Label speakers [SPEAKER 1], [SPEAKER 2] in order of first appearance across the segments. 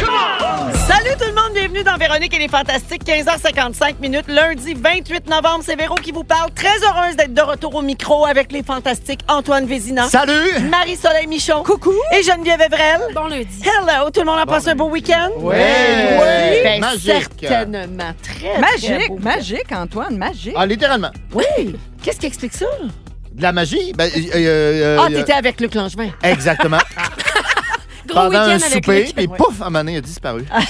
[SPEAKER 1] Hein? Salut tout le monde, bienvenue dans Véronique et les Fantastiques, 15h55 minutes, lundi 28 novembre. C'est Véro qui vous parle. Très heureuse d'être de retour au micro avec les Fantastiques Antoine Vézina,
[SPEAKER 2] Salut!
[SPEAKER 1] Marie-Soleil Michon, coucou, et Geneviève Evrel.
[SPEAKER 3] Bon lundi.
[SPEAKER 1] Hello, tout le monde a passé un beau week-end?
[SPEAKER 2] Ouais.
[SPEAKER 1] Oui. Ben,
[SPEAKER 2] Magique.
[SPEAKER 1] certainement. Très, très beau
[SPEAKER 3] Magique,
[SPEAKER 1] week-end.
[SPEAKER 3] magique, Antoine, magique.
[SPEAKER 2] Ah, littéralement.
[SPEAKER 1] Oui. Qu'est-ce qui explique ça?
[SPEAKER 2] Euh, De la magie? Ben, euh, euh,
[SPEAKER 1] Ah,
[SPEAKER 2] euh,
[SPEAKER 1] t'étais avec Luc Langevin.
[SPEAKER 2] Exactement.
[SPEAKER 3] Gros
[SPEAKER 2] Pendant un
[SPEAKER 3] week-end avec
[SPEAKER 2] souper,
[SPEAKER 3] lui.
[SPEAKER 2] puis pouf, à un moment donné, il a disparu.
[SPEAKER 1] Ah,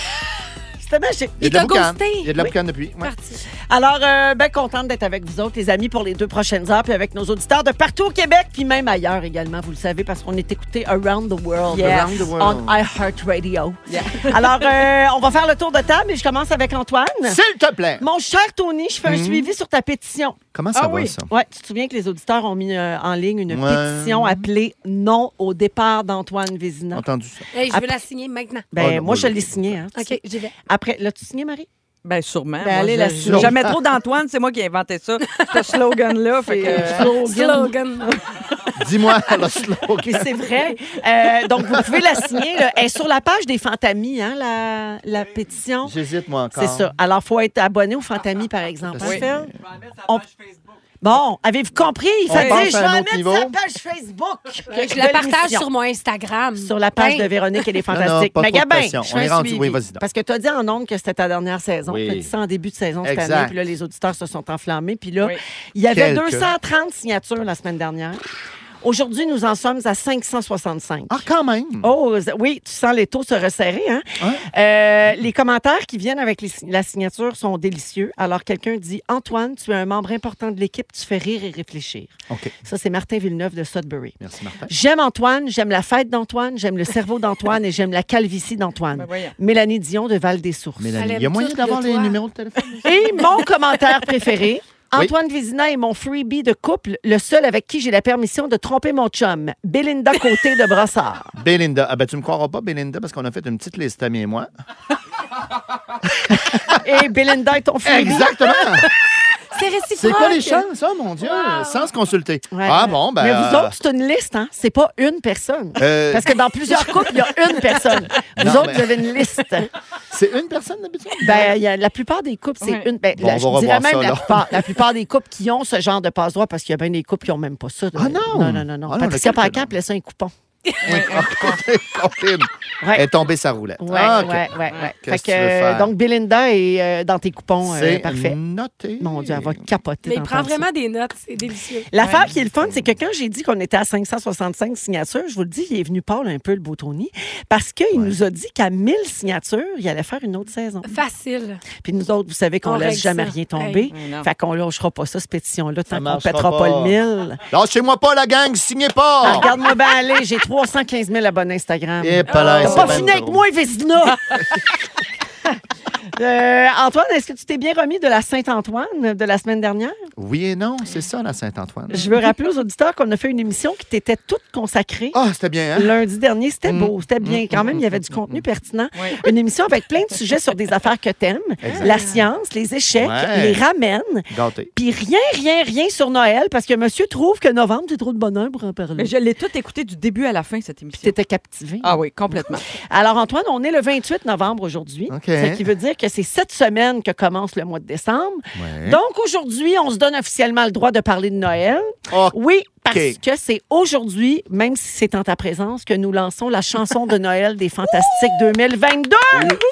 [SPEAKER 1] C'était magique.
[SPEAKER 2] Il y a de la
[SPEAKER 3] t'a
[SPEAKER 2] boucane.
[SPEAKER 3] ghosté.
[SPEAKER 2] Il y a de la
[SPEAKER 1] Oui.
[SPEAKER 2] boucane depuis. ouais.
[SPEAKER 1] Alors, euh, ben contente d'être avec vous autres, les amis, pour les deux prochaines heures, puis avec nos auditeurs de partout au Québec, puis même ailleurs également, vous le savez, parce qu'on est écouté around the world.
[SPEAKER 3] Yes.
[SPEAKER 2] Around the world.
[SPEAKER 1] On iHeartRadio. Alors, euh, on va faire le tour de table et je commence avec Antoine.
[SPEAKER 2] S'il te plaît.
[SPEAKER 1] Mon cher Tony, je fais un
[SPEAKER 2] Hmm.
[SPEAKER 1] suivi sur ta pétition.
[SPEAKER 2] Comment ça
[SPEAKER 3] Ah
[SPEAKER 2] va,
[SPEAKER 3] oui.
[SPEAKER 2] ça?
[SPEAKER 1] Ouais, tu te souviens que les auditeurs ont mis euh, en ligne une
[SPEAKER 2] Ouais.
[SPEAKER 1] pétition appelée Non au départ d'Antoine Vézina.
[SPEAKER 2] Entendu ça.
[SPEAKER 4] Hey, je
[SPEAKER 1] Après-
[SPEAKER 4] veux la signer maintenant.
[SPEAKER 1] Ben,
[SPEAKER 2] Ah, non,
[SPEAKER 1] moi, je
[SPEAKER 2] moi,
[SPEAKER 1] l'ai
[SPEAKER 2] je-
[SPEAKER 1] signée. Hein.
[SPEAKER 4] OK, j'y vais.
[SPEAKER 1] Après, l'as-tu signé, Marie?
[SPEAKER 3] Ben sûrement.
[SPEAKER 1] Ben,
[SPEAKER 3] Moi,
[SPEAKER 1] allez,
[SPEAKER 3] je-
[SPEAKER 1] la
[SPEAKER 3] je-
[SPEAKER 1] suivante.
[SPEAKER 3] Jamais trop d'Antoine, c'est moi qui ai inventé ça, ce slogan-là. fait que-
[SPEAKER 4] Slogan.
[SPEAKER 2] Dis-moi le slogan.
[SPEAKER 1] Mais c'est vrai. Euh, donc, vous pouvez la signer. là. Elle est sur la page des Fantamis, hein, la, la pétition.
[SPEAKER 2] J'hésite, moi, encore.
[SPEAKER 1] C'est ça. Alors, faut être abonné aux Fantamis, par exemple. hein,
[SPEAKER 2] Oui.
[SPEAKER 1] Phil? On- Bon, avez-vous compris? Il
[SPEAKER 2] On
[SPEAKER 1] fait dire,
[SPEAKER 2] passe
[SPEAKER 1] je
[SPEAKER 2] à
[SPEAKER 1] vais
[SPEAKER 2] un
[SPEAKER 1] en
[SPEAKER 2] autre
[SPEAKER 1] mettre
[SPEAKER 2] niveau.
[SPEAKER 1] sur la page Facebook.
[SPEAKER 4] Je la
[SPEAKER 1] de
[SPEAKER 4] partage
[SPEAKER 1] l'émission.
[SPEAKER 4] sur mon Instagram.
[SPEAKER 1] Sur la page
[SPEAKER 4] Ben,
[SPEAKER 1] de Véronique, elle est
[SPEAKER 2] Non, non,
[SPEAKER 1] fantastique.
[SPEAKER 2] pas
[SPEAKER 1] Mais
[SPEAKER 2] trop de
[SPEAKER 1] Gabin,
[SPEAKER 2] pression.
[SPEAKER 1] je
[SPEAKER 2] On
[SPEAKER 1] fais
[SPEAKER 2] est
[SPEAKER 1] un
[SPEAKER 2] rendu-
[SPEAKER 1] suivi.
[SPEAKER 2] oui, vas-y donc.
[SPEAKER 1] Parce que tu as dit en ondes que c'était ta dernière saison.
[SPEAKER 2] Oui.
[SPEAKER 1] Tu as dit ça en début de saison cette
[SPEAKER 2] Exact.
[SPEAKER 1] année. Puis là, les auditeurs se sont enflammés. Puis là, il y avait
[SPEAKER 2] Quelques.
[SPEAKER 1] 230 signatures la semaine dernière. Aujourd'hui, nous en sommes à 565.
[SPEAKER 2] Ah, quand même.
[SPEAKER 1] Oh, z- oui, tu sens les taux se resserrer. Hein?
[SPEAKER 2] Hein?
[SPEAKER 1] Euh, les commentaires qui viennent avec les si- la signature sont délicieux. Alors, quelqu'un dit Antoine, tu es un membre important de l'équipe, tu fais rire et réfléchir.
[SPEAKER 2] OK.
[SPEAKER 1] Ça, c'est Martin Villeneuve de Sudbury.
[SPEAKER 2] Merci, Martin.
[SPEAKER 1] J'aime Antoine, j'aime la fête d'Antoine, j'aime le cerveau d'Antoine et j'aime la calvitie d'Antoine.
[SPEAKER 3] Ben, voyons.
[SPEAKER 1] Mélanie Dion de Val-des-Sources.
[SPEAKER 2] Mélanie,
[SPEAKER 4] Elle
[SPEAKER 2] il y a
[SPEAKER 4] aime
[SPEAKER 2] moyen
[SPEAKER 4] tout
[SPEAKER 2] d'avoir
[SPEAKER 4] de
[SPEAKER 2] les
[SPEAKER 4] toi.
[SPEAKER 2] numéros de téléphone?
[SPEAKER 1] Et mon commentaire préféré. Antoine Vézina est mon freebie de couple, le seul avec qui j'ai la permission de tromper mon chum, Belinda Côté de Brassard.
[SPEAKER 2] Belinda. Ah, ben, tu me croiras pas, Belinda, parce qu'on a fait une petite liste, Tammy et moi.
[SPEAKER 1] Et Belinda est ton freebie.
[SPEAKER 2] Exactement.
[SPEAKER 4] C'est
[SPEAKER 2] C'est
[SPEAKER 4] réciproque.
[SPEAKER 2] quoi les chances, ça, mon Dieu? Sans se consulter.
[SPEAKER 1] Ouais.
[SPEAKER 2] Ah, bon, ben.
[SPEAKER 1] Mais vous
[SPEAKER 2] euh,
[SPEAKER 1] autres, c'est une liste, hein? C'est pas une personne.
[SPEAKER 2] euh,
[SPEAKER 1] Parce que dans plusieurs couples, il y a une personne. Vous
[SPEAKER 2] Non,
[SPEAKER 1] autres,
[SPEAKER 2] mais-
[SPEAKER 1] vous avez une liste.
[SPEAKER 2] c'est une personne d'habitude?
[SPEAKER 1] Ben, il y a- la plupart des couples, c'est
[SPEAKER 3] Ouais.
[SPEAKER 1] une. Ben,
[SPEAKER 2] Bon,
[SPEAKER 1] la-
[SPEAKER 2] on va
[SPEAKER 1] je dirais
[SPEAKER 2] revoir
[SPEAKER 1] même
[SPEAKER 2] ça,
[SPEAKER 1] la,
[SPEAKER 2] là.
[SPEAKER 1] plupart, la plupart des couples qui ont ce genre de passe-droit, parce qu'il y a bien des couples qui n'ont même pas ça.
[SPEAKER 2] Ah non!
[SPEAKER 1] Non, non, non. non.
[SPEAKER 2] Ah non,
[SPEAKER 1] Patricia
[SPEAKER 2] lequel que
[SPEAKER 1] Paquin
[SPEAKER 2] non?
[SPEAKER 1] appelait ça un coupon.
[SPEAKER 2] Corinne.
[SPEAKER 1] Ouais.
[SPEAKER 2] Elle est tombée sa roulette.
[SPEAKER 1] Ouais,
[SPEAKER 2] Ah, OK.
[SPEAKER 1] ouais, ouais, ouais.
[SPEAKER 2] Qu'est-ce
[SPEAKER 1] Fait que,
[SPEAKER 2] que tu veux faire?
[SPEAKER 1] donc, Belinda est euh, dans tes coupons. euh,
[SPEAKER 2] C'est
[SPEAKER 1] parfait.
[SPEAKER 2] noté.
[SPEAKER 1] Mon Dieu, elle va capoter.
[SPEAKER 4] Mais il
[SPEAKER 1] d'entendre
[SPEAKER 4] prend
[SPEAKER 1] ça.
[SPEAKER 4] vraiment des notes. C'est délicieux.
[SPEAKER 1] L'affaire qui est le fun, c'est que quand j'ai dit qu'on était à 565 signatures, je vous le dis, il est venu pâle un peu, le beau Tony, parce qu'il nous a dit qu'à 1000 signatures, il allait faire une autre saison.
[SPEAKER 4] Facile.
[SPEAKER 1] Puis nous autres, vous savez qu'on
[SPEAKER 4] On
[SPEAKER 1] laisse
[SPEAKER 4] règle
[SPEAKER 1] jamais
[SPEAKER 4] ça.
[SPEAKER 1] rien tomber.
[SPEAKER 3] Hey. Non.
[SPEAKER 1] Fait qu'on lâchera pas ça, cette pétition-là, tant qu'on
[SPEAKER 2] marchera
[SPEAKER 1] pètera pas.
[SPEAKER 2] pas. Ah.
[SPEAKER 1] le 1000.
[SPEAKER 2] Lâchez-moi pas, la gang, signez pas!
[SPEAKER 1] Ah, Regarde-moi bien aller, j'ai 315 000 abonnés Instagram.
[SPEAKER 2] Eh, palais,
[SPEAKER 1] Ah, T'as
[SPEAKER 2] c'est
[SPEAKER 1] pas
[SPEAKER 2] ben
[SPEAKER 1] fini avec
[SPEAKER 2] drôle.
[SPEAKER 1] moi, Vézina! Euh, Antoine, est-ce que tu t'es bien remis de la Saint-Antoine de la semaine dernière?
[SPEAKER 2] Oui et non, c'est ça, la Saint-Antoine.
[SPEAKER 1] Je veux rappeler aux auditeurs qu'on a fait une émission qui t'était toute consacrée.
[SPEAKER 2] Ah, c'était bien, hein?
[SPEAKER 1] Lundi dernier, c'était
[SPEAKER 2] Mm.
[SPEAKER 1] beau, c'était bien. Quand même, il y avait du contenu pertinent.
[SPEAKER 3] Oui.
[SPEAKER 1] Une émission avec plein de sujets sur des affaires que t'aimes.
[SPEAKER 2] Exact.
[SPEAKER 1] La science, les échecs,
[SPEAKER 2] Ouais.
[SPEAKER 1] les ramènes.
[SPEAKER 2] Gâté.
[SPEAKER 1] Puis rien, rien, rien sur Noël parce que monsieur trouve que novembre, c'est trop de bonheur pour en parler.
[SPEAKER 3] Mais je l'ai tout écouté du début à la fin, cette émission.
[SPEAKER 1] T'étais captivé.
[SPEAKER 3] Ah oui, complètement.
[SPEAKER 1] Alors, Antoine, on est le 28 novembre aujourd'hui.
[SPEAKER 2] OK.
[SPEAKER 1] Ce qui veut dire que c'est cette semaine que commence le mois de décembre.
[SPEAKER 2] Ouais.
[SPEAKER 1] Donc, aujourd'hui, on se donne officiellement le droit de parler de Noël.
[SPEAKER 2] OK.
[SPEAKER 1] Oui, parce
[SPEAKER 2] OK.
[SPEAKER 1] que c'est aujourd'hui, même si c'est en ta présence, que nous lançons la chanson de Noël des Fantastiques 2022.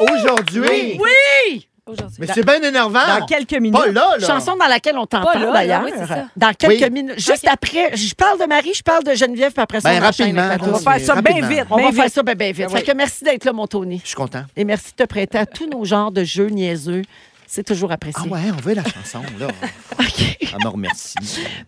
[SPEAKER 2] Aujourd'hui.
[SPEAKER 1] ah, Oui!
[SPEAKER 4] Aujourd'hui.
[SPEAKER 2] Mais c'est bien énervant.
[SPEAKER 4] Ah!
[SPEAKER 3] Dans quelques minutes.
[SPEAKER 2] Pas là, là.
[SPEAKER 1] Chanson dans laquelle on
[SPEAKER 4] Pas
[SPEAKER 1] t'entend
[SPEAKER 4] là,
[SPEAKER 1] d'ailleurs.
[SPEAKER 4] oui, c'est ça.
[SPEAKER 1] dans quelques
[SPEAKER 2] Oui.
[SPEAKER 1] minutes. Juste après, je parle de Marie, je parle de Geneviève, puis après ça,
[SPEAKER 2] Ben,
[SPEAKER 1] on enchaîne
[SPEAKER 2] rapidement.
[SPEAKER 1] avec la
[SPEAKER 3] On va
[SPEAKER 1] danse.
[SPEAKER 3] faire ça bien
[SPEAKER 2] Rapidement.
[SPEAKER 3] vite.
[SPEAKER 1] On
[SPEAKER 3] bien
[SPEAKER 1] va faire
[SPEAKER 3] vite.
[SPEAKER 1] ça bien, bien vite.
[SPEAKER 3] Ah oui.
[SPEAKER 1] Fait que merci d'être là, mon Tony.
[SPEAKER 2] Je suis content. Ah
[SPEAKER 1] Et merci de te prêter à tous nos genres de jeux niaiseux. C'est toujours
[SPEAKER 2] Ah
[SPEAKER 1] apprécié.
[SPEAKER 2] ouais, on veut la chanson, là.
[SPEAKER 1] OK.
[SPEAKER 2] Elle me remercie.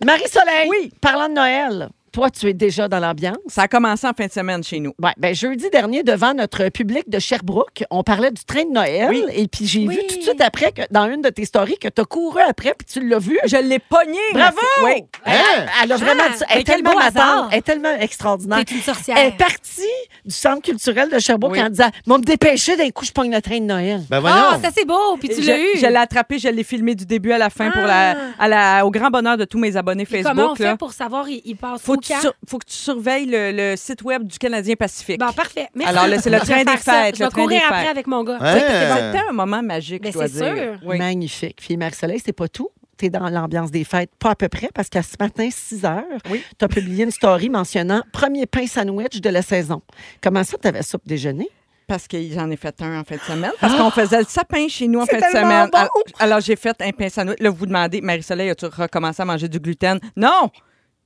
[SPEAKER 1] Marie-Soleil,
[SPEAKER 3] Oui.
[SPEAKER 1] parlant de Noël, Toi, tu es déjà dans l'ambiance.
[SPEAKER 3] Ça a commencé en fin de semaine chez nous.
[SPEAKER 1] Ouais, ben, jeudi dernier, devant notre public de Sherbrooke, on parlait du train de Noël. Et puis, j'ai
[SPEAKER 4] Oui.
[SPEAKER 1] vu tout de suite après, que, dans une de tes stories, que tu as couru après, puis tu l'as vu.
[SPEAKER 3] Je l'ai pogné. ma
[SPEAKER 1] Bravo!
[SPEAKER 3] fille. Oui.
[SPEAKER 1] Elle,
[SPEAKER 2] Hein?
[SPEAKER 1] elle a vraiment...
[SPEAKER 4] Ah,
[SPEAKER 1] dit- elle
[SPEAKER 4] mais
[SPEAKER 1] est
[SPEAKER 4] quel
[SPEAKER 1] tellement
[SPEAKER 4] beau hasard.
[SPEAKER 1] matante, elle est tellement extraordinaire.
[SPEAKER 4] T'es une sorcière.
[SPEAKER 3] Eh, ben,
[SPEAKER 1] Elle est partie du centre culturel de Sherbrooke
[SPEAKER 3] Oui.
[SPEAKER 1] en disant « Moi, me dépêcher, d'un coup, je pogne le train de Noël.
[SPEAKER 2] Ben
[SPEAKER 4] Ah,
[SPEAKER 2] voyons.
[SPEAKER 4] ça c'est beau, puis tu
[SPEAKER 3] Je-
[SPEAKER 4] l'as eu.
[SPEAKER 3] Je l'ai attrapé, je l'ai filmé du début à la fin pour la, à la- au grand bonheur de tous mes abonnés
[SPEAKER 4] Puis
[SPEAKER 3] Facebook.
[SPEAKER 4] Comment on
[SPEAKER 3] là.
[SPEAKER 4] fait pour savoir il, il passe
[SPEAKER 3] faut,
[SPEAKER 4] au
[SPEAKER 3] que tu
[SPEAKER 4] camp?
[SPEAKER 3] sur- faut que tu surveilles le, le site web du Canadien Pacifique.
[SPEAKER 4] Bon, ben, parfait. Merci.
[SPEAKER 3] Alors là, c'est le
[SPEAKER 4] Je vais
[SPEAKER 3] train des
[SPEAKER 4] faire ça.
[SPEAKER 3] fêtes,
[SPEAKER 4] Je
[SPEAKER 3] le
[SPEAKER 4] vais
[SPEAKER 3] train
[SPEAKER 4] courir
[SPEAKER 3] des
[SPEAKER 4] après
[SPEAKER 3] fêtes. Ah!
[SPEAKER 4] avec mon gars.
[SPEAKER 2] Hein?
[SPEAKER 3] C'était un moment magique,
[SPEAKER 4] Mais
[SPEAKER 3] je dois
[SPEAKER 4] Ben, c'est
[SPEAKER 3] dire.
[SPEAKER 4] sûr.
[SPEAKER 3] Oui.
[SPEAKER 1] Magnifique. Puis Marie-Soleil, c'est pas tout. Tu es dans l'ambiance des fêtes, pas à peu près, parce qu'à ce matin, 6 heures,
[SPEAKER 3] Oui.
[SPEAKER 1] tu as publié une story mentionnant premier pain sandwich de la saison. Comment ça, tu avais ça pour déjeuner?
[SPEAKER 3] Parce que j'en ai fait un en fin de semaine. Parce
[SPEAKER 1] Ah!
[SPEAKER 3] qu'on faisait le sapin chez nous en fin de semaine. Al- Alors, j'ai fait un pain sandwich. Là, vous vous demandez, Marie-Soleil, as-tu recommencé à manger du gluten? Non!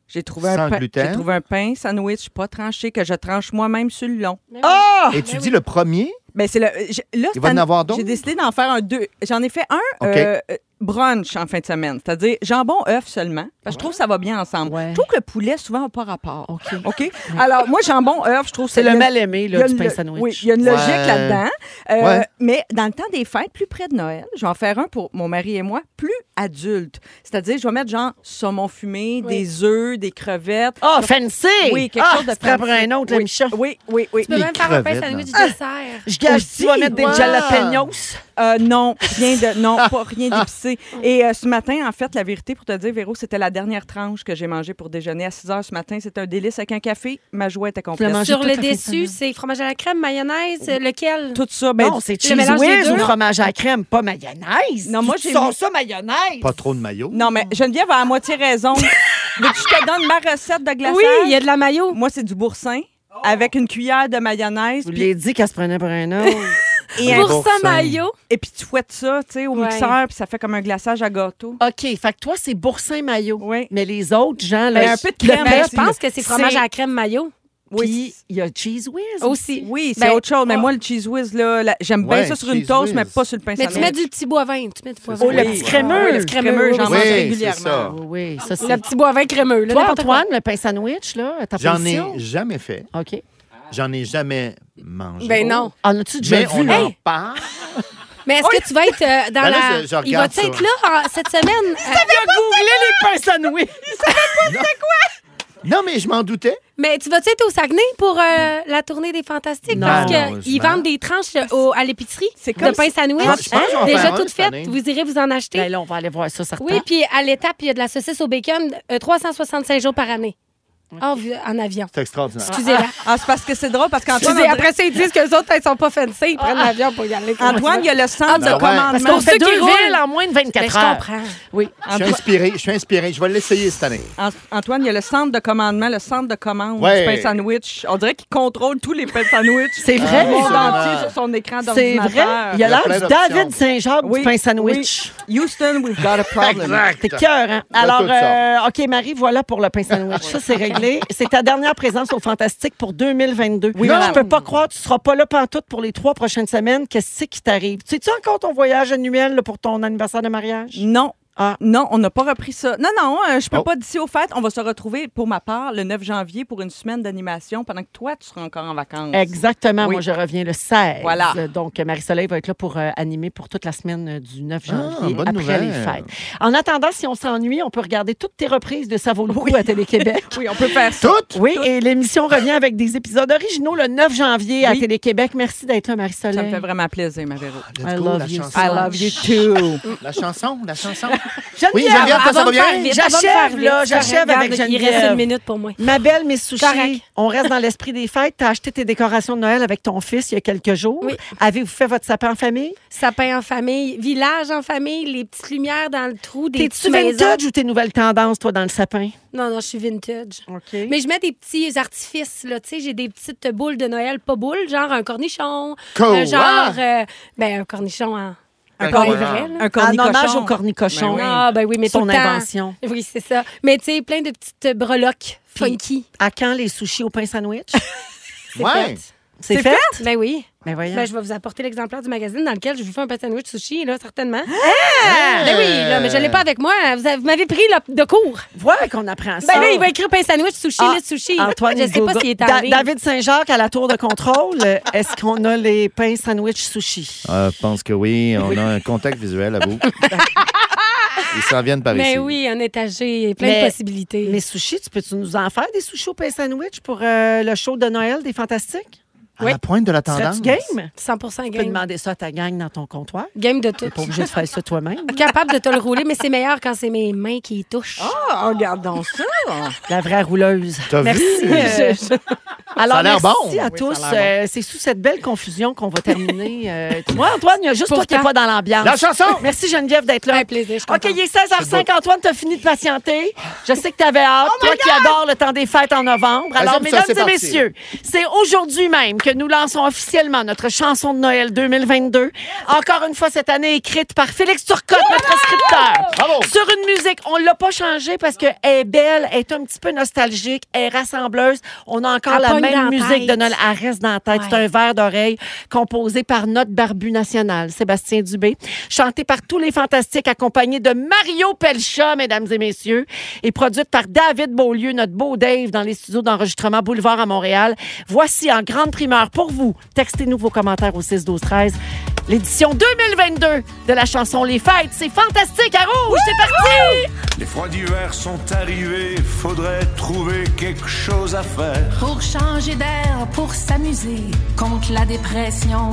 [SPEAKER 3] J'ai trouvé,
[SPEAKER 2] Sans
[SPEAKER 3] un pain-
[SPEAKER 2] gluten?
[SPEAKER 3] j'ai trouvé un pain sandwich pas tranché que je tranche moi-même sur le long.
[SPEAKER 4] Mais oui.
[SPEAKER 3] Ah!
[SPEAKER 2] Et tu
[SPEAKER 4] Ben
[SPEAKER 2] dis
[SPEAKER 4] oui.
[SPEAKER 2] le premier?
[SPEAKER 3] Ben, c'est le. j'ai- Là,
[SPEAKER 2] Il va
[SPEAKER 3] cette
[SPEAKER 2] en
[SPEAKER 3] année,
[SPEAKER 2] avoir d'autres?
[SPEAKER 3] J'ai décidé d'en faire un deux. J'en ai fait un
[SPEAKER 2] OK.
[SPEAKER 3] euh, euh, brunch en fin de semaine, c'est-à-dire jambon œuf seulement. Parce que je trouve que ça va bien ensemble.
[SPEAKER 1] Ouais.
[SPEAKER 3] Je trouve que le poulet souvent n'a pas rapport. OK. Alors moi jambon œuf, je trouve que
[SPEAKER 1] C'est Oh, le
[SPEAKER 3] il y a-
[SPEAKER 1] mal-aimé
[SPEAKER 3] il y a
[SPEAKER 1] là, du
[SPEAKER 3] une-
[SPEAKER 1] pain sandwich.
[SPEAKER 3] Oui, il y a une logique
[SPEAKER 2] Ouais.
[SPEAKER 3] là-dedans. Euh,
[SPEAKER 2] Ouais.
[SPEAKER 3] Mais dans le temps des fêtes, plus près de Noël, je vais en faire un pour mon mari et moi, plus adulte. C'est-à-dire, je vais mettre genre saumon fumé,
[SPEAKER 4] Oui.
[SPEAKER 3] des œufs, des crevettes.
[SPEAKER 1] Ah, fancy!
[SPEAKER 3] Oui, quelque
[SPEAKER 1] Ah,
[SPEAKER 3] chose de
[SPEAKER 1] tu te prends pour
[SPEAKER 3] fancy.
[SPEAKER 1] un autre, la
[SPEAKER 3] oui.
[SPEAKER 1] Micha.
[SPEAKER 3] oui, oui, oui.
[SPEAKER 4] Tu peux
[SPEAKER 2] Les
[SPEAKER 4] même faire un pain
[SPEAKER 2] crevettes,
[SPEAKER 4] sandwich du
[SPEAKER 3] Ah!
[SPEAKER 2] là.
[SPEAKER 4] dessert.
[SPEAKER 1] Je gage, tu
[SPEAKER 3] Aussi.
[SPEAKER 1] vas mettre des
[SPEAKER 2] Wow.
[SPEAKER 1] jalapenos.
[SPEAKER 3] Euh, non, rien de, non, pas rien d'épicé. Et euh, ce matin, en fait, la vérité, pour te dire, Véro, c'était la dernière tranche que j'ai mangée pour déjeuner à 6 h ce matin. C'était un délice avec un café. Ma joie était complète.
[SPEAKER 1] Tu l'as mangé
[SPEAKER 4] Sur
[SPEAKER 1] toute
[SPEAKER 4] le
[SPEAKER 1] la fin de semaine.
[SPEAKER 4] déçu, c'est fromage à la crème, mayonnaise, euh, lequel?
[SPEAKER 3] Tout ça, ben,
[SPEAKER 1] Non, c'est
[SPEAKER 4] le
[SPEAKER 1] cheese
[SPEAKER 4] mélange des
[SPEAKER 1] whiz
[SPEAKER 4] deux.
[SPEAKER 1] ou fromage à la crème, pas mayonnaise.
[SPEAKER 3] Non, moi,
[SPEAKER 1] Tu
[SPEAKER 3] j'ai
[SPEAKER 1] sors
[SPEAKER 3] mis-
[SPEAKER 1] ça mayonnaise.
[SPEAKER 2] Pas trop de maillot.
[SPEAKER 3] non,
[SPEAKER 4] Oh.
[SPEAKER 3] mais Geneviève a à moitié raison. Veux-tu que je te donne ma recette de glaçage?
[SPEAKER 4] Oui, il y a de Oh. la mayo.
[SPEAKER 3] Moi, c'est du boursin avec une cuillère de mayonnaise.
[SPEAKER 1] Je
[SPEAKER 3] puis-
[SPEAKER 1] vous l'ai dit qu'elle se prenait pour un autre.
[SPEAKER 3] et, un-
[SPEAKER 4] Pour ça, mayo.
[SPEAKER 3] et puis tu fouettes ça, tu sais, au
[SPEAKER 4] Ouais. Ah,
[SPEAKER 3] mixeur, puis ça fait comme un glaçage à gâteau.
[SPEAKER 1] OK, fait que toi, c'est boursin maillot.
[SPEAKER 3] Oui.
[SPEAKER 1] Mais les autres gens, là,
[SPEAKER 3] Mais un peu de crème.
[SPEAKER 4] Mais
[SPEAKER 3] c'est-
[SPEAKER 4] Ben, je pense que c'est fromage
[SPEAKER 3] c'est-
[SPEAKER 4] à la crème mayo
[SPEAKER 1] Puis, il y a cheese whiz.
[SPEAKER 4] aussi.
[SPEAKER 3] Oui, c'est
[SPEAKER 4] Ben,
[SPEAKER 3] autre chose. Mais moi, le cheese whiz, là, la- j'aime
[SPEAKER 2] Ouais,
[SPEAKER 3] bien ça sur une
[SPEAKER 2] cheese
[SPEAKER 3] toast,
[SPEAKER 2] whiz.
[SPEAKER 3] mais pas sur le pain
[SPEAKER 4] Mais tu
[SPEAKER 3] sandwich.
[SPEAKER 4] mets du petit bois-vin. Tu mets du bois-vin.
[SPEAKER 1] Oh, le
[SPEAKER 2] Oui.
[SPEAKER 1] petit crémeux.
[SPEAKER 3] Oui, le crémeux, j'en
[SPEAKER 2] Oui,
[SPEAKER 3] mange
[SPEAKER 2] c'est
[SPEAKER 3] régulièrement.
[SPEAKER 2] ça.
[SPEAKER 1] Ah Oui, ça, c'est...
[SPEAKER 4] Le petit bois-vin crémeux. là,
[SPEAKER 1] Toi,
[SPEAKER 4] n'importe quoi.
[SPEAKER 1] Antoine, le pain sandwich, là, ta
[SPEAKER 2] J'en
[SPEAKER 1] position?
[SPEAKER 2] ai jamais fait.
[SPEAKER 1] OK.
[SPEAKER 2] J'en ai jamais mangé.
[SPEAKER 4] Ben non.
[SPEAKER 1] En as-tu déjà
[SPEAKER 2] Mais
[SPEAKER 1] vu?
[SPEAKER 2] on en
[SPEAKER 1] Hey,
[SPEAKER 2] parle.
[SPEAKER 4] Mais est-ce que tu vas être euh, dans
[SPEAKER 2] Ben là,
[SPEAKER 4] la.
[SPEAKER 2] je- je
[SPEAKER 4] il
[SPEAKER 2] regarde
[SPEAKER 4] va-tu être
[SPEAKER 2] ça.
[SPEAKER 4] là en- cette semaine? Euh,
[SPEAKER 1] googler les pains sandwich!
[SPEAKER 2] Non, mais je m'en doutais.
[SPEAKER 4] Mais tu vas-tu être au Saguenay pour euh, la tournée des Fantastiques?
[SPEAKER 1] Non.
[SPEAKER 4] Parce qu'ils
[SPEAKER 2] Malheureusement.
[SPEAKER 4] vendent des tranches euh, au- à l'épicerie
[SPEAKER 3] C'est
[SPEAKER 4] de
[SPEAKER 3] comme
[SPEAKER 4] pain sandwich.
[SPEAKER 2] Ah, je pense que je vais en
[SPEAKER 4] Déjà
[SPEAKER 2] faire un
[SPEAKER 4] toutes
[SPEAKER 2] cette
[SPEAKER 4] faites.
[SPEAKER 2] année.
[SPEAKER 4] Vous irez vous en acheter.
[SPEAKER 1] Ben là, on va aller voir ça, certain.
[SPEAKER 4] oui, puis à l'étape, il y a de la saucisse au bacon euh, 365 jours par année. Ah, vous- en avion.
[SPEAKER 2] C'est extraordinaire.
[SPEAKER 4] Excusez-la.
[SPEAKER 3] Ah, c'est parce que c'est drôle, parce qu'Antoine,
[SPEAKER 4] Excusez, après ça, ils disent qu'eux autres, ils sont pas fancy. Ils prennent l'avion pour y aller.
[SPEAKER 3] Ah. Antoine, il y a le centre
[SPEAKER 2] Ah,
[SPEAKER 3] de
[SPEAKER 2] ouais.
[SPEAKER 1] Parce
[SPEAKER 3] commandement.
[SPEAKER 1] qu'on fait
[SPEAKER 4] ceux qui
[SPEAKER 1] deux
[SPEAKER 4] roulent.
[SPEAKER 1] villes en moins de 24
[SPEAKER 4] Ben, je
[SPEAKER 1] heures.
[SPEAKER 4] comprends.
[SPEAKER 1] Oui.
[SPEAKER 2] Je suis inspiré. Je suis inspiré. Je vais l'essayer cette année.
[SPEAKER 3] An- Antoine, il y a le centre de commandement, le centre de commande
[SPEAKER 2] Ouais.
[SPEAKER 3] du pain sandwich. On dirait qu'il contrôle tous les pains sandwich.
[SPEAKER 1] C'est vrai?
[SPEAKER 3] Le monde
[SPEAKER 2] Absolument.
[SPEAKER 3] entier sur son écran
[SPEAKER 1] C'est vrai.
[SPEAKER 3] d'ordinateur.
[SPEAKER 1] Il a
[SPEAKER 2] Il y a
[SPEAKER 1] l'air
[SPEAKER 2] plein
[SPEAKER 1] du
[SPEAKER 2] d'options.
[SPEAKER 1] David Saint-Jacques
[SPEAKER 3] Oui,
[SPEAKER 1] du pain sandwich.
[SPEAKER 3] oui. Houston, we've got a problem.
[SPEAKER 1] T'es cœur, hein? Alors,
[SPEAKER 2] tout ça.
[SPEAKER 1] euh, OK, Marie, voilà pour le pain
[SPEAKER 3] Ah,
[SPEAKER 1] sandwich. Ça, c'est réglé. C'est ta dernière présence au Fantastique pour 2022.
[SPEAKER 3] Oui,
[SPEAKER 1] non,
[SPEAKER 3] madame.
[SPEAKER 1] je peux pas croire, tu seras pas là pantoute pour les trois prochaines semaines. Qu'est-ce qui t'arrive? Tu sais-tu encore ton voyage annuel là, pour ton anniversaire de mariage?
[SPEAKER 3] Non.
[SPEAKER 1] Ah.
[SPEAKER 3] Non, on n'a pas repris ça. Non, non, euh, je peux
[SPEAKER 2] Oh.
[SPEAKER 3] pas d'ici au fait. On va se retrouver, pour ma part, le 9 janvier pour une semaine d'animation pendant que toi, tu seras encore en vacances.
[SPEAKER 1] Exactement.
[SPEAKER 3] Oui.
[SPEAKER 1] Moi, je reviens le 16.
[SPEAKER 3] Voilà.
[SPEAKER 1] Euh, Donc, euh, Marie-Soleil va être là pour euh, animer pour toute la semaine euh, du 9 janvier
[SPEAKER 2] Ah, bonne
[SPEAKER 1] après
[SPEAKER 2] nouvelle.
[SPEAKER 1] les fêtes. En attendant, si on s'ennuie, on peut regarder toutes tes reprises de Ça vaut le coup à Télé-Québec.
[SPEAKER 3] Oui, on peut faire ça.
[SPEAKER 2] Toutes?
[SPEAKER 1] Oui, et l'émission revient avec des épisodes originaux le 9 janvier à
[SPEAKER 3] Oui.
[SPEAKER 1] Télé-Québec. Merci d'être là, Marie-Soleil.
[SPEAKER 3] Ça me fait vraiment plaisir, ma Véro.
[SPEAKER 2] Let's
[SPEAKER 1] I
[SPEAKER 2] go,
[SPEAKER 1] love
[SPEAKER 2] la
[SPEAKER 1] you
[SPEAKER 2] chanson.
[SPEAKER 3] I love you too.
[SPEAKER 2] La chanson, la chanson.
[SPEAKER 1] Geneviève,
[SPEAKER 2] Oui, Geneviève,
[SPEAKER 4] Elle
[SPEAKER 2] toi, ça
[SPEAKER 4] Ah, va
[SPEAKER 2] va
[SPEAKER 4] me faire
[SPEAKER 2] bien?
[SPEAKER 4] vite, elle va me
[SPEAKER 1] J'achève,
[SPEAKER 4] faire vite.
[SPEAKER 1] là, j'achève
[SPEAKER 4] Regarde,
[SPEAKER 1] avec
[SPEAKER 4] Il reste
[SPEAKER 1] Geneviève.
[SPEAKER 4] une minute pour moi.
[SPEAKER 1] Ma belle Miss Sushi,
[SPEAKER 4] Correct.
[SPEAKER 1] on reste dans l'esprit des fêtes. T'as acheté tes décorations de Noël avec ton fils il y a quelques jours.
[SPEAKER 4] Oui.
[SPEAKER 1] Avez-vous fait votre sapin en famille?
[SPEAKER 4] Sapin en famille, village en famille, les petites lumières dans le trou des
[SPEAKER 1] T'es-tu
[SPEAKER 4] petites maisons.
[SPEAKER 1] vintage ou tes nouvelles tendances, toi, dans le sapin?
[SPEAKER 4] Non, non, je suis vintage.
[SPEAKER 1] OK.
[SPEAKER 4] Mais je mets des petits artifices, là, tu sais, j'ai des petites boules de Noël, pas boules, genre un cornichon,
[SPEAKER 2] Quoi?
[SPEAKER 4] euh,
[SPEAKER 1] Ah!
[SPEAKER 4] genre, euh, ben, un cornichon en...
[SPEAKER 2] Encore
[SPEAKER 4] pas
[SPEAKER 2] un.
[SPEAKER 4] vrai, là.
[SPEAKER 3] Un
[SPEAKER 1] en
[SPEAKER 3] cornicochon.
[SPEAKER 1] Ah, hommage au cornicochon.
[SPEAKER 3] Ben oui.
[SPEAKER 4] Ah, ben oui, mais
[SPEAKER 1] Son
[SPEAKER 4] tout le temps.
[SPEAKER 1] invention.
[SPEAKER 4] Oui, c'est ça. Mais tu sais, plein de petites breloques funky.
[SPEAKER 1] À quand les sushis au pain sandwich?
[SPEAKER 2] Ouais.
[SPEAKER 4] Faites.
[SPEAKER 1] C'est fait?
[SPEAKER 4] Ben oui.
[SPEAKER 5] Mais voyons.
[SPEAKER 4] Ben, je vais vous apporter l'exemplaire du magazine dans lequel je vous fais un petit sandwich sushi, là, certainement.
[SPEAKER 1] Ah!
[SPEAKER 4] Ben oui, là, mais je l'ai pas avec moi. hein. Vous, avez- vous m'avez pris là, de cours.
[SPEAKER 1] Voilà qu'on apprend ça.
[SPEAKER 4] Ben là, il va écrire pain sandwich, sushi,
[SPEAKER 1] Ah,
[SPEAKER 4] là, sushi.
[SPEAKER 1] Antoine
[SPEAKER 4] je sais
[SPEAKER 1] Hugo-
[SPEAKER 4] pas s'il est
[SPEAKER 1] Da-
[SPEAKER 4] arrivé.
[SPEAKER 1] David Saint-Jacques à la tour de contrôle. euh, Est-ce qu'on a les pains sandwich sushi?
[SPEAKER 2] Euh, Je pense que oui. On a un contact visuel à vous. Ils s'en viennent
[SPEAKER 1] Ah
[SPEAKER 2] par ici.
[SPEAKER 4] Mais oui, un étagé, plein
[SPEAKER 1] Mais-
[SPEAKER 4] de possibilités.
[SPEAKER 1] Les sushis, tu peux-tu nous en faire des sushis au pain sandwich pour euh, le show de Noël des Fantastiques?
[SPEAKER 2] À la pointe de la
[SPEAKER 1] Serais-tu
[SPEAKER 2] tendance.
[SPEAKER 1] game?
[SPEAKER 4] 100
[SPEAKER 1] Tu peux
[SPEAKER 4] game.
[SPEAKER 1] demander ça à ta gang dans ton comptoir.
[SPEAKER 4] Game de tout.
[SPEAKER 1] T'es pas obligé de faire ça toi-même.
[SPEAKER 4] Capable de te le rouler, mais c'est meilleur quand c'est mes mains qui y touchent.
[SPEAKER 5] Ah, regardons ça.
[SPEAKER 1] La vraie rouleuse.
[SPEAKER 2] T'as
[SPEAKER 1] Merci.
[SPEAKER 2] vu?
[SPEAKER 1] euh, Alors,
[SPEAKER 2] Ça a l'air
[SPEAKER 1] merci
[SPEAKER 2] bon.
[SPEAKER 1] à
[SPEAKER 5] Oui,
[SPEAKER 1] tous.
[SPEAKER 5] ça a l'air
[SPEAKER 1] Euh, c'est sous cette belle confusion qu'on va terminer. euh, Moi, Antoine, il y a juste toi qui n'es
[SPEAKER 4] Pourtant.
[SPEAKER 1] pas dans l'ambiance.
[SPEAKER 2] La chanson!
[SPEAKER 1] Merci Geneviève d'être là.
[SPEAKER 4] Un plaisir, je suis
[SPEAKER 1] OK,
[SPEAKER 4] contente.
[SPEAKER 1] il est 16h05. Antoine, t'as fini de patienter. Je sais que t'avais hâte. toi qui adore le temps des fêtes en novembre. Alors,
[SPEAKER 2] Oh Vas-y, ça,
[SPEAKER 1] mesdames
[SPEAKER 2] c'est
[SPEAKER 1] et
[SPEAKER 2] parti.
[SPEAKER 1] messieurs, c'est aujourd'hui même que nous lançons officiellement notre chanson de Noël 2022. Encore une fois, cette année écrite par Félix Turcotte, notre scripteur.
[SPEAKER 2] Bravo!
[SPEAKER 1] Sur une musique, on l'a pas changée parce qu'elle est belle, elle est un petit peu nostalgique, elle est rassembleuse. On a encore
[SPEAKER 4] Elle
[SPEAKER 1] la
[SPEAKER 4] pogne dans
[SPEAKER 1] même
[SPEAKER 4] la
[SPEAKER 1] musique
[SPEAKER 4] tête.
[SPEAKER 1] de Noël. Elle reste dans la tête. C'est
[SPEAKER 4] Ouais.
[SPEAKER 1] un verre d'oreille composé par notre barbu national, Sébastien Dubé, chanté par tous les fantastiques, accompagné de Mario Pelcha, mesdames et messieurs, et produite par David Beaulieu, notre beau Dave, dans les studios d'enregistrement Boulevard à Montréal. Voici en grande primeur pour vous. Textez-nous vos commentaires au 6 12 13 L'édition 2022 de la chanson Les Fêtes, c'est fantastique à rouge, c'est parti!
[SPEAKER 6] Les froids d'hiver sont arrivés, faudrait trouver quelque chose à faire.
[SPEAKER 3] Pour changer d'air, pour s'amuser contre la dépression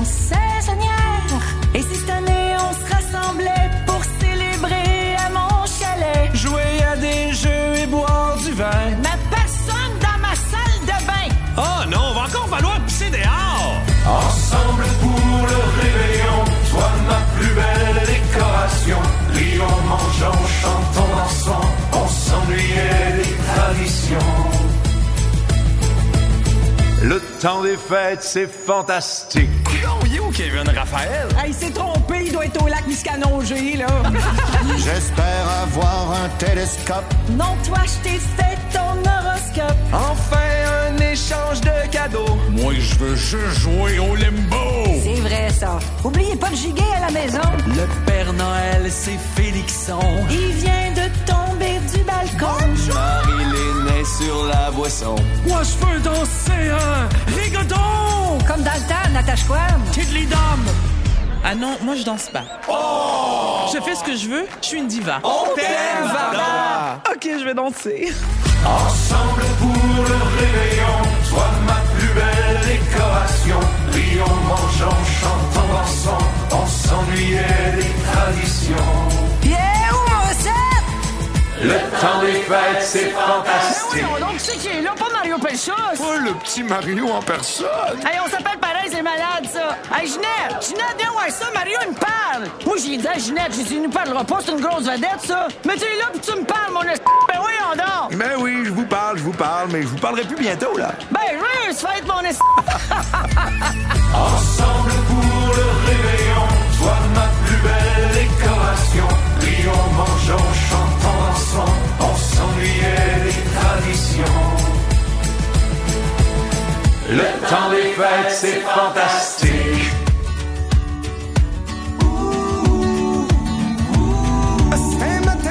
[SPEAKER 3] saisonnière. Et si cette année on se rassemblait pour célébrer à mon chalet,
[SPEAKER 6] Jouer à des jeux et boire du vin.
[SPEAKER 3] ma personne dans ma salle de bain.
[SPEAKER 6] Oh non, va encore falloir pisser dehors! Ensemble pour le réveillon, toi ma plus belle décoration. Rions, mangeons, chantons, dansons, on s'ennuyait des traditions. Le temps des fêtes, c'est fantastique. Il est où Kevin Raphaël?
[SPEAKER 5] il s'est trompé, il doit être au lac Miscanongé, là.
[SPEAKER 1] Ah.
[SPEAKER 7] J'espère avoir un télescope.
[SPEAKER 3] Non, toi, je t'ai fait ton horoscope.
[SPEAKER 6] Enfin un échange de cadeaux. Moi, je veux juste jouer au limbo.
[SPEAKER 3] C'est vrai, ça. Oubliez pas de giguer à la maison.
[SPEAKER 6] Le Père Noël, c'est Félixon.
[SPEAKER 3] Il vient de tomber du balcon.
[SPEAKER 6] Il est né sur la boisson. Moi, je veux danser un rigodon.
[SPEAKER 3] Comme dans le temps, Natasha Kwan.
[SPEAKER 8] les dames. Ah non, moi je danse pas. Je fais ce que je veux, je suis une diva.
[SPEAKER 6] On t'aime,
[SPEAKER 8] Ok, je vais danser.
[SPEAKER 6] Ensemble pour le réveillon, sois ma plus belle décoration. Rions, mangeons, chantons, dansons, on s'ennuyait des traditions.
[SPEAKER 3] Yeah, où mon set?
[SPEAKER 6] Le temps des fêtes, c'est
[SPEAKER 1] Eh
[SPEAKER 6] fantastique.
[SPEAKER 1] Donc, qui qui est là, pas Mario Pelcha.
[SPEAKER 6] Oh, le petit Mario en personne.
[SPEAKER 1] Hey, on s'appelle pareil, c'est malade, ça. Hey, Ginette, Ginette, viens voir ça, Mario, il me parle. Moi, j'ai dit à Ginette, j'ai dit, il nous parlera pas, c'est une grosse vedette, ça. Mais tu es là, puis tu me parles, mon est... Ben oui, on dort.
[SPEAKER 6] Mais oui, je vous parle, je vous parle, mais je vous parlerai plus bientôt, là.
[SPEAKER 1] Ben, russe, fête, mon est...
[SPEAKER 6] Ensemble pour le réveillon, sois ma plus belle décoration. Rions, mangeons, chantons, dansons, on s'ennuyait des traditions. Le temps des fêtes, c'est fantastique.
[SPEAKER 7] Un matin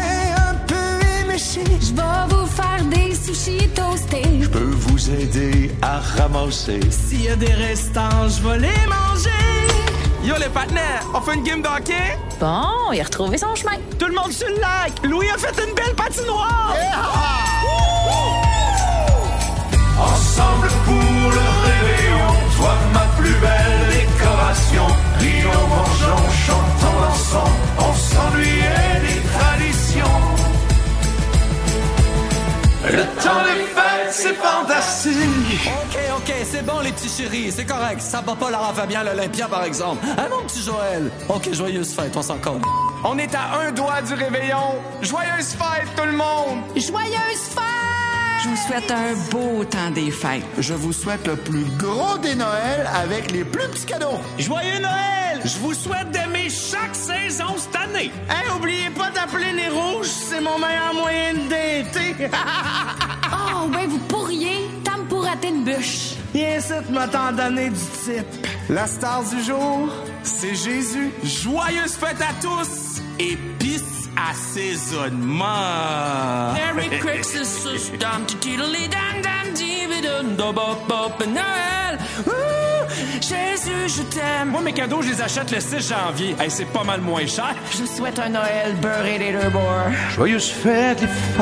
[SPEAKER 7] un peu éméché.
[SPEAKER 3] Je vais vous faire des sushis toastés.
[SPEAKER 6] Je peux vous aider à ramasser.
[SPEAKER 8] S'il y a des restants, je vais les manger. Yo les partenaires, on fait une game de hockey?
[SPEAKER 9] Bon, il a retrouvé son chemin.
[SPEAKER 8] Tout le monde sur le lac. Louis a fait une belle patinoire.
[SPEAKER 6] Ensemble pour le réveillon, sois ma plus belle décoration. Rions, mangeons, chantons, dansons, on s'ennuyait des traditions. Le temps des fêtes, c'est fantastique.
[SPEAKER 8] Ok, ok, c'est bon les petits chéris, c'est correct. Ça bat pas Lara Fabian à l'Olympia par exemple. Ah non, petit Joël. Ok, joyeuse fête, on s'en compte.
[SPEAKER 6] On est à un doigt du réveillon. Joyeuse fête, tout le monde.
[SPEAKER 3] Joyeuse fête!
[SPEAKER 5] Je vous souhaite un beau temps des fêtes.
[SPEAKER 7] Je vous souhaite le plus gros des Noëls avec les plus petits cadeaux.
[SPEAKER 8] Joyeux Noël! Je vous souhaite d'aimer chaque saison cette année. Hey, oubliez pas d'appeler les rouges, c'est mon meilleur moyen de dater.
[SPEAKER 3] Oh, ben vous Ah, pourriez, tam pour
[SPEAKER 10] rater une bûche.
[SPEAKER 6] Bien sûr, m'a tant donné du type. La star du jour, c'est Jésus. Joyeuse fête à tous. Épices assaisonnement.
[SPEAKER 8] Merry Christmas, dum tiddly dum dum dividum Noël. Ouh, Jésus, je t'aime.
[SPEAKER 11] Moi, mes cadeaux, je les achète le 6 janvier. Hey, c'est pas mal moins cher.
[SPEAKER 8] Je souhaite un Noël beurré des deux bords.
[SPEAKER 6] Joyeuse fête est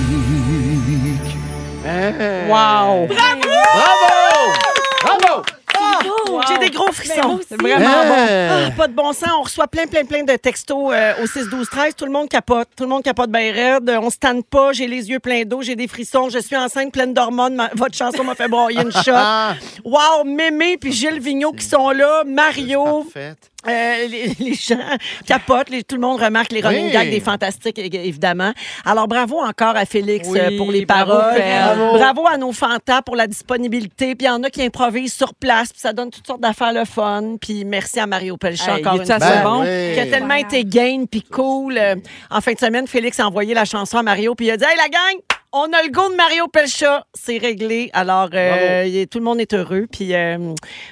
[SPEAKER 6] fantastique.
[SPEAKER 1] Wow!
[SPEAKER 2] Bravo!
[SPEAKER 1] Wow.
[SPEAKER 2] Bravo!
[SPEAKER 1] Ah, J'ai des gros frissons. C'est vraiment
[SPEAKER 2] Hey.
[SPEAKER 1] bon. Ah, pas de bon sens. On reçoit plein, plein, plein de textos euh, au 6, 12, 13. Tout le monde capote. Tout le monde capote bien raide. On se tanne pas. J'ai les yeux pleins d'eau. J'ai des frissons. Je suis enceinte pleine d'hormones. Ma- Votre chanson m'a fait broyer une shot. Wow, Mémé puis Gilles Vigneault qui sont là. Mario.
[SPEAKER 2] Parfait.
[SPEAKER 1] euh, les, les gens capotent, les- tout le monde remarque les running
[SPEAKER 2] Oui.
[SPEAKER 1] gags des fantastiques, é- évidemment. Alors, bravo encore à Félix
[SPEAKER 3] Oui,
[SPEAKER 1] euh, pour les
[SPEAKER 3] bravo,
[SPEAKER 1] paroles.
[SPEAKER 3] Fel.
[SPEAKER 1] Bravo. Bravo à nos fantas pour la disponibilité. Puis il y en a qui improvisent sur place, puis ça donne toutes sortes d'affaires le fun. Puis merci à Mario Pelchat
[SPEAKER 3] Hey,
[SPEAKER 1] encore
[SPEAKER 3] il
[SPEAKER 1] une
[SPEAKER 3] est-tu assez
[SPEAKER 1] fois,
[SPEAKER 3] bon?
[SPEAKER 2] oui.
[SPEAKER 1] Qui a tellement été game puis cool. Euh, En fin de semaine, Félix a envoyé la chanson à Mario, puis il a dit Hey, la gang! On a le goût de Mario Pelcha, c'est réglé. Alors, euh, il est- tout le monde est heureux. Puis, euh,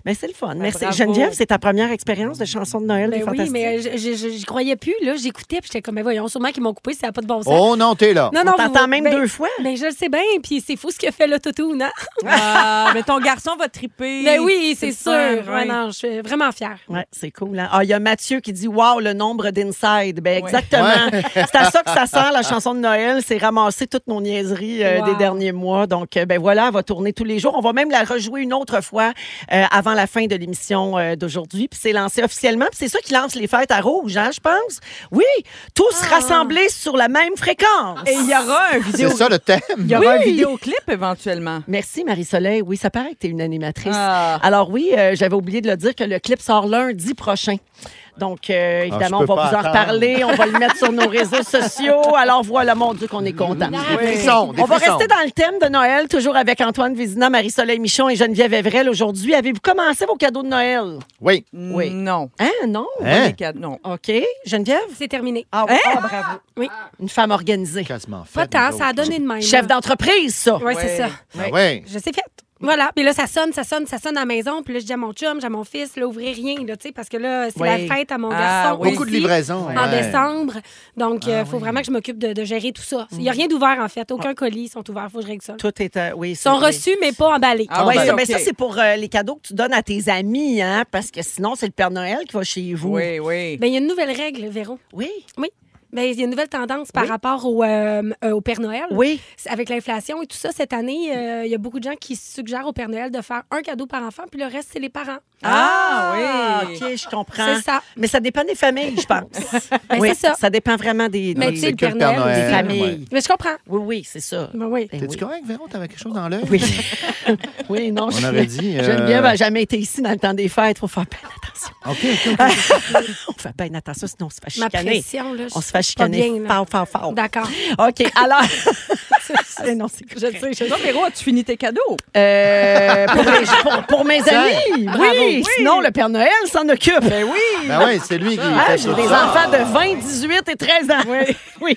[SPEAKER 1] ben, c'est le fun. Merci.
[SPEAKER 3] bravo.
[SPEAKER 1] Genève, c'est ta première expérience de chanson de Noël. des
[SPEAKER 4] Ben oui,
[SPEAKER 1] Fantastiques.
[SPEAKER 4] mais euh, je- je- je- j'y croyais plus. là. J'écoutais, puis j'étais comme, ben voyons, sûrement qu'ils m'ont coupé, ça n'a pas de bon sens.
[SPEAKER 2] Oh non, t'es là.
[SPEAKER 4] Non,
[SPEAKER 1] On
[SPEAKER 4] vous-
[SPEAKER 1] t'entend même
[SPEAKER 4] ben-
[SPEAKER 1] deux fois.
[SPEAKER 4] Ben, je le sais bien, puis c'est fou ce que fait le toutou, non?
[SPEAKER 3] Ah, mais ton garçon va triper.
[SPEAKER 4] Ben oui, c'est sûr.
[SPEAKER 3] le fun,
[SPEAKER 4] Ouais,
[SPEAKER 3] ouais.
[SPEAKER 4] non, je suis vraiment fière.
[SPEAKER 1] Ouais, c'est cool. hein. Ah, il y a Mathieu qui dit Wow, le nombre d'inside. Ben,
[SPEAKER 3] Ouais.
[SPEAKER 1] exactement. C'est à ça que ça sert, la chanson de Noël. C'est ramasser toutes nos niaiseries euh,
[SPEAKER 4] Wow.
[SPEAKER 1] des derniers mois. Donc, euh, ben voilà, elle va tourner tous les jours. On va même la rejouer une autre fois euh, avant la fin de l'émission euh, d'aujourd'hui. Puis c'est lancé officiellement. Puis c'est ça qui lance les fêtes à rouge, hein, je pense. Oui, tous
[SPEAKER 4] Ah.
[SPEAKER 1] rassemblés sur la même fréquence.
[SPEAKER 3] Et il y aura un
[SPEAKER 2] C'est
[SPEAKER 3] vidéo.
[SPEAKER 2] ça le thème.
[SPEAKER 3] Il y aura un
[SPEAKER 1] Oui.
[SPEAKER 3] vidéoclip éventuellement.
[SPEAKER 1] Merci Marie-Soleil. Oui, ça paraît que tu es une animatrice.
[SPEAKER 3] Ah.
[SPEAKER 1] Alors oui, euh, j'avais oublié de le dire que le clip sort lundi prochain. Donc, euh, évidemment,
[SPEAKER 2] Ah, je peux
[SPEAKER 1] on va vous
[SPEAKER 2] pas
[SPEAKER 1] en
[SPEAKER 2] attendre.
[SPEAKER 1] reparler. On va le mettre sur nos réseaux sociaux. Alors voilà, mon Dieu, qu'on est content.
[SPEAKER 2] Des frissons, des
[SPEAKER 1] On va
[SPEAKER 2] frissons.
[SPEAKER 1] rester dans le thème de Noël, toujours avec Antoine Vézina, Marie-Soleil Michon et Geneviève Evrel. Aujourd'hui, avez-vous commencé vos cadeaux de Noël?
[SPEAKER 2] Oui.
[SPEAKER 1] Oui.
[SPEAKER 3] Non.
[SPEAKER 1] Hein, non?
[SPEAKER 3] Pas
[SPEAKER 2] Hein?
[SPEAKER 3] les cadeaux, Non.
[SPEAKER 1] OK. Geneviève?
[SPEAKER 4] C'est terminé.
[SPEAKER 1] Ah, ah, bravo.
[SPEAKER 4] Oui.
[SPEAKER 1] Une femme organisée.
[SPEAKER 2] Quasiment
[SPEAKER 4] Pas
[SPEAKER 2] fait.
[SPEAKER 4] tant,
[SPEAKER 2] nous
[SPEAKER 4] ça a
[SPEAKER 2] autres.
[SPEAKER 4] donné de même.
[SPEAKER 1] Chef d'entreprise, ça.
[SPEAKER 4] Oui, c'est ça.
[SPEAKER 2] Ah ouais.
[SPEAKER 4] Je sais faite. Voilà. Puis là, ça sonne, ça sonne, ça sonne à la maison. Puis là, je dis à mon chum, j'ai à mon fils, là, ouvrez rien, là, tu sais, parce que là, c'est
[SPEAKER 1] Oui.
[SPEAKER 4] la fête à mon
[SPEAKER 3] Ah,
[SPEAKER 4] garçon.
[SPEAKER 3] oui.
[SPEAKER 2] Beaucoup de
[SPEAKER 4] aussi,
[SPEAKER 2] livraisons.
[SPEAKER 4] En
[SPEAKER 2] ouais.
[SPEAKER 4] décembre. Donc, il faut vraiment que je m'occupe de, de gérer tout ça. Il n'y a rien d'ouvert, en fait. Aucun colis, ils sont ouverts. Il faut que je règle ça. là.
[SPEAKER 1] Tout est. euh, oui,
[SPEAKER 4] Ils sont
[SPEAKER 1] c'est-
[SPEAKER 4] reçus, mais pas emballés.
[SPEAKER 3] Ah,
[SPEAKER 1] ouais,
[SPEAKER 3] ben,
[SPEAKER 1] ça,
[SPEAKER 3] ok.
[SPEAKER 1] ben ça, c'est pour euh, les cadeaux que tu donnes à tes amis, hein, parce que sinon, c'est le Père Noël qui va chez vous.
[SPEAKER 3] Oui, oui.
[SPEAKER 4] Ben, il y a une nouvelle règle, Véro.
[SPEAKER 1] Oui.
[SPEAKER 4] Oui. Ben, il y a une nouvelle tendance par rapport au, euh, euh, au Père Noël.
[SPEAKER 1] Oui.
[SPEAKER 4] C'est- Avec l'inflation et tout ça, cette année, euh, il y a beaucoup de gens qui suggèrent au Père Noël de faire un cadeau par enfant, puis le reste, c'est les parents.
[SPEAKER 3] Ah, oui.
[SPEAKER 1] OK, je comprends.
[SPEAKER 4] C'est ça.
[SPEAKER 1] Mais ça dépend des familles, je pense.
[SPEAKER 4] Ben,
[SPEAKER 1] Oui,
[SPEAKER 4] c'est ça.
[SPEAKER 1] Ça dépend vraiment des,
[SPEAKER 4] Mais
[SPEAKER 1] des-
[SPEAKER 4] tu sais, le
[SPEAKER 2] que
[SPEAKER 4] Père Noël,
[SPEAKER 1] des
[SPEAKER 4] c'est-
[SPEAKER 1] familles.
[SPEAKER 2] ouais.
[SPEAKER 4] Mais je comprends.
[SPEAKER 1] Oui, oui, c'est ça.
[SPEAKER 4] Ben oui.
[SPEAKER 1] Ben
[SPEAKER 2] T'es-tu
[SPEAKER 1] oui.
[SPEAKER 2] correct, Véron? T'avais quelque chose dans l'œil?
[SPEAKER 1] Oui. oui, non,
[SPEAKER 2] On aurait dit. euh,
[SPEAKER 1] Geneviève n'a jamais été ici dans le temps des fêtes. Il faut faire bien attention.
[SPEAKER 2] OK, OK, OK.
[SPEAKER 1] On fait bien attention, sinon on se fait
[SPEAKER 4] Ma
[SPEAKER 1] chicaner.
[SPEAKER 4] pression, là. je
[SPEAKER 1] On se fait
[SPEAKER 4] suis pas
[SPEAKER 1] chicaner.
[SPEAKER 4] bien, là.
[SPEAKER 1] Fort, fort, fort.
[SPEAKER 4] D'accord.
[SPEAKER 1] OK, alors. C'est- non, c'est correct.
[SPEAKER 3] Je sais, Non, Véro, as-tu fini tes cadeaux?
[SPEAKER 1] Euh, pour, les- pour- pour mes amis. Oui, sinon le Père Noël s'en occupe.
[SPEAKER 2] Ben oui, c'est lui qui.
[SPEAKER 1] Ah,
[SPEAKER 2] fait
[SPEAKER 1] j'ai
[SPEAKER 2] tout
[SPEAKER 1] des
[SPEAKER 2] ça.
[SPEAKER 1] enfants de 20, 18 et 13 ans. Oui.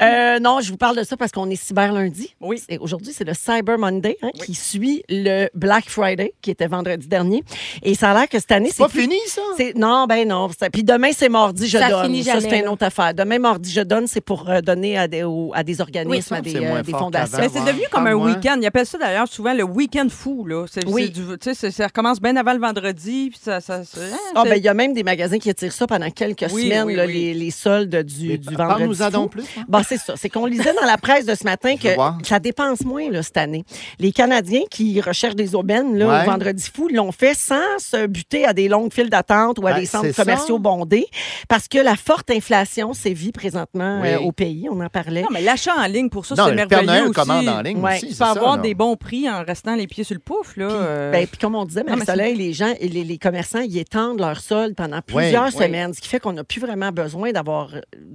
[SPEAKER 1] Euh, non, je vous parle de ça parce qu'on est cyber lundi.
[SPEAKER 3] Oui.
[SPEAKER 1] Et aujourd'hui, c'est le Cyber Monday hein, qui suit le Black Friday qui était vendredi dernier. Et ça a l'air que cette année, c'est
[SPEAKER 2] Pas
[SPEAKER 1] plus-
[SPEAKER 2] fini, hein? ça?
[SPEAKER 1] c'est- Non, ben non. Ça- Puis demain, c'est mardi, je
[SPEAKER 4] Ça
[SPEAKER 1] donne.
[SPEAKER 4] finit
[SPEAKER 1] ça, c'est
[SPEAKER 4] jamais,
[SPEAKER 1] une
[SPEAKER 4] là.
[SPEAKER 1] autre affaire. Demain, mardi, je donne, c'est pour euh, donner à des, aux- à des organismes,
[SPEAKER 2] ça,
[SPEAKER 1] à des,
[SPEAKER 2] c'est
[SPEAKER 1] euh,
[SPEAKER 2] moins
[SPEAKER 1] des
[SPEAKER 2] fort
[SPEAKER 1] fondations.
[SPEAKER 2] qu'avant.
[SPEAKER 3] Mais c'est
[SPEAKER 2] ouais.
[SPEAKER 3] devenu comme un
[SPEAKER 2] Ah, ouais.
[SPEAKER 3] week-end. Ils appellent ça d'ailleurs souvent le week-end fou. Là. C'est-
[SPEAKER 1] Oui.
[SPEAKER 3] c'est du- tu sais, c'est- ça recommence bien avant le vendredi. Puis ça, ça, ça- hein,
[SPEAKER 1] Ah,
[SPEAKER 3] c'est-
[SPEAKER 1] ben, il y a même des magasins qui attirent ça pendant quelques
[SPEAKER 3] Oui,
[SPEAKER 1] semaines,
[SPEAKER 3] oui,
[SPEAKER 1] là,
[SPEAKER 3] oui.
[SPEAKER 1] Les, les soldes du,
[SPEAKER 2] Mais
[SPEAKER 1] du
[SPEAKER 2] par-
[SPEAKER 1] vendredi.
[SPEAKER 2] parle-nous-en
[SPEAKER 1] fou.
[SPEAKER 2] donc plus, hein.
[SPEAKER 1] Bon, c'est ça. C'est qu'on lisait dans la presse de ce matin que
[SPEAKER 2] veux voir.
[SPEAKER 1] ça dépense moins là, cette année. Les Canadiens qui recherchent des aubaines là,
[SPEAKER 2] Ouais.
[SPEAKER 1] au vendredi fou l'ont fait sans se buter à des longues files d'attente ou à
[SPEAKER 2] Ben,
[SPEAKER 1] des centres
[SPEAKER 2] c'est ça.
[SPEAKER 1] commerciaux bondés parce que la forte inflation sévit présentement
[SPEAKER 2] Oui.
[SPEAKER 1] euh, au pays. On en parlait.
[SPEAKER 3] Non, mais l'achat en ligne, pour ça,
[SPEAKER 2] Non,
[SPEAKER 3] c'est
[SPEAKER 2] le
[SPEAKER 3] merveilleux
[SPEAKER 2] Père Noël
[SPEAKER 3] aussi.
[SPEAKER 2] commande en ligne
[SPEAKER 1] Ouais,
[SPEAKER 2] aussi.
[SPEAKER 3] Tu
[SPEAKER 2] c'est
[SPEAKER 3] peux avoir
[SPEAKER 2] ça,
[SPEAKER 3] des
[SPEAKER 2] là.
[SPEAKER 3] bons prix en restant les pieds sur le pouf. Là, euh,
[SPEAKER 1] Ben, puis comme on disait,
[SPEAKER 3] mais
[SPEAKER 1] Marie-Soleil, les gens, et les, les commerçants, ils étendent leur solde pendant plusieurs semaines, ce qui fait qu'on n'a plus vraiment besoin d'avoir.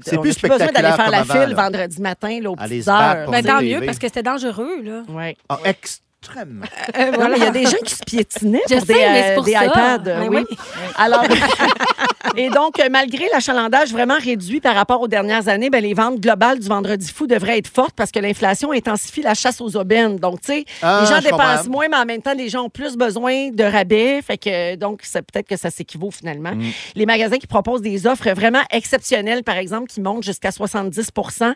[SPEAKER 2] C'est
[SPEAKER 1] on
[SPEAKER 2] plus
[SPEAKER 1] n'a besoin d'aller
[SPEAKER 2] spectaculaire
[SPEAKER 1] faire la
[SPEAKER 2] comme avant,
[SPEAKER 1] file
[SPEAKER 2] là.
[SPEAKER 1] vendredi matin là, aux
[SPEAKER 2] Aller
[SPEAKER 1] petites
[SPEAKER 2] se battre
[SPEAKER 1] heures.
[SPEAKER 2] pour
[SPEAKER 4] Ben,
[SPEAKER 2] Pour
[SPEAKER 4] tant
[SPEAKER 2] TV.
[SPEAKER 4] mieux, parce que c'était dangereux, là.
[SPEAKER 1] Ouais.
[SPEAKER 2] Ah, ex- extrêmement.
[SPEAKER 1] Euh, voilà. Il y a des gens qui se piétinaient
[SPEAKER 4] Je
[SPEAKER 1] pour des,
[SPEAKER 4] sais, mais c'est
[SPEAKER 1] euh,
[SPEAKER 4] pour
[SPEAKER 1] des
[SPEAKER 4] ça.
[SPEAKER 1] iPads. euh,
[SPEAKER 4] Mais
[SPEAKER 1] oui.
[SPEAKER 4] oui.
[SPEAKER 1] Alors, et donc, euh, malgré l'achalandage vraiment réduit par rapport aux dernières années, ben, les ventes globales du Vendredi fou devraient être fortes parce que l'inflation intensifie la chasse aux aubaines. Donc, tu sais,
[SPEAKER 2] Ah,
[SPEAKER 1] les gens
[SPEAKER 2] je comprends.
[SPEAKER 1] dépensent moins, mais en même temps, les gens ont plus besoin de rabais. Fait que, euh, donc, ça- peut-être que ça s'équivaut finalement.
[SPEAKER 2] Mm.
[SPEAKER 1] Les magasins qui proposent des offres vraiment exceptionnelles, par exemple, qui montent jusqu'à 70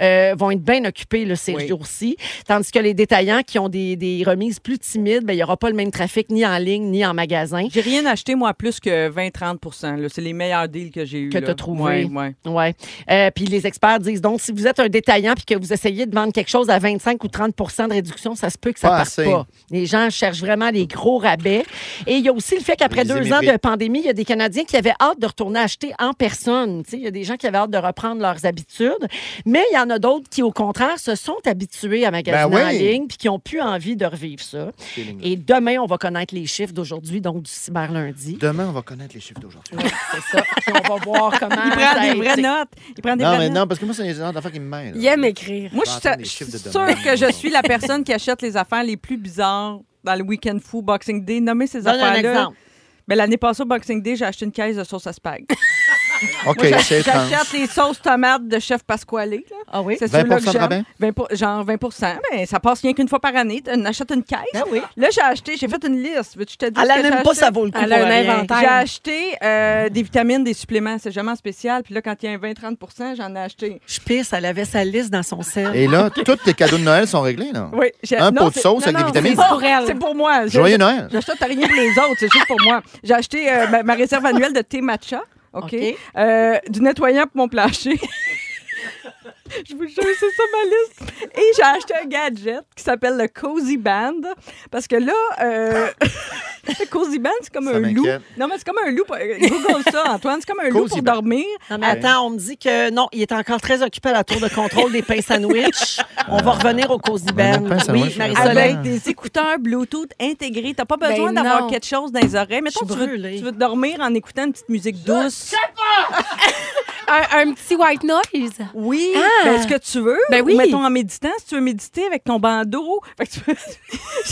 [SPEAKER 1] euh, vont être bien occupés là, ces
[SPEAKER 3] Oui.
[SPEAKER 1] jours-ci. Tandis que les détaillants qui ont des, des remises plus timides, ben, il n'y aura pas le même trafic ni en ligne ni en magasin.
[SPEAKER 3] J'ai rien acheté, moi, à plus que 20-30 là. C'est les meilleurs deals que j'ai eus.
[SPEAKER 1] que
[SPEAKER 3] là.
[SPEAKER 1] tu as trouvé.
[SPEAKER 3] Ouais, ouais.
[SPEAKER 1] Ouais. Euh, puis les experts disent donc, si vous êtes un détaillant puis que vous essayez de vendre quelque chose à 25 ou 30 de réduction, ça se peut que ça
[SPEAKER 2] Pas
[SPEAKER 1] parte
[SPEAKER 2] assez.
[SPEAKER 1] pas. Les gens cherchent vraiment les gros rabais. Et il y a aussi le fait qu'après
[SPEAKER 2] Les
[SPEAKER 1] deux ans
[SPEAKER 2] émigrés.
[SPEAKER 1] de pandémie, il y a des Canadiens qui avaient hâte de retourner acheter en personne. Tu sais, Il y a des gens qui avaient hâte de reprendre leurs habitudes. Mais il y en a d'autres qui, au contraire, se sont habitués à magasiner
[SPEAKER 2] Ben oui.
[SPEAKER 1] en ligne puis qui n'ont plus envie de revivre ça.
[SPEAKER 2] Feeling-là.
[SPEAKER 1] Et demain, on va connaître les chiffres d'aujourd'hui, donc du cyberlundi.
[SPEAKER 2] Demain, on va connaître les chiffres d'aujourd'hui.
[SPEAKER 1] C'est ça. Puis on va voir comment.
[SPEAKER 3] Il
[SPEAKER 1] ça a
[SPEAKER 3] prend des
[SPEAKER 1] été.
[SPEAKER 3] vraies notes. Il prend des
[SPEAKER 2] Non,
[SPEAKER 3] vraies
[SPEAKER 2] mais
[SPEAKER 3] notes.
[SPEAKER 2] non, parce que moi, c'est une affaire qui me mêle.
[SPEAKER 4] Il aime écrire.
[SPEAKER 3] Moi,
[SPEAKER 2] Je vais
[SPEAKER 3] je suis-
[SPEAKER 2] entendre les
[SPEAKER 3] je suis
[SPEAKER 2] chiffres de
[SPEAKER 3] sûre
[SPEAKER 2] demain.
[SPEAKER 3] que je suis la personne qui achète les affaires les plus bizarres dans le Week-end Fou, Boxing Day. Nommez ces
[SPEAKER 1] Donne un
[SPEAKER 3] affaires-là.
[SPEAKER 1] exemple.
[SPEAKER 3] Mais l'année passée, au Boxing Day, j'ai acheté une caisse de sauce à spag.
[SPEAKER 2] OK,
[SPEAKER 3] Moi,
[SPEAKER 2] c'est
[SPEAKER 3] j'ach-
[SPEAKER 2] étrange.
[SPEAKER 3] J'achète les sauces tomates de chef Pasquale. là.
[SPEAKER 1] Ah oui?
[SPEAKER 3] C'est ceux-là
[SPEAKER 2] 20% de
[SPEAKER 3] que j'aime.
[SPEAKER 2] rabais?
[SPEAKER 3] 20 pour- genre 20 mais ça passe rien qu'une fois par année. Tu en achètes une caisse.
[SPEAKER 2] Ben
[SPEAKER 3] Là, j'ai acheté, j'ai fait une liste. Veux-tu que je te dise
[SPEAKER 1] Elle
[SPEAKER 3] ce que
[SPEAKER 1] a même
[SPEAKER 3] j'ai
[SPEAKER 1] pas,
[SPEAKER 3] acheté?
[SPEAKER 1] ça vaut le coup.
[SPEAKER 4] Elle a
[SPEAKER 1] pour
[SPEAKER 4] un
[SPEAKER 1] rien.
[SPEAKER 4] inventaire.
[SPEAKER 3] J'ai acheté euh, des vitamines, des suppléments. C'est jamais en spécial. Puis là, quand il y a un 20-30 j'en ai acheté.
[SPEAKER 1] Je pisse, elle avait sa liste dans son sel.
[SPEAKER 2] Et là, tous tes cadeaux de Noël sont réglés, là.
[SPEAKER 3] Oui, j'ai-
[SPEAKER 2] Un
[SPEAKER 3] non,
[SPEAKER 2] pot de
[SPEAKER 3] c'est-
[SPEAKER 2] sauce
[SPEAKER 3] non,
[SPEAKER 2] avec
[SPEAKER 3] non,
[SPEAKER 2] des vitamines.
[SPEAKER 3] c'est-
[SPEAKER 4] Pour elle.
[SPEAKER 3] C'est pour moi. Je-
[SPEAKER 2] Joyeux Noël.
[SPEAKER 3] J'achète rien pour les autres, c'est juste pour moi. J'ai acheté euh, ma, ma réserve annuelle de thé matcha, OK?
[SPEAKER 1] OK.
[SPEAKER 3] Euh, du nettoyant pour mon plancher. Je vous jure, c'est ça ma liste. Et j'ai acheté un gadget qui s'appelle le Cozy Band. Parce que là, euh, le Cozy Band, c'est comme
[SPEAKER 2] Ça
[SPEAKER 3] un loup.
[SPEAKER 2] m'inquiète.
[SPEAKER 3] Non, mais c'est comme un loup. pour- euh, Google ça, Antoine. C'est comme un loup
[SPEAKER 2] Cozy
[SPEAKER 3] pour
[SPEAKER 2] Band.
[SPEAKER 3] dormir.
[SPEAKER 1] Non, Ah, mais attends, on me dit que non, il est encore très occupé à la tour de contrôle des pains sandwich. On va revenir au cause
[SPEAKER 2] Ben, mon pain sandwich,
[SPEAKER 1] Oui,
[SPEAKER 2] je
[SPEAKER 1] Marie-Soleil.
[SPEAKER 3] Avec des écouteurs Bluetooth intégrés. T'as pas
[SPEAKER 4] Ben
[SPEAKER 3] besoin
[SPEAKER 4] non.
[SPEAKER 3] d'avoir quelque chose dans les oreilles. Mettons,
[SPEAKER 1] Je
[SPEAKER 3] tu
[SPEAKER 1] suis
[SPEAKER 3] veux,
[SPEAKER 1] brûlée.
[SPEAKER 3] tu veux dormir en écoutant une petite musique douce.
[SPEAKER 4] Un, un petit white noise.
[SPEAKER 3] Oui,
[SPEAKER 4] Ah!
[SPEAKER 3] ben, ce que tu veux.
[SPEAKER 4] Ben
[SPEAKER 3] Ou
[SPEAKER 4] oui.
[SPEAKER 3] mettons en méditant, si tu veux méditer avec ton bandeau. Fait que tu peux-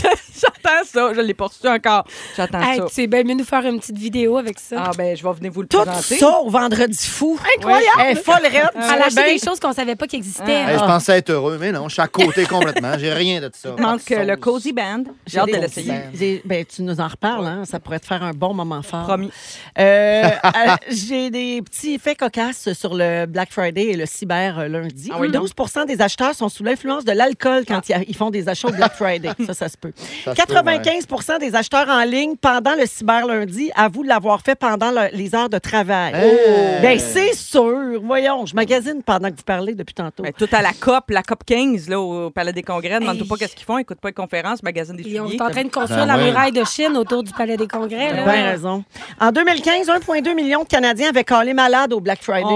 [SPEAKER 3] J'attends ça, je l'ai poursuivi encore. J'attends
[SPEAKER 1] Ah,
[SPEAKER 4] Hey,
[SPEAKER 3] ça.
[SPEAKER 4] tu sais bien mieux nous faire une petite vidéo avec ça.
[SPEAKER 3] Ah ben, je vais venir vous le
[SPEAKER 1] Tout
[SPEAKER 3] présenter.
[SPEAKER 1] ça au vendredi fou.
[SPEAKER 3] Incroyable.
[SPEAKER 1] Elle est folle raide.
[SPEAKER 4] Elle a acheté des choses qu'on savait pas qu'ils existaient.
[SPEAKER 1] Ah,
[SPEAKER 2] Hey, je pensais être heureux, mais non, je suis à côté complètement. J'ai rien de ça.
[SPEAKER 3] Il manque
[SPEAKER 2] Pas de
[SPEAKER 3] euh, le
[SPEAKER 2] sauce.
[SPEAKER 3] Cozy Band. J'ai hâte de l'essayer.
[SPEAKER 2] Band.
[SPEAKER 1] J'ai- Ben, tu nous en reparles, hein? ça pourrait te faire un bon moment fort.
[SPEAKER 3] Promis.
[SPEAKER 1] Euh, euh, J'ai des petits faits cocasses sur le Black Friday et le cyber euh,
[SPEAKER 3] Ah
[SPEAKER 1] lundi. 12 des acheteurs sont sous l'influence de l'alcool quand ils- ils font des achats au Black Friday. ça, ça se peut.
[SPEAKER 2] Ça se peut,
[SPEAKER 1] 95 des acheteurs en ligne pendant le cyber lundi avouent l'avoir fait pendant le- les heures de travail.
[SPEAKER 2] Hey!
[SPEAKER 1] Ben, c'est sûr. Voyons, je magasine pendant que vous parlez depuis tantôt.
[SPEAKER 3] Ben, tout à la COP, la COP 15, là, au Palais des Congrès. Demande-toi
[SPEAKER 4] Hey.
[SPEAKER 3] pas qu'est-ce qu'ils font. Écoute pas les conférences, magazine des
[SPEAKER 4] Ils
[SPEAKER 3] filles.
[SPEAKER 4] on est en train de construire
[SPEAKER 2] Ben
[SPEAKER 4] la
[SPEAKER 2] ouais.
[SPEAKER 4] muraille de Chine autour du Palais des Congrès.
[SPEAKER 1] Ah, T'as
[SPEAKER 4] là.
[SPEAKER 1] bien raison. En 2015, 1,2 million de Canadiens avaient calé malade au Black Friday.
[SPEAKER 3] Oh.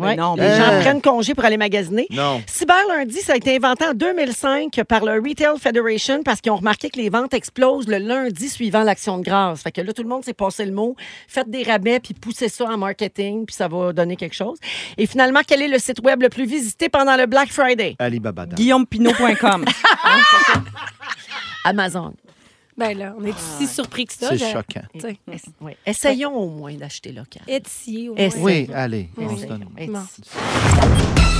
[SPEAKER 3] Mais
[SPEAKER 1] Ouais.
[SPEAKER 3] non,
[SPEAKER 1] les
[SPEAKER 3] mais-
[SPEAKER 1] gens
[SPEAKER 2] Hey.
[SPEAKER 1] prennent congé pour aller magasiner.
[SPEAKER 2] Non.
[SPEAKER 1] Cyber lundi, ça a été inventé en 2005 par le Retail Federation parce qu'ils ont remarqué que les ventes explosent le lundi suivant l'action de grâce. Fait que là, tout le monde s'est passé le mot. Faites des rabais, puis poussez ça en marketing, puis ça va donner quelque chose. Et finalement, quel est le site web le plus visité pendant le Black Friday?
[SPEAKER 2] Alibaba. Dan.
[SPEAKER 3] GuillaumePinot.com.
[SPEAKER 1] Amazon.
[SPEAKER 4] Ben là, on est si surpris que ça.
[SPEAKER 2] C'est
[SPEAKER 4] je-
[SPEAKER 2] choquant.
[SPEAKER 4] Tu sais,
[SPEAKER 1] Oui. Essayons au moins d'acheter local.
[SPEAKER 4] Etsy, au
[SPEAKER 1] Etsy.
[SPEAKER 4] moins.
[SPEAKER 2] Oui, allez, on se donne.
[SPEAKER 1] Etsy.
[SPEAKER 4] Non.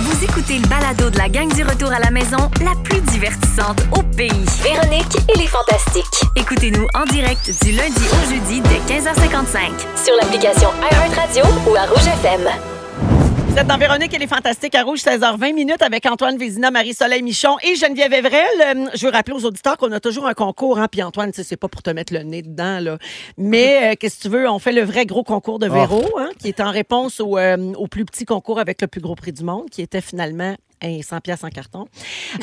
[SPEAKER 12] Vous écoutez le balado de la gang du retour à la maison, la plus divertissante au pays.
[SPEAKER 13] Véronique et les Fantastiques.
[SPEAKER 12] Écoutez-nous en direct du lundi au jeudi dès 15h55.
[SPEAKER 13] Sur l'application iHeartRadio ou à Rouge FM.
[SPEAKER 1] Vous êtes dans Véronique et les Fantastiques à Rouge, 16h20 minutes avec Antoine Vézina, Marie-Soleil Michon et Geneviève Evrel. Euh, je veux rappeler aux auditeurs qu'on a toujours un concours, hein, puis Antoine, tu sais, c'est pas pour te mettre le nez dedans, là. Mais euh, qu'est-ce que tu veux, on fait le vrai gros concours de Véro, hein, qui est en réponse au, euh, au plus petit concours avec le plus gros prix du monde, qui était finalement un 100 piastres en carton.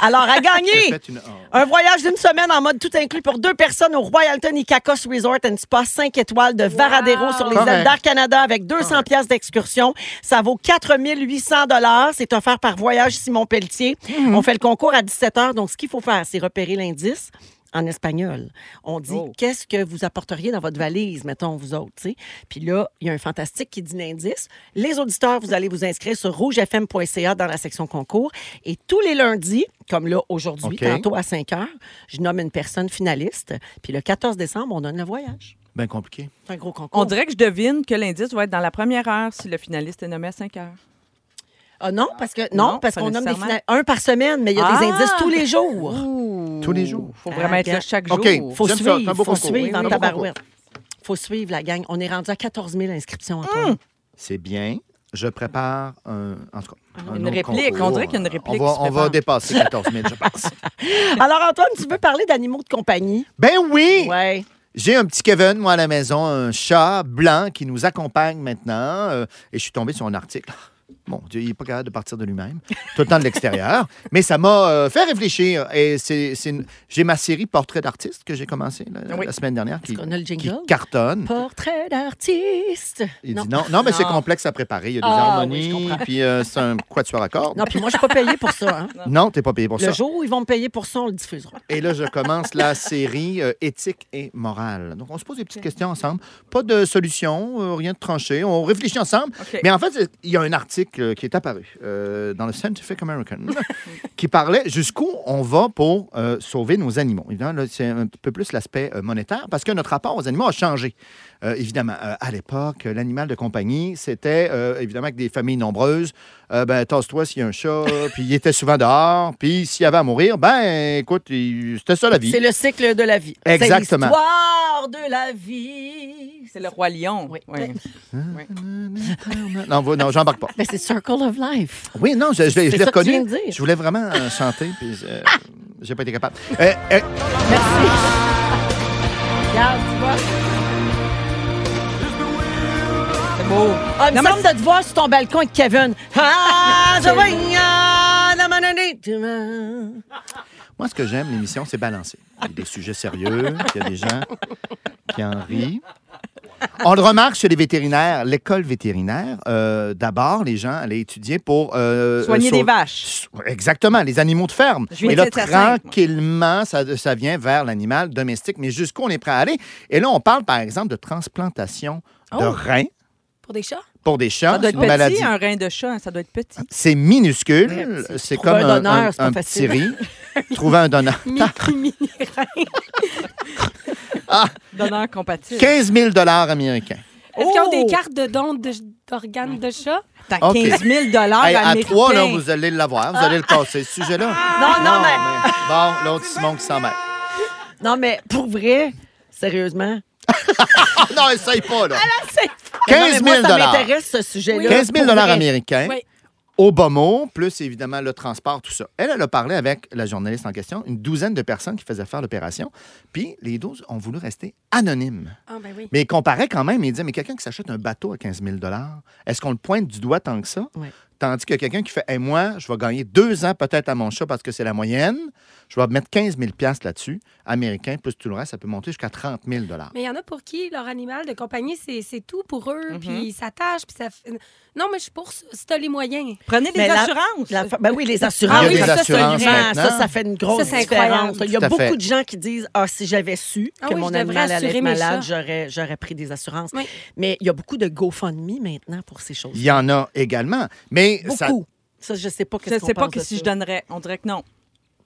[SPEAKER 1] Alors, à gagner!
[SPEAKER 2] Faites une heure.
[SPEAKER 1] Un voyage d'une semaine en mode tout inclus pour deux personnes au Royalton Icacos Resort and Spa 5 étoiles de Varadero sur les
[SPEAKER 2] Correct.
[SPEAKER 1] ailes d'Air Canada avec 200 pièces d'excursion. Ça vaut 4800 dollars. C'est offert par Voyage Simon Pelletier. On fait le concours à 17h. Donc, ce qu'il faut faire, c'est repérer l'indice. en espagnol. On dit qu'est-ce que vous apporteriez dans votre valise, mettons, vous autres. tu sais. Puis là, il y a un fantastique qui dit l'indice. Les auditeurs, vous allez vous inscrire sur rougefm.ca dans la section concours. Et tous les lundis, comme là aujourd'hui,
[SPEAKER 2] OK.
[SPEAKER 1] tantôt à 5 heures, je nomme une personne finaliste. Puis le 14 décembre, on donne le voyage.
[SPEAKER 2] Bien compliqué.
[SPEAKER 1] C'est un gros concours.
[SPEAKER 3] On dirait que je devine que l'indice va être dans la première heure si le finaliste est nommé à 5 heures.
[SPEAKER 1] Ah non, parce que non,
[SPEAKER 3] Non,
[SPEAKER 1] parce
[SPEAKER 3] pas
[SPEAKER 1] qu'on nomme des
[SPEAKER 3] nécessairement.
[SPEAKER 1] finalistes un par semaine, mais il y a des
[SPEAKER 3] Ah!
[SPEAKER 1] indices tous les jours.
[SPEAKER 2] Tous les jours.
[SPEAKER 3] Faut vraiment être là
[SPEAKER 1] gars.
[SPEAKER 3] chaque jour.
[SPEAKER 2] OK.
[SPEAKER 1] Faut
[SPEAKER 2] J'aime ça,
[SPEAKER 1] suivre,
[SPEAKER 2] c'est un beau
[SPEAKER 1] faut
[SPEAKER 2] concours.
[SPEAKER 1] suivre
[SPEAKER 2] Oui,
[SPEAKER 1] en
[SPEAKER 2] oui.
[SPEAKER 1] tabarouette. Faut suivre la gang. On est rendu à 14 000 inscriptions. Antoine.
[SPEAKER 2] C'est bien. Je prépare un, en tout cas, un
[SPEAKER 1] Ah, Une
[SPEAKER 2] autre
[SPEAKER 1] réplique.
[SPEAKER 2] concours.
[SPEAKER 1] On dirait qu'il y a une réplique
[SPEAKER 2] On
[SPEAKER 1] qui
[SPEAKER 2] va,
[SPEAKER 1] se
[SPEAKER 2] on va
[SPEAKER 1] prépare.
[SPEAKER 2] dépasser 14 000, je pense.
[SPEAKER 1] Alors, Antoine, tu veux parler d'animaux de compagnie?
[SPEAKER 2] Ben oui!
[SPEAKER 1] Ouais.
[SPEAKER 2] J'ai un petit Kevin, moi, à la maison, un chat blanc qui nous accompagne maintenant. euh, et je suis tombé sur un article. Ah, Mon Dieu, il n'est pas capable de partir de lui-même, tout le temps de l'extérieur. Mais ça m'a euh, fait réfléchir. Et c'est, c'est une- j'ai ma série Portrait d'artiste que j'ai commencé la, la semaine dernière qui,
[SPEAKER 1] qu'on a le
[SPEAKER 2] qui
[SPEAKER 1] jingle?
[SPEAKER 2] cartonne.
[SPEAKER 1] Portrait d'artiste.
[SPEAKER 2] Il dit non, non mais c'est complexe à préparer. Il y a des
[SPEAKER 1] Ah, oui,
[SPEAKER 2] harmonies,
[SPEAKER 1] je comprends.
[SPEAKER 2] puis euh, c'est un quatuor à cordes.
[SPEAKER 1] Non, puis moi, je suis pas payé pour ça. hein.
[SPEAKER 2] Non, t'es pas payé pour
[SPEAKER 1] le
[SPEAKER 2] ça.
[SPEAKER 1] jour où ils vont me payer pour ça, on le diffusera.
[SPEAKER 2] Et là, je commence la série euh, éthique et morale. Donc, on se pose des petites questions ensemble. Pas de solution, euh, rien de tranché. On réfléchit ensemble.
[SPEAKER 3] OK.
[SPEAKER 2] Mais en fait, c'est- il y a un article euh, qui est apparu euh, dans le Scientific American qui parlait jusqu'où on va pour euh, sauver nos animaux. Évidemment, là, c'est un petit peu plus l'aspect euh, monétaire parce que notre rapport aux animaux a changé. Euh, évidemment, euh, à l'époque, euh, l'animal de compagnie, c'était euh, évidemment avec des familles nombreuses. Euh, ben, tasse-toi s'il y a un chat, puis il était souvent dehors, puis s'il y avait à mourir, ben, écoute, il- c'était ça la vie.
[SPEAKER 1] C'est le cycle de la vie.
[SPEAKER 2] Exactement.
[SPEAKER 1] C'est l'histoire de la vie.
[SPEAKER 3] C'est le roi lion. Oui. Euh,
[SPEAKER 2] Non, vous- non j'embarque pas.
[SPEAKER 1] Mais c'est Circle of Life.
[SPEAKER 2] Oui, non, je, je
[SPEAKER 1] C'est
[SPEAKER 2] l'ai je l'ai
[SPEAKER 1] ça que tu
[SPEAKER 2] reconnu.
[SPEAKER 1] viens de dire.
[SPEAKER 2] Je voulais vraiment euh, chanter, puis euh, j'ai pas été capable. Euh, euh,
[SPEAKER 1] Regarde, tu vois.
[SPEAKER 3] C'est beau.
[SPEAKER 1] Ah, il me semble de te voir sur ton balcon avec Kevin. Ah, je vois, ah, la manonée, tu m'as.
[SPEAKER 2] Moi, ce que j'aime, l'émission, c'est balancer. Il y a des sujets sérieux, il y a des gens qui en rient. On le remarque chez les vétérinaires, l'école vétérinaire, euh, d'abord, les gens allaient étudier pour... euh,
[SPEAKER 3] Soigner
[SPEAKER 2] sauver-
[SPEAKER 3] des vaches.
[SPEAKER 2] Exactement, les animaux de ferme.
[SPEAKER 3] Je viens
[SPEAKER 2] Et
[SPEAKER 3] de
[SPEAKER 2] là,
[SPEAKER 3] dire ça simple,
[SPEAKER 2] tranquillement, ça, ça vient vers l'animal domestique. Mais jusqu'où on est prêt à aller? Et là, on parle, par exemple, de transplantation de
[SPEAKER 4] Oh.
[SPEAKER 2] reins
[SPEAKER 4] Pour des chats?
[SPEAKER 2] pour des chats,
[SPEAKER 3] Ça doit
[SPEAKER 2] c'est
[SPEAKER 3] être
[SPEAKER 2] une
[SPEAKER 3] petit,
[SPEAKER 2] maladie.
[SPEAKER 3] un rein de chat, hein, ça doit être petit.
[SPEAKER 2] C'est minuscule, c'est
[SPEAKER 1] Trouver
[SPEAKER 2] comme
[SPEAKER 1] un
[SPEAKER 2] un,
[SPEAKER 1] donneur,
[SPEAKER 2] un-
[SPEAKER 1] c'est pas
[SPEAKER 2] un petit
[SPEAKER 1] facile.
[SPEAKER 2] riz. Trouver un donneur.
[SPEAKER 1] Ah.
[SPEAKER 3] Donneur compatible.
[SPEAKER 2] 15 000 américains.
[SPEAKER 4] Est-ce qu'ils ont
[SPEAKER 3] Oh!
[SPEAKER 4] des cartes de dons de- d'organes de, chat?
[SPEAKER 3] T'as
[SPEAKER 2] OK.
[SPEAKER 3] 15 000 dollars
[SPEAKER 1] Ah,
[SPEAKER 2] Hey, à
[SPEAKER 3] américains.
[SPEAKER 2] trois, là, vous allez l'avoir, vous allez le passer, ce sujet-là.
[SPEAKER 1] Non, Ah, non, mais.
[SPEAKER 2] Bon, l'autre Simon qui s'en mêle.
[SPEAKER 1] Non, mais pour vrai, sérieusement.
[SPEAKER 2] Ah, non, essaye pas, là.
[SPEAKER 1] c'est-
[SPEAKER 2] 15 000
[SPEAKER 1] Non, mais moi, Ça m'intéresse, ce sujet-là.
[SPEAKER 2] 15 000
[SPEAKER 1] Pour vrai.
[SPEAKER 2] américains.
[SPEAKER 4] Oui.
[SPEAKER 2] Au bas mot, plus évidemment le transport, tout ça. Elle, elle a parlé avec la journaliste en question, une douzaine de personnes qui faisaient faire l'opération. Puis les 12 ont voulu rester anonymes.
[SPEAKER 4] Ah, ben oui.
[SPEAKER 2] Mais il comparait quand même, il disait, mais quelqu'un qui s'achète un bateau à 15 000 est-ce qu'on le pointe du doigt tant que ça?
[SPEAKER 1] Oui.
[SPEAKER 2] Tandis que quelqu'un qui fait, Hey, moi, je vais gagner deux ans peut-être à mon chat parce que c'est la moyenne, je vais mettre 15 000 là-dessus, américain, plus tout le reste, ça peut monter jusqu'à 30 000
[SPEAKER 4] Mais il y en a pour qui leur animal de compagnie, c'est c'est tout pour
[SPEAKER 2] Mhm.
[SPEAKER 4] eux, puis ils s'attachent, puis ça... fait- Non, mais je suis pour ça, si t'as les moyens.
[SPEAKER 3] Prenez les
[SPEAKER 1] Mais la-
[SPEAKER 3] assurances.
[SPEAKER 1] La fa- ben oui, les assurances.
[SPEAKER 4] Ah oui, Il y a des
[SPEAKER 1] ça, c'est un
[SPEAKER 2] assurances
[SPEAKER 1] grand.
[SPEAKER 2] maintenant.
[SPEAKER 1] Ça, ça fait une
[SPEAKER 4] Ça,
[SPEAKER 1] grosse
[SPEAKER 4] c'est
[SPEAKER 1] différence.
[SPEAKER 4] incroyable.
[SPEAKER 1] Il y a
[SPEAKER 2] Tout à
[SPEAKER 1] beaucoup
[SPEAKER 2] fait.
[SPEAKER 1] de gens qui disent Ah, si j'avais su
[SPEAKER 4] Ah
[SPEAKER 1] que
[SPEAKER 4] oui,
[SPEAKER 1] mon
[SPEAKER 4] je devrais
[SPEAKER 1] animal allait être
[SPEAKER 4] assurer mes
[SPEAKER 1] malade,
[SPEAKER 4] chats.
[SPEAKER 1] j'aurais, j'aurais pris des assurances.
[SPEAKER 4] Oui.
[SPEAKER 1] Mais il y a beaucoup de GoFundMe maintenant pour ces choses.
[SPEAKER 2] Il y en a également. Mais ça-
[SPEAKER 1] Beaucoup. Ça, je sais pas
[SPEAKER 3] Je
[SPEAKER 1] qu'est-ce
[SPEAKER 3] ne
[SPEAKER 1] qu'on
[SPEAKER 3] sais pas
[SPEAKER 1] pense
[SPEAKER 3] que
[SPEAKER 1] de
[SPEAKER 3] si
[SPEAKER 1] ça.
[SPEAKER 3] je donnerais. On dirait que non.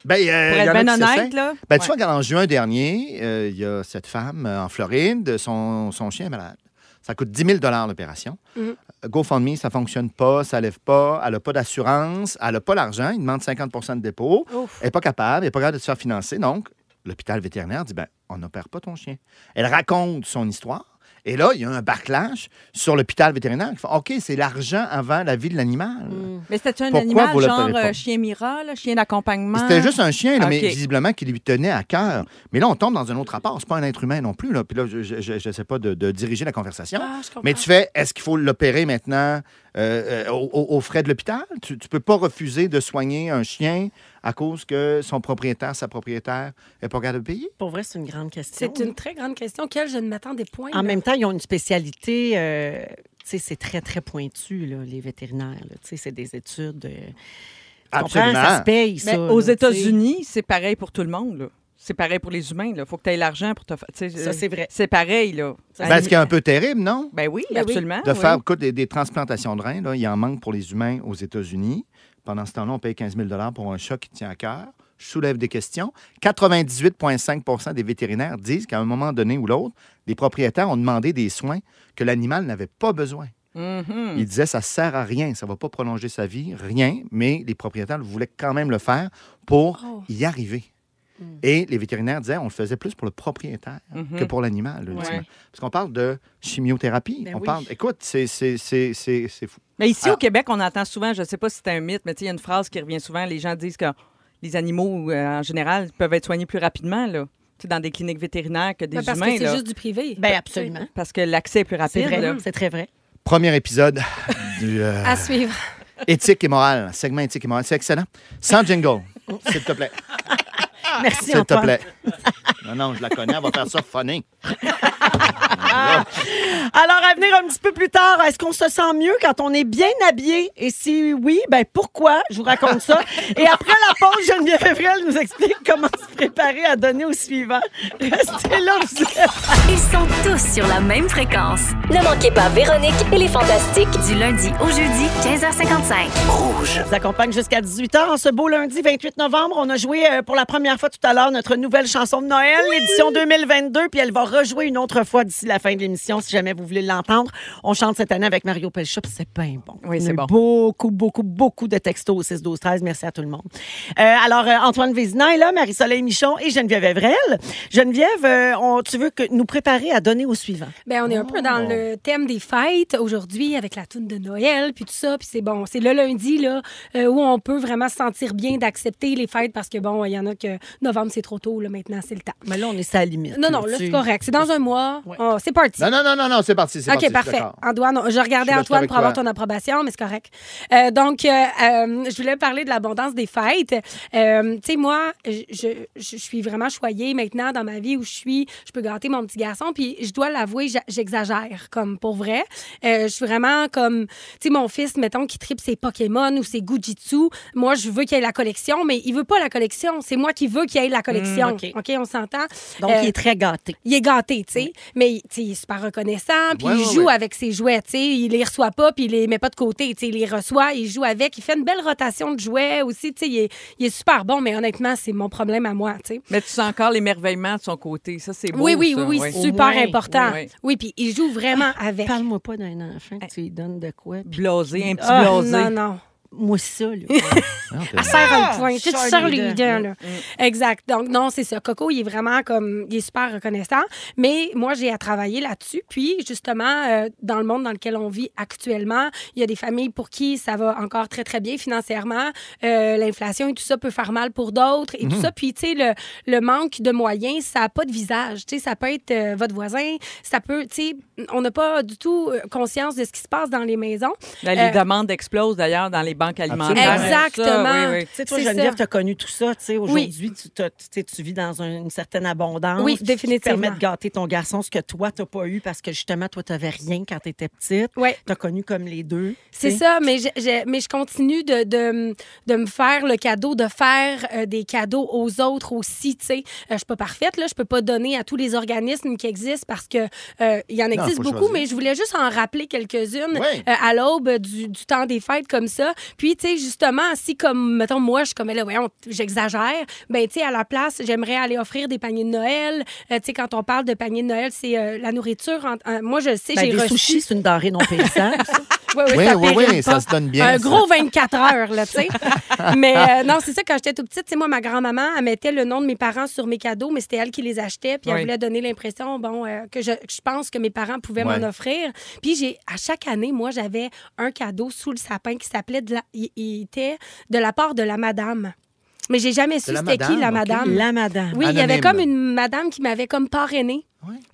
[SPEAKER 2] Ben, euh,
[SPEAKER 3] Pour
[SPEAKER 2] il y en
[SPEAKER 3] être
[SPEAKER 2] a
[SPEAKER 3] bien
[SPEAKER 2] qui s'essayent.
[SPEAKER 3] honnête, là.
[SPEAKER 2] Ben, tu
[SPEAKER 3] ouais.
[SPEAKER 2] vois qu'en juin dernier, euh, il y a cette femme euh, en Floride, son, son chien est malade. Ça coûte 10 000 l'opération.
[SPEAKER 4] Mhm.
[SPEAKER 2] GoFundMe, ça ne fonctionne pas, ça lève pas, elle n'a pas d'assurance, elle n'a pas l'argent, il demande 50 de dépôt,
[SPEAKER 4] Ouf.
[SPEAKER 2] elle n'est pas capable, elle n'est pas capable de se faire financer. Donc, l'hôpital vétérinaire dit ben, on n'opère pas ton chien. Elle raconte son histoire. Et là, il y a un backlash sur l'hôpital vétérinaire. Ils font, OK, c'est l'argent avant la vie de l'animal.
[SPEAKER 4] Mm.
[SPEAKER 3] Mais c'était un
[SPEAKER 2] Pourquoi vous
[SPEAKER 3] animal
[SPEAKER 2] le
[SPEAKER 3] genre
[SPEAKER 2] payez pas?
[SPEAKER 3] euh, chien Mira, là, chien d'accompagnement.
[SPEAKER 2] C'était juste un chien, là, mais
[SPEAKER 3] Ok.
[SPEAKER 2] visiblement qui lui tenait à cœur. Mais là, on tombe dans un autre rapport. C'est pas un être humain non plus. Là. Puis là, je ne sais pas de, de diriger la conversation.
[SPEAKER 4] Ah, je comprends.
[SPEAKER 2] mais tu fais, est-ce qu'il faut l'opérer maintenant euh, euh, au- au- aux frais de l'hôpital? Tu ne peux pas refuser de soigner un chien à cause que son propriétaire, sa propriétaire, n'est pas capable de payer?
[SPEAKER 1] Pour vrai, c'est une grande question.
[SPEAKER 4] C'est une très grande question auquel je ne m'attends des points.
[SPEAKER 1] En même temps, ils ont une spécialité. euh, tu sais, c'est très, très pointu, là, les vétérinaires. là. Tu sais, c'est des études. euh, tu comprends?
[SPEAKER 2] Absolument.
[SPEAKER 1] Ça se paye,
[SPEAKER 3] Mais
[SPEAKER 1] ça,
[SPEAKER 3] Ben, aux
[SPEAKER 1] là, tu sais.
[SPEAKER 3] États-Unis, c'est pareil pour tout le monde. là. C'est pareil pour les humains. Il faut que tu aies l'argent pour te faire. tu sais, euh,
[SPEAKER 1] Ça, c'est vrai.
[SPEAKER 3] C'est pareil. là.
[SPEAKER 2] Ben, ce qui est un peu terrible, non?
[SPEAKER 3] Ben oui, absolument.
[SPEAKER 2] De
[SPEAKER 3] oui.
[SPEAKER 2] faire écoute, des, des transplantations de reins, là, il en manque pour les humains aux États-Unis. Pendant ce temps-là, on paye 15 000 pour un chat qui tient à cœur. Je soulève des questions. 98,5 des vétérinaires disent qu'à un moment donné ou l'autre, les propriétaires ont demandé des soins que l'animal n'avait pas besoin.
[SPEAKER 3] Mhm.
[SPEAKER 2] Il disait ça sert à rien, ça va pas prolonger sa vie, rien, mais les propriétaires voulaient quand même le faire pour y arriver. Et les vétérinaires disaient on le faisait plus pour le propriétaire
[SPEAKER 14] Mhm.
[SPEAKER 2] que pour l'animal,
[SPEAKER 3] Ouais.
[SPEAKER 2] ultimement. Parce qu'on parle de chimiothérapie.
[SPEAKER 3] Ben
[SPEAKER 2] on
[SPEAKER 3] oui.
[SPEAKER 2] parle. Écoute, c'est c'est- c'est- c'est- c'est fou.
[SPEAKER 3] Mais ici,
[SPEAKER 2] Ah.
[SPEAKER 3] au Québec, on entend souvent, je ne sais pas si c'est un mythe, mais tu sais, il y a une phrase qui revient souvent. Les gens disent que les animaux, euh, en général, peuvent être soignés plus rapidement, là. Tu sais, dans des cliniques vétérinaires que des
[SPEAKER 4] Ben, parce
[SPEAKER 3] humains.
[SPEAKER 4] que c'est
[SPEAKER 3] là.
[SPEAKER 4] juste du privé.
[SPEAKER 1] Ben, absolument.
[SPEAKER 3] Parce que l'accès est plus rapide.
[SPEAKER 1] C'est vrai,
[SPEAKER 3] là.
[SPEAKER 1] c'est très vrai.
[SPEAKER 2] Premier épisode du euh,
[SPEAKER 4] À suivre.
[SPEAKER 2] éthique et morale, segment éthique et morale, c'est excellent. Sans jingle, s'il te plaît.
[SPEAKER 1] Merci,
[SPEAKER 2] Ah! S'il te
[SPEAKER 1] Antoine.
[SPEAKER 2] plaît. Non, non, je la connais, elle va faire ça funny.
[SPEAKER 1] Alors, à venir un petit peu plus tard, est-ce qu'on se sent mieux quand on est bien habillé? Et si oui, ben pourquoi? Je vous raconte ça. Et après la pause, Geneviève Evrel nous explique comment se préparer à donner au suivant. Restez là, vous êtes-
[SPEAKER 12] Ils sont tous sur la même fréquence. Ne manquez pas Véronique et les Fantastiques du lundi au jeudi 15h55.
[SPEAKER 1] Je vous accompagne jusqu'à 18h en ce beau lundi 28 novembre. On a joué euh, pour la première fois tout à l'heure notre nouvelle chanson de Noël, l'édition 2022, puis elle va rejouer une autre fois d'ici la fin de l'émission si jamais vous voulez l'entendre. On chante cette année avec Mario Pelcha, puis c'est bien bon.
[SPEAKER 3] Oui,
[SPEAKER 1] On
[SPEAKER 3] c'est
[SPEAKER 1] a eu
[SPEAKER 3] bon.
[SPEAKER 1] Beaucoup, beaucoup, beaucoup de textos au 6 12 13. Merci à tout le monde. Euh, alors euh, Antoine Vézina est là, Marie-Soleil Michon et Geneviève Evrel. Geneviève, euh, on- tu veux que nous préparer à donner au suivant.
[SPEAKER 4] Ben, on est un peu
[SPEAKER 2] Ah.
[SPEAKER 4] dans le thème des fêtes aujourd'hui avec la toune de Noël puis tout ça puis c'est bon, c'est le lundi là euh, où on peut vraiment se sentir bien d'accepter les fêtes parce que bon, il y en a que novembre c'est trop tôt là maintenant, c'est le temps.
[SPEAKER 1] Mais là, on est à la limite.
[SPEAKER 4] Non non, là
[SPEAKER 1] tu-
[SPEAKER 4] c'est correct, c'est dans un mois. Oh, c'est parti.
[SPEAKER 2] Non, non, non, non, non, c'est parti, c'est parti.
[SPEAKER 4] OK,
[SPEAKER 2] je suis
[SPEAKER 4] parfait.
[SPEAKER 2] d'accord.
[SPEAKER 4] Antoine, je regardais
[SPEAKER 2] Je suis
[SPEAKER 4] Antoine
[SPEAKER 2] d'accord
[SPEAKER 4] pour avoir
[SPEAKER 2] avec toi.
[SPEAKER 4] ton approbation, mais c'est correct. Euh, donc, euh, euh, je voulais parler de l'abondance des fêtes. Euh, tu sais, moi, je, je- je suis vraiment choyée maintenant dans ma vie où je suis. Je peux gâter mon petit garçon, puis je dois l'avouer, j'a- j'exagère, comme pour vrai. Euh, je suis vraiment comme, tu sais, mon fils, mettons, qui tripe ses Pokémon ou ses Gujitsu. Moi, je veux qu'il ait la collection, mais il veut pas la collection. C'est moi qui veux qu'il
[SPEAKER 2] Hmm,
[SPEAKER 4] ait la collection.
[SPEAKER 1] Mm,
[SPEAKER 4] OK,
[SPEAKER 1] OK.
[SPEAKER 4] on s'entend.
[SPEAKER 1] Donc,
[SPEAKER 4] Euh,
[SPEAKER 1] il est très gâté.
[SPEAKER 4] il est gâté, tu sais. Mais tu sais, il est super reconnaissant, puis
[SPEAKER 1] Ouais,
[SPEAKER 4] il
[SPEAKER 1] ouais,
[SPEAKER 4] joue
[SPEAKER 1] ouais.
[SPEAKER 4] avec ses jouets, tu sais. Il les reçoit pas, puis il les met pas de côté, tu sais. Il les reçoit, il joue avec. Il fait une belle rotation de jouets aussi, tu sais. Il est, il est super bon, mais honnêtement, c'est mon problème à moi, tu sais.
[SPEAKER 3] Mais tu sens encore l'émerveillement de son côté. Ça, c'est beau.
[SPEAKER 4] Oui, oui,
[SPEAKER 3] ça,
[SPEAKER 4] oui, oui,
[SPEAKER 3] ouais.
[SPEAKER 4] super important.
[SPEAKER 3] Oui, oui.
[SPEAKER 4] Oui, puis il joue vraiment avec.
[SPEAKER 1] Parle-moi pas d'un enfant que tu lui donnes de quoi. puis-
[SPEAKER 3] Blasé, un petit
[SPEAKER 1] Ah,
[SPEAKER 3] blasé.
[SPEAKER 4] Non, non.
[SPEAKER 1] Moi, ça, là.
[SPEAKER 4] Elle serre le poing.
[SPEAKER 1] Ah,
[SPEAKER 4] Tu te
[SPEAKER 1] serre
[SPEAKER 4] serres
[SPEAKER 1] les
[SPEAKER 4] les
[SPEAKER 1] dents.
[SPEAKER 4] dents, là. Exact. Donc, non, c'est ça. Coco, il est vraiment comme. Il est super reconnaissant. Mais moi, j'ai à travailler là-dessus. Puis, justement, euh, dans le monde dans lequel on vit actuellement, il y a des familles pour qui ça va encore très, très bien financièrement. Euh, L'inflation et tout ça peut faire mal pour d'autres et tout
[SPEAKER 1] Mhm.
[SPEAKER 4] ça. Puis, tu sais, le, le manque de moyens, ça n'a pas de visage. Tu sais, ça peut être euh, votre voisin. Ça peut. Tu sais, on n'a pas du tout euh, conscience de ce qui se passe dans les maisons.
[SPEAKER 3] Là,
[SPEAKER 4] Euh,
[SPEAKER 3] Ben, les demandes explosent d'ailleurs dans les banques alimentaires.
[SPEAKER 4] Absolument.
[SPEAKER 3] Ça, oui, oui.
[SPEAKER 4] Exactement.
[SPEAKER 1] Tu sais, toi,
[SPEAKER 4] C'est
[SPEAKER 1] Geneviève,
[SPEAKER 4] ça.
[SPEAKER 1] tu as connu tout ça. Tu sais, aujourd'hui, tu, t'as- tu sais, tu vis dans un- une certaine abondance.
[SPEAKER 4] Oui,
[SPEAKER 1] Qui te permet
[SPEAKER 4] définitivement.
[SPEAKER 1] de gâter ton garçon, ce que toi, tu n'as pas eu parce que justement, toi, tu n'avais rien quand tu étais petite.
[SPEAKER 4] Ouais.
[SPEAKER 1] Tu as connu comme les deux. tu
[SPEAKER 4] C'est
[SPEAKER 1] sais.
[SPEAKER 4] ça, mais je, je- mais je continue de, de, de me faire le cadeau, de faire euh, des cadeaux aux autres aussi, tu sais. Euh, je suis pas parfaite, là. Je peux pas donner à tous les organismes qui existent parce que euh, il y en
[SPEAKER 1] Non,
[SPEAKER 4] existe
[SPEAKER 1] faut
[SPEAKER 4] beaucoup,
[SPEAKER 1] choisir.
[SPEAKER 4] mais je voulais juste en rappeler quelques-unes
[SPEAKER 1] Ouais.
[SPEAKER 4] euh, à l'aube du, du temps des fêtes comme ça. Puis, tu sais, justement, si comme, mettons, moi, je suis comme, là, voyons, j'exagère, ben, tu sais, à la place, j'aimerais aller offrir des paniers de Noël. Euh, tu sais, quand on parle de paniers de Noël, c'est euh, la nourriture. en- en- moi, je le sais,
[SPEAKER 1] Ben,
[SPEAKER 4] j'ai
[SPEAKER 1] des
[SPEAKER 4] reçu...
[SPEAKER 1] sushis, c'est une denrée non périssable. ça.
[SPEAKER 4] Oui,
[SPEAKER 2] Oui,
[SPEAKER 4] ça
[SPEAKER 2] oui, oui,
[SPEAKER 4] périme
[SPEAKER 2] ça
[SPEAKER 4] pas.
[SPEAKER 2] se donne bien,
[SPEAKER 4] Un
[SPEAKER 2] ça.
[SPEAKER 4] gros 24 heures, là, tu sais. mais euh, non, c'est ça, quand j'étais toute petite, c'est moi, ma grand-maman, elle mettait le nom de mes parents sur mes cadeaux, mais c'était elle qui les achetait, puis elle
[SPEAKER 1] Oui.
[SPEAKER 4] voulait donner l'impression, bon, euh, que je, que je pense que mes parents pouvaient
[SPEAKER 1] Ouais.
[SPEAKER 4] m'en offrir. Puis j'ai, à chaque année, moi, j'avais un cadeau sous le sapin qui s'appelait, de la- il, il était de la part de la madame. Mais j'ai jamais
[SPEAKER 1] De
[SPEAKER 4] su
[SPEAKER 1] la
[SPEAKER 4] c'était qui la
[SPEAKER 1] madame, OK.
[SPEAKER 4] madame.
[SPEAKER 1] La madame.
[SPEAKER 4] Oui, il y avait
[SPEAKER 1] Anonyme.
[SPEAKER 4] comme une madame qui m'avait comme parrainée.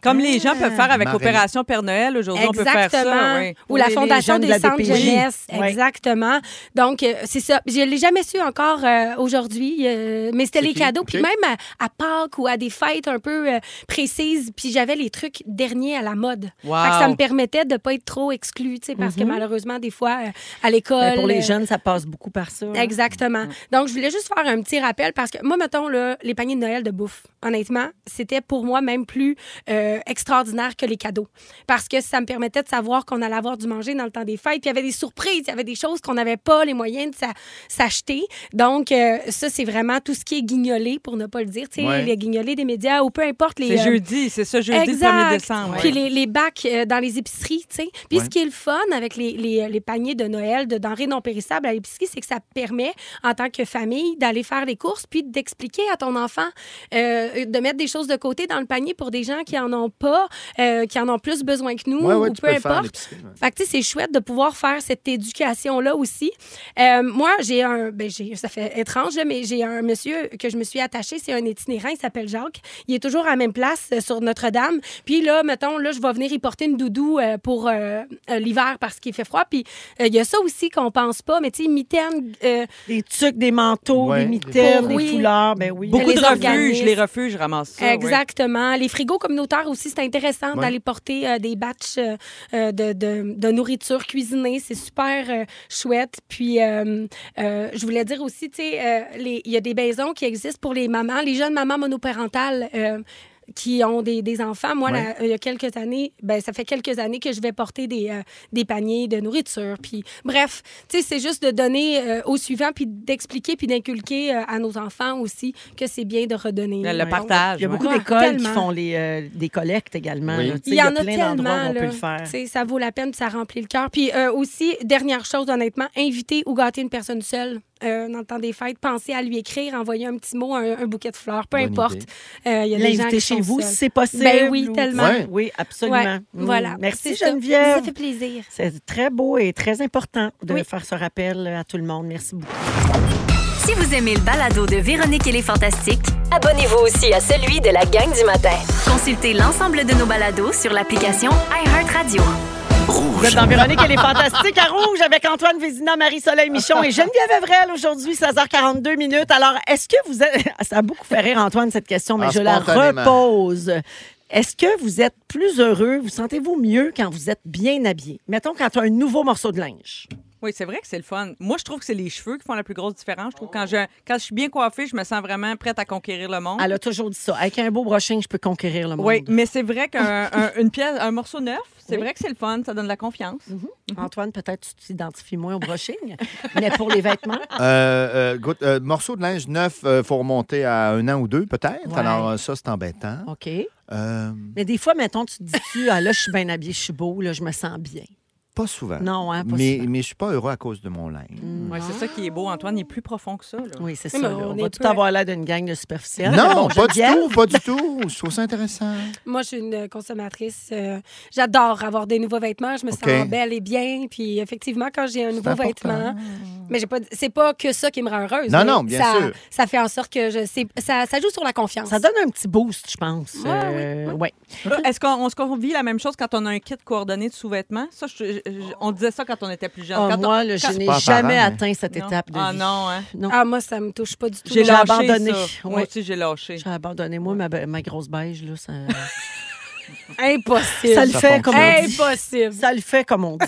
[SPEAKER 3] Comme les gens peuvent faire avec
[SPEAKER 2] Ah. Marie.
[SPEAKER 3] Opération Père Noël aujourd'hui, on peut faire ça.
[SPEAKER 4] Exactement.
[SPEAKER 3] oui.
[SPEAKER 4] Ou la Fondation
[SPEAKER 3] jeunes
[SPEAKER 4] des
[SPEAKER 3] de la
[SPEAKER 4] centres
[SPEAKER 3] DPJ.
[SPEAKER 4] jeunesse.
[SPEAKER 3] Oui.
[SPEAKER 4] Exactement. Donc, euh, c'est ça. Je ne l'ai jamais su encore euh, aujourd'hui, euh, mais c'était les
[SPEAKER 3] qui?
[SPEAKER 4] cadeaux.
[SPEAKER 3] OK.
[SPEAKER 4] Puis même à, à Pâques ou à des fêtes un peu euh, précises, puis j'avais les trucs derniers à la mode.
[SPEAKER 1] Wow.
[SPEAKER 4] Fait que ça me permettait de ne pas être trop exclue, tu sais, parce que
[SPEAKER 1] Mhm.
[SPEAKER 4] malheureusement, des fois, euh, à l'école...
[SPEAKER 1] Ben, pour les
[SPEAKER 4] euh,
[SPEAKER 1] jeunes, ça passe beaucoup par ça. hein.
[SPEAKER 4] Exactement.
[SPEAKER 3] Mm.
[SPEAKER 4] Donc, je voulais juste faire un petit rappel parce que moi, mettons, là, les paniers de Noël de bouffe, honnêtement, c'était pour moi même plus euh, extraordinaire que les cadeaux. Parce que ça me permettait de savoir qu'on allait avoir du manger dans le temps des fêtes. Puis il y avait des surprises, il y avait des choses qu'on n'avait pas les moyens de s'a- s'acheter. Donc, euh, ça, c'est vraiment tout ce qui est guignolé, pour ne pas le dire. Tu sais,
[SPEAKER 3] Ouais.
[SPEAKER 4] les guignolés des médias ou peu importe les.
[SPEAKER 3] C'est
[SPEAKER 4] euh,
[SPEAKER 3] jeudi, c'est ça, jeudi le 1er décembre,
[SPEAKER 4] Puis
[SPEAKER 3] ouais.
[SPEAKER 4] les, les bacs euh, dans les épiceries, tu sais. Puis
[SPEAKER 3] Ouais.
[SPEAKER 4] ce qui est le fun avec les, les- les paniers de Noël de denrées non périssables à l'épicerie, c'est que ça permet, en tant que famille, d'aller faire les courses puis d'expliquer à ton enfant euh, de mettre des choses de côté dans le panier pour des gens qui en ont pas, euh, qui en ont plus besoin que nous
[SPEAKER 2] Ouais, ouais,
[SPEAKER 4] ou
[SPEAKER 2] tu
[SPEAKER 4] peu
[SPEAKER 2] peux le faire à
[SPEAKER 4] importe.
[SPEAKER 2] l'épicerie, ouais.
[SPEAKER 4] Fait que, tu sais, c'est chouette de pouvoir faire cette éducation-là aussi. Euh, moi, j'ai un. Ben, j'ai, ça fait étrange, là, mais j'ai un monsieur que je me suis attachée. C'est un itinérant. Il s'appelle Jacques. Il est toujours à la même place euh, sur Notre-Dame. Puis là, mettons, là, je vais venir y porter une doudou euh, pour euh, euh, l'hiver parce qu'il fait froid. Puis euh, il y a ça aussi qu'on pense pas. Mais tu sais, mitaine. euh,
[SPEAKER 1] des trucs, des manteaux,
[SPEAKER 3] des mitaines, des
[SPEAKER 1] foulards, ben oui.
[SPEAKER 3] Beaucoup
[SPEAKER 4] Les
[SPEAKER 3] de refuges,
[SPEAKER 4] organismes.
[SPEAKER 3] les refuges ramassent ça. oui.
[SPEAKER 4] Exactement. Les frigos communautaires aussi, c'est intéressant
[SPEAKER 3] Ouais.
[SPEAKER 4] d'aller porter euh, des batchs euh, euh, de, de- de nourriture cuisinée. C'est super euh, chouette. Puis, euh, euh, je voulais dire aussi, tu sais, euh, les- il y a des maisons qui existent pour les mamans, les jeunes mamans monopérentales. euh, qui ont des, des enfants. Moi,
[SPEAKER 3] Ouais.
[SPEAKER 4] la- il y a quelques années, ben, ça fait quelques années que je vais porter des, euh, des paniers de nourriture. Puis, bref, tu sais, c'est juste de donner euh, au suivant, puis d'expliquer, puis d'inculquer euh, à nos enfants aussi que c'est bien de redonner.
[SPEAKER 1] Ouais.
[SPEAKER 4] Ouais.
[SPEAKER 1] Il y a beaucoup
[SPEAKER 4] Ouais,
[SPEAKER 1] d'écoles qui
[SPEAKER 4] Ah, tellement.
[SPEAKER 1] font les, euh, des collectes également. là. Tu sais,
[SPEAKER 4] Il y en a
[SPEAKER 1] plein d'endroits où
[SPEAKER 4] tellement.
[SPEAKER 1] on peut
[SPEAKER 4] là.
[SPEAKER 1] le faire.
[SPEAKER 4] Tu sais, Ça vaut la peine, puis ça remplit le cœur. Puis euh, aussi, dernière chose, honnêtement, inviter ou gâter une personne seule euh, dans le temps des fêtes. Pensez à lui écrire, envoyer un petit mot, un, un bouquet de fleurs, peu
[SPEAKER 1] Bonne
[SPEAKER 4] importe.
[SPEAKER 1] idée.
[SPEAKER 4] Euh, il y a des gens
[SPEAKER 1] L'inviter
[SPEAKER 4] qui
[SPEAKER 1] chez
[SPEAKER 4] sont
[SPEAKER 1] vous,
[SPEAKER 4] seuls.
[SPEAKER 1] si c'est possible.
[SPEAKER 4] Ben oui,
[SPEAKER 1] ou-
[SPEAKER 4] tellement.
[SPEAKER 1] Oui, absolument.
[SPEAKER 4] Ouais,
[SPEAKER 1] Mm.
[SPEAKER 4] Voilà.
[SPEAKER 1] Merci
[SPEAKER 4] C'est ça.
[SPEAKER 1] Geneviève.
[SPEAKER 4] Ça fait plaisir.
[SPEAKER 1] C'est très beau et très important de
[SPEAKER 12] Oui.
[SPEAKER 1] faire ce rappel à tout le monde. Merci beaucoup.
[SPEAKER 12] Si vous aimez le balado de Véronique et les Fantastiques,
[SPEAKER 15] Abonnez-vous aussi à celui de la gang du matin.
[SPEAKER 12] consultez l'ensemble de nos balados sur l'application iHeartRadio.
[SPEAKER 1] Vous êtes dans Véronique, elle est fantastique à Rouge avec Antoine Vézina, Marie-Soleil Michon et Geneviève Evrel aujourd'hui, 16h42 minutes. Alors, est-ce que vous êtes. Ça a beaucoup fait rire, Antoine, cette question, mais
[SPEAKER 16] Ah,
[SPEAKER 1] je la
[SPEAKER 16] spontanément.
[SPEAKER 1] repose. Est-ce que vous êtes plus heureux, vous sentez-vous mieux quand vous êtes bien habillé? Mettons quand tu as un nouveau morceau de linge.
[SPEAKER 3] Oui, c'est vrai que c'est le fun. Moi, je trouve que c'est les cheveux qui font la plus grosse différence. Je trouve que quand je, quand je suis bien coiffée, je me sens vraiment prête à conquérir le monde.
[SPEAKER 1] Elle a toujours dit ça. Avec un beau brushing, je peux conquérir le monde.
[SPEAKER 3] Oui, mais c'est vrai qu'un un- une pièce, un morceau neuf, c'est
[SPEAKER 1] Oui.
[SPEAKER 3] vrai que c'est le fun, ça donne de la confiance.
[SPEAKER 1] Mm-hmm. Antoine, peut-être tu t'identifies moins au brushing, mais pour les vêtements.
[SPEAKER 2] Euh, euh, goûte- euh, morceau de linge neuf, il faut remonter à un an ou deux, peut-être.
[SPEAKER 1] Ouais.
[SPEAKER 2] Alors, euh, ça, c'est embêtant.
[SPEAKER 1] OK.
[SPEAKER 2] Euh,
[SPEAKER 1] Mais des fois, mettons, tu te dis-tu, ah, là, je suis bien habillée, je suis beau, là, je me sens bien.
[SPEAKER 2] pas souvent.
[SPEAKER 1] Non, hein, pas Mm.
[SPEAKER 2] mais, mais je suis pas heureux à cause de mon linge.
[SPEAKER 1] Mm-hmm.
[SPEAKER 3] Ouais, c'est ça qui est beau, Antoine, il est plus profond que ça. là.
[SPEAKER 1] Oui, c'est ça.
[SPEAKER 3] Mais
[SPEAKER 1] là.
[SPEAKER 3] on
[SPEAKER 1] On,
[SPEAKER 3] est
[SPEAKER 1] va
[SPEAKER 3] peu-
[SPEAKER 1] tout avoir l'air d'une gang de superficiels.
[SPEAKER 2] Non,
[SPEAKER 1] Mais bon,
[SPEAKER 2] pas du
[SPEAKER 1] Geneviève,
[SPEAKER 2] tout, pas du tout. Je trouve ça intéressant.
[SPEAKER 4] Moi, je suis une consommatrice. euh, J'adore avoir des nouveaux vêtements. Je me
[SPEAKER 2] OK.
[SPEAKER 4] sens belle et bien. Puis effectivement, quand j'ai un nouveau
[SPEAKER 2] important.
[SPEAKER 4] vêtement, mais j'ai pas, c'est pas que ça qui me rend heureuse.
[SPEAKER 1] Non,
[SPEAKER 4] mais
[SPEAKER 1] non, bien
[SPEAKER 4] ça,
[SPEAKER 1] sûr.
[SPEAKER 4] Ça fait en sorte que je, c'est- ça, ça joue sur la confiance.
[SPEAKER 1] Ça donne un petit boost, je pense.
[SPEAKER 3] Ouais,
[SPEAKER 1] Euh, ouais.
[SPEAKER 3] Euh, Est-ce qu'on on se qu'on vit la même chose quand on a un kit coordonné de sous-vêtements? Ça, je- je- je- on disait ça quand on était plus jeune.
[SPEAKER 1] Ah,
[SPEAKER 3] Quand on-
[SPEAKER 1] moi, là, je
[SPEAKER 3] quand-
[SPEAKER 1] n'ai C'est pas jamais apparent, mais- atteint cette
[SPEAKER 3] Non.
[SPEAKER 1] étape de
[SPEAKER 3] ah,
[SPEAKER 1] vie.
[SPEAKER 3] non, hein?
[SPEAKER 4] Ah, moi, ça me touche pas du tout.
[SPEAKER 3] J'ai
[SPEAKER 1] J'ai
[SPEAKER 3] lâché
[SPEAKER 1] abandonné.
[SPEAKER 3] ça. Moi
[SPEAKER 1] Ouais.
[SPEAKER 3] aussi, j'ai lâché.
[SPEAKER 1] J'ai abandonné, moi, ma, be- ma grosse beige, là, ça...
[SPEAKER 4] Impossible.
[SPEAKER 1] ça le fait, comme on dit.
[SPEAKER 4] Impossible.
[SPEAKER 1] Ça le fait, comme on dit.